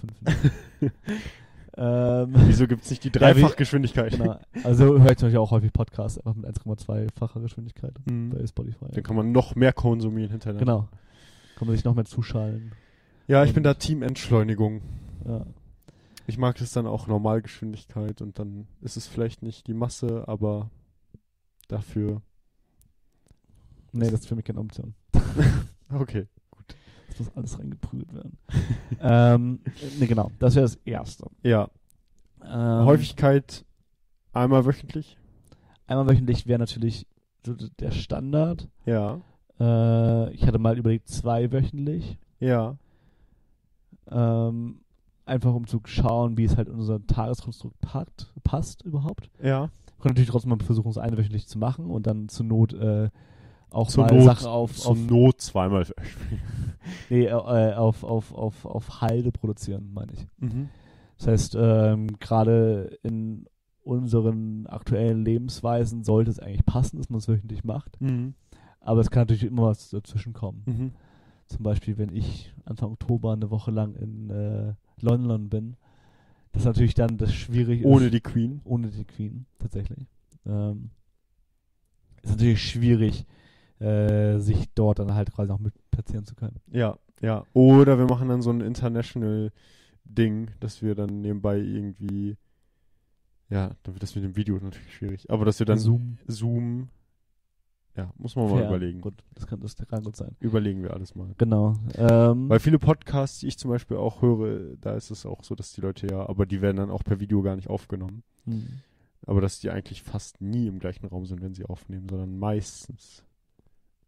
ähm,
Wieso gibt es nicht die
Ja, wie-
Dreifachgeschwindigkeit?
genau. Also höre ich zum Beispiel auch häufig Podcasts einfach mit 1,2-facher Geschwindigkeit
Mhm.
bei Spotify.
Dann kann man noch mehr konsumieren hintereinander.
Genau. Kann man sich noch mehr zuschalten.
Ja, ich bin da Team Entschleunigung.
Ja.
Ich mag das dann auch Normalgeschwindigkeit und dann ist es vielleicht nicht die Masse, aber dafür.
Nee, das ist für mich keine Option.
Okay.
Das muss alles reingeprügelt werden. ähm, nee, genau, das wäre das Erste.
Ja.
Ähm,
Häufigkeit einmal wöchentlich.
Einmal wöchentlich wäre natürlich so d- der Standard.
Ja.
Äh, ich hatte mal überlegt, zwei wöchentlich.
Ja.
Ähm, einfach um zu schauen, wie es halt in unser Tageskonstrukt packt, passt überhaupt.
Ja.
Konnte natürlich trotzdem mal versuchen, es eine wöchentlich zu machen und dann zur Not äh, auch
Zur
mal
Not-
Sachen auf,
Zur
auf,
Not zweimal wöchentlich.
nee, äh, auf, auf, auf, auf Halde produzieren, meine ich.
Mhm.
Das heißt, ähm, gerade in unseren aktuellen Lebensweisen sollte es eigentlich passen, dass man es wöchentlich macht.
Mhm.
Aber es kann natürlich immer was dazwischen kommen.
Mhm.
Zum Beispiel, wenn ich Anfang Oktober eine Woche lang in äh, London bin, das ist natürlich dann das schwierig
Ohne
ist,
die Queen.
ohne die Queen tatsächlich. Ähm, ist natürlich schwierig, äh, sich dort dann halt quasi noch mit platzieren zu können.
Ja, ja. Oder wir machen dann so ein international Ding, dass wir dann nebenbei irgendwie, ja, dann wird das mit dem Video natürlich schwierig. Aber dass wir dann
Zoom.
Zoom, ja, muss man mal
Ja,
überlegen.
Gut, das kann das kann gut sein.
Überlegen wir alles mal.
Genau. Ähm,
Weil viele Podcasts, die ich zum Beispiel auch höre, da ist es auch so, dass die Leute ja, aber die werden dann auch per Video gar nicht aufgenommen.
hm.
Aber dass die eigentlich fast nie im gleichen Raum sind, wenn sie aufnehmen, sondern meistens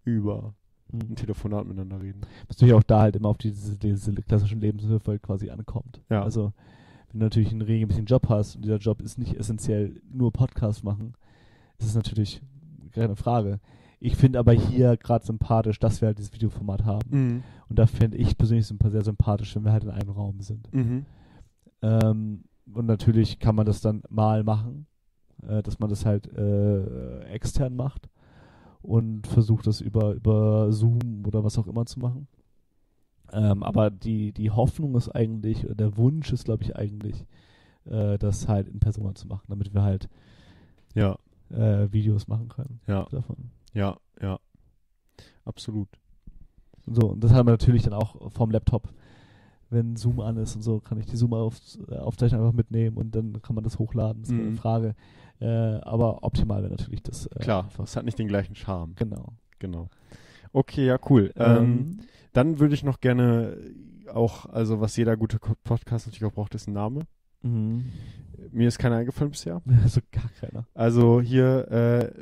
über
hm.
ein Telefonat miteinander reden.
was natürlich auch da halt immer auf diese, diese klassischen Lebenswürfe halt quasi ankommt.
Ja.
Also, wenn du natürlich einen regelmäßigen Job hast und dieser Job ist nicht essentiell nur Podcast machen, ist es natürlich keine Frage. Ich finde aber hier gerade sympathisch, dass wir halt dieses Videoformat haben.
Mhm.
Und da fände ich persönlich sympa- sehr sympathisch, wenn wir halt in einem Raum sind.
Mhm.
Ähm, und natürlich kann man das dann mal machen, äh, dass man das halt äh, extern macht und versucht das über, über Zoom oder was auch immer zu machen. Ähm, aber die, die Hoffnung ist eigentlich, oder der Wunsch ist, glaube ich, eigentlich, äh, das halt in Persona zu machen, damit wir halt
Ja,
äh, Videos machen können
ja.
davon.
Ja, ja. Absolut.
So, und das haben wir natürlich dann auch vom Laptop. Wenn Zoom an ist und so, kann ich die Zoom-Aufzeichnung einfach mitnehmen und dann kann man das hochladen. Das ist keine
Mhm.
Frage. Äh, aber optimal wäre natürlich das. Äh,
Klar,
einfach.
das hat nicht den gleichen Charme.
Genau.
Genau. Okay, ja, cool. Ähm,
Ähm,
dann würde ich noch gerne auch, also was jeder gute Ko- Podcast natürlich auch braucht, ist ein Name.
mhm.
Mir ist keiner eingefallen bisher.
so gar keiner.
Also hier äh,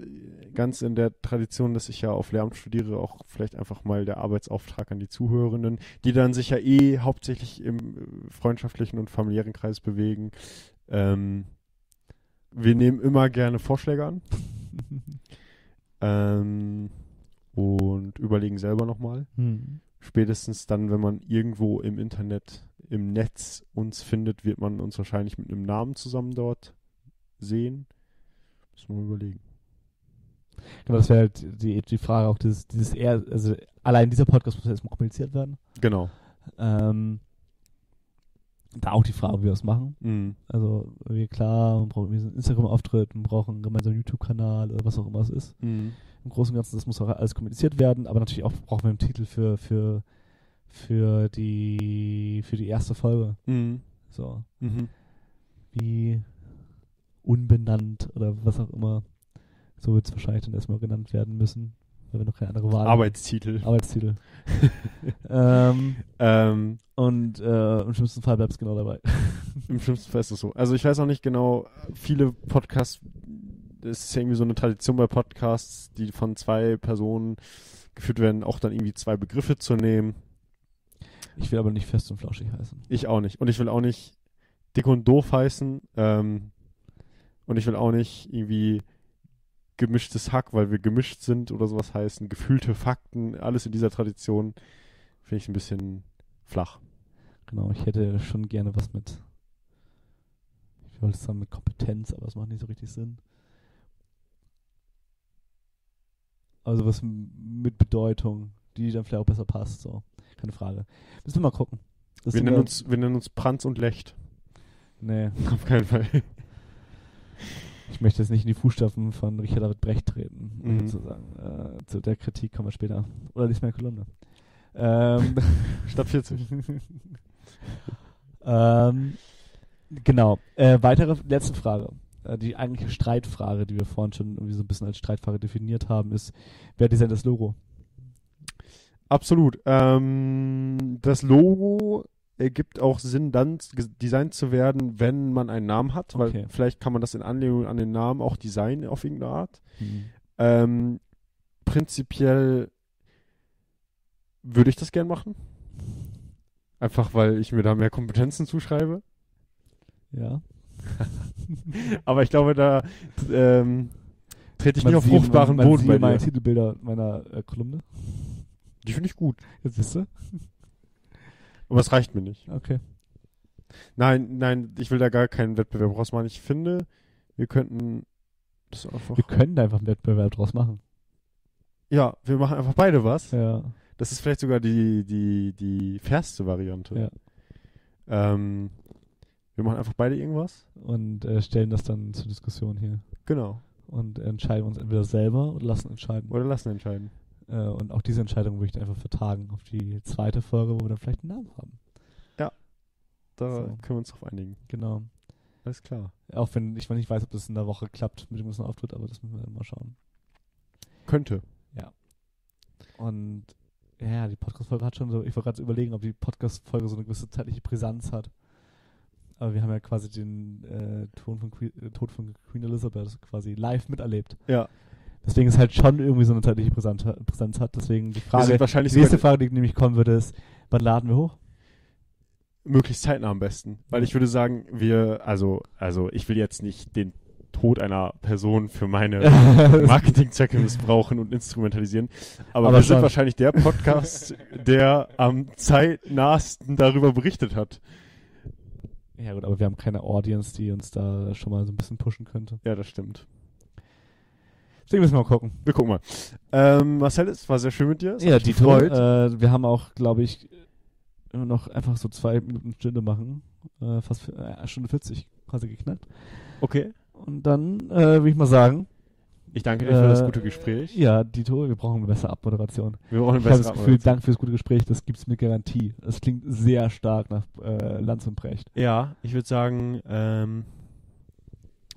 ganz in der Tradition, dass ich ja auf Lehramt studiere, auch vielleicht einfach mal der Arbeitsauftrag an die Zuhörenden, die dann sich ja eh hauptsächlich im äh, freundschaftlichen und familiären Kreis bewegen. Ähm, wir nehmen immer gerne Vorschläge an. Ähm, und überlegen selber nochmal.
Hm.
Spätestens dann, wenn man irgendwo im Internet, im Netz uns findet, wird man uns wahrscheinlich mit einem Namen zusammen dort sehen. Muss man überlegen.
Genau, das wäre halt die, die Frage auch, dieses, dieses eher, also allein dieser Podcast muss ja erstmal kommuniziert werden.
Genau.
Ähm, da auch die Frage, wie wir das machen.
Mhm.
Also, wir klar, man braucht irgendwie so einen Instagram-Auftritt, man braucht einen gemeinsamen YouTube-Kanal oder was auch immer es ist.
Mhm.
im Großen und Ganzen, das muss auch alles kommuniziert werden, aber natürlich auch brauchen wir einen Titel für, für, für die für die erste Folge.
Mhm.
So,
Mhm.
wie unbenannt oder was auch immer. So wird es wahrscheinlich dann erstmal genannt werden müssen, weil wir noch keine andere Wahl
Arbeitstitel.
haben. Arbeitstitel. ähm,
Ähm,
und äh, im schlimmsten Fall bleibt es genau dabei.
Im schlimmsten Fall ist es so. Also ich weiß auch nicht genau, viele Podcasts, das ist ja irgendwie so eine Tradition bei Podcasts, die von zwei Personen geführt werden, auch dann irgendwie zwei Begriffe zu nehmen.
Ich will aber nicht fest und flauschig heißen.
Ich auch nicht. Und ich will auch nicht dick und doof heißen. Ähm, und ich will auch nicht irgendwie gemischtes Hack, weil wir gemischt sind oder sowas heißen. Gefühlte Fakten, alles in dieser Tradition finde ich ein bisschen flach.
Genau, ich hätte schon gerne was mit. Ich wollte es sagen mit Kompetenz, aber es macht nicht so richtig Sinn. Also was m- mit Bedeutung, die dann vielleicht auch besser passt, so. Keine Frage. Müssen wir mal gucken. Das
Wir
sind
nennen, uns, wir nennen uns Pranz und Lecht.
Nee,
Auf keinen Fall.
ich möchte jetzt nicht in die Fußstapfen von Richard David Brecht treten, um
Mhm.
sozusagen. Äh, zu der Kritik kommen wir später. Oder lies meine Kolumne. Ähm,
Statt 40.
ähm, Genau. Äh, weitere letzte Frage. Äh, Die eigentliche Streitfrage, die wir vorhin schon irgendwie so ein bisschen als Streitfrage definiert haben, ist, wer designt das Logo?
Absolut. Ähm, das Logo ergibt auch Sinn, dann ges- designt zu werden, wenn man einen Namen hat, weil
Okay.
vielleicht kann man das in Anlehnung an den Namen auch designen auf irgendeine Art. Ähm, prinzipiell würde ich das gern machen. Einfach weil ich mir da mehr Kompetenzen zuschreibe.
Ja.
Aber ich glaube, da ähm, trete ich
Man
nicht auf
sieht-
fruchtbaren
man, man
Boden
sieht
bei
meine
dir.
Titelbilder meiner äh, Kolumne.
Die finde ich gut.
Jetzt siehst du?
Aber es reicht mir nicht.
Okay.
Nein, nein, ich will da gar keinen Wettbewerb rausmachen. Ich finde, wir könnten das einfach.
Wir können da einfach einen Wettbewerb draus machen.
ja, wir machen einfach beide was.
Ja.
Das ist vielleicht sogar die, die, die fairste Variante. Ähm, wir machen einfach beide irgendwas.
Und äh, stellen das dann zur Diskussion hier.
Genau.
Und entscheiden uns entweder selber oder lassen entscheiden.
Oder lassen entscheiden.
Äh, und auch diese Entscheidung würde ich dann einfach vertagen auf die zweite Folge, wo wir dann vielleicht einen Namen haben.
Da
So.
können wir uns drauf einigen.
Genau.
Alles klar.
Auch wenn ich noch nicht weiß, ob das in der Woche klappt mit dem ganzen Auftritt, aber das müssen wir dann mal schauen.
Könnte.
Und ja, die Podcast-Folge hat schon so, ich wollte gerade überlegen, ob die Podcast-Folge so eine gewisse zeitliche Brisanz hat. Aber wir haben ja quasi den äh, Ton von Que- äh, Tod von Queen Elizabeth quasi live miterlebt.
Ja.
Deswegen ist halt schon irgendwie so eine zeitliche Brisanz, Brisanz hat. Deswegen die
wir
Frage,
sind wahrscheinlich
die nächste
sogar
Frage, die nämlich kommen würde, ist, wann laden wir hoch?
möglichst zeitnah am besten. Weil ich würde sagen, wir, also, also ich will jetzt nicht den Tod einer Person für meine Marketingzwecke missbrauchen und instrumentalisieren. Aber,
Aber
wir
schon.
sind wahrscheinlich der Podcast, der am zeitnahsten darüber berichtet hat.
ja gut, aber wir haben keine Audience, die uns da schon mal so ein bisschen pushen könnte.
Ja, das stimmt.
Deswegen müssen wir mal gucken.
Wir gucken mal. Ähm, Marcel, es war sehr schön mit dir. Es hat
Ja,
mich
die
gefreut.
Äh, wir haben auch, glaube ich, immer noch einfach so zwei Minuten Stunde machen. Äh, fast äh, eine Stunde 40 quasi geknackt.
Okay.
Und dann äh, würde ich mal sagen,
Ich danke dir für das
Äh,
gute Gespräch.
ja, Dito, wir brauchen eine bessere Abmoderation.
Wir brauchen
Ich habe das
bessere
Gefühl,
Arbeit.
danke fürs gute Gespräch, das gibt's mit Garantie. Das klingt sehr stark nach äh, Lanz und Brecht.
Ja, ich würde sagen, ähm,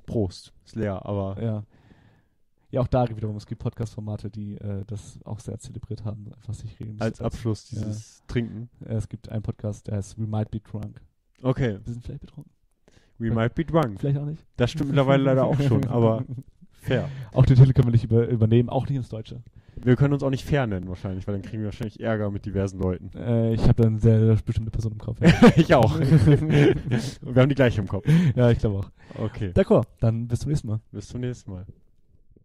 Prost. Ist leer, aber
Ja. Ja, auch da wiederum, es gibt Podcast-Formate, die äh, das auch sehr zelebriert haben, einfach sich
als
regelmäßig.
Abschluss dieses Trinken.
äh, es gibt einen Podcast, der heißt We Might Be Drunk.
Okay.
Wir sind vielleicht betrunken,
We might be drunk.
vielleicht auch nicht.
Das stimmt mittlerweile leider auch schon, aber fair.
Auch den Titel können wir nicht über, übernehmen, auch nicht ins Deutsche.
Wir können uns auch nicht fair nennen wahrscheinlich, weil dann kriegen wir wahrscheinlich Ärger mit diversen Leuten.
Äh, ich habe dann sehr bestimmte Person im Kopf. Ja,
ich auch. Und wir haben die gleiche im Kopf.
ja ich glaube auch.
Okay.
D'accord, dann bis zum nächsten Mal.
Bis zum nächsten Mal.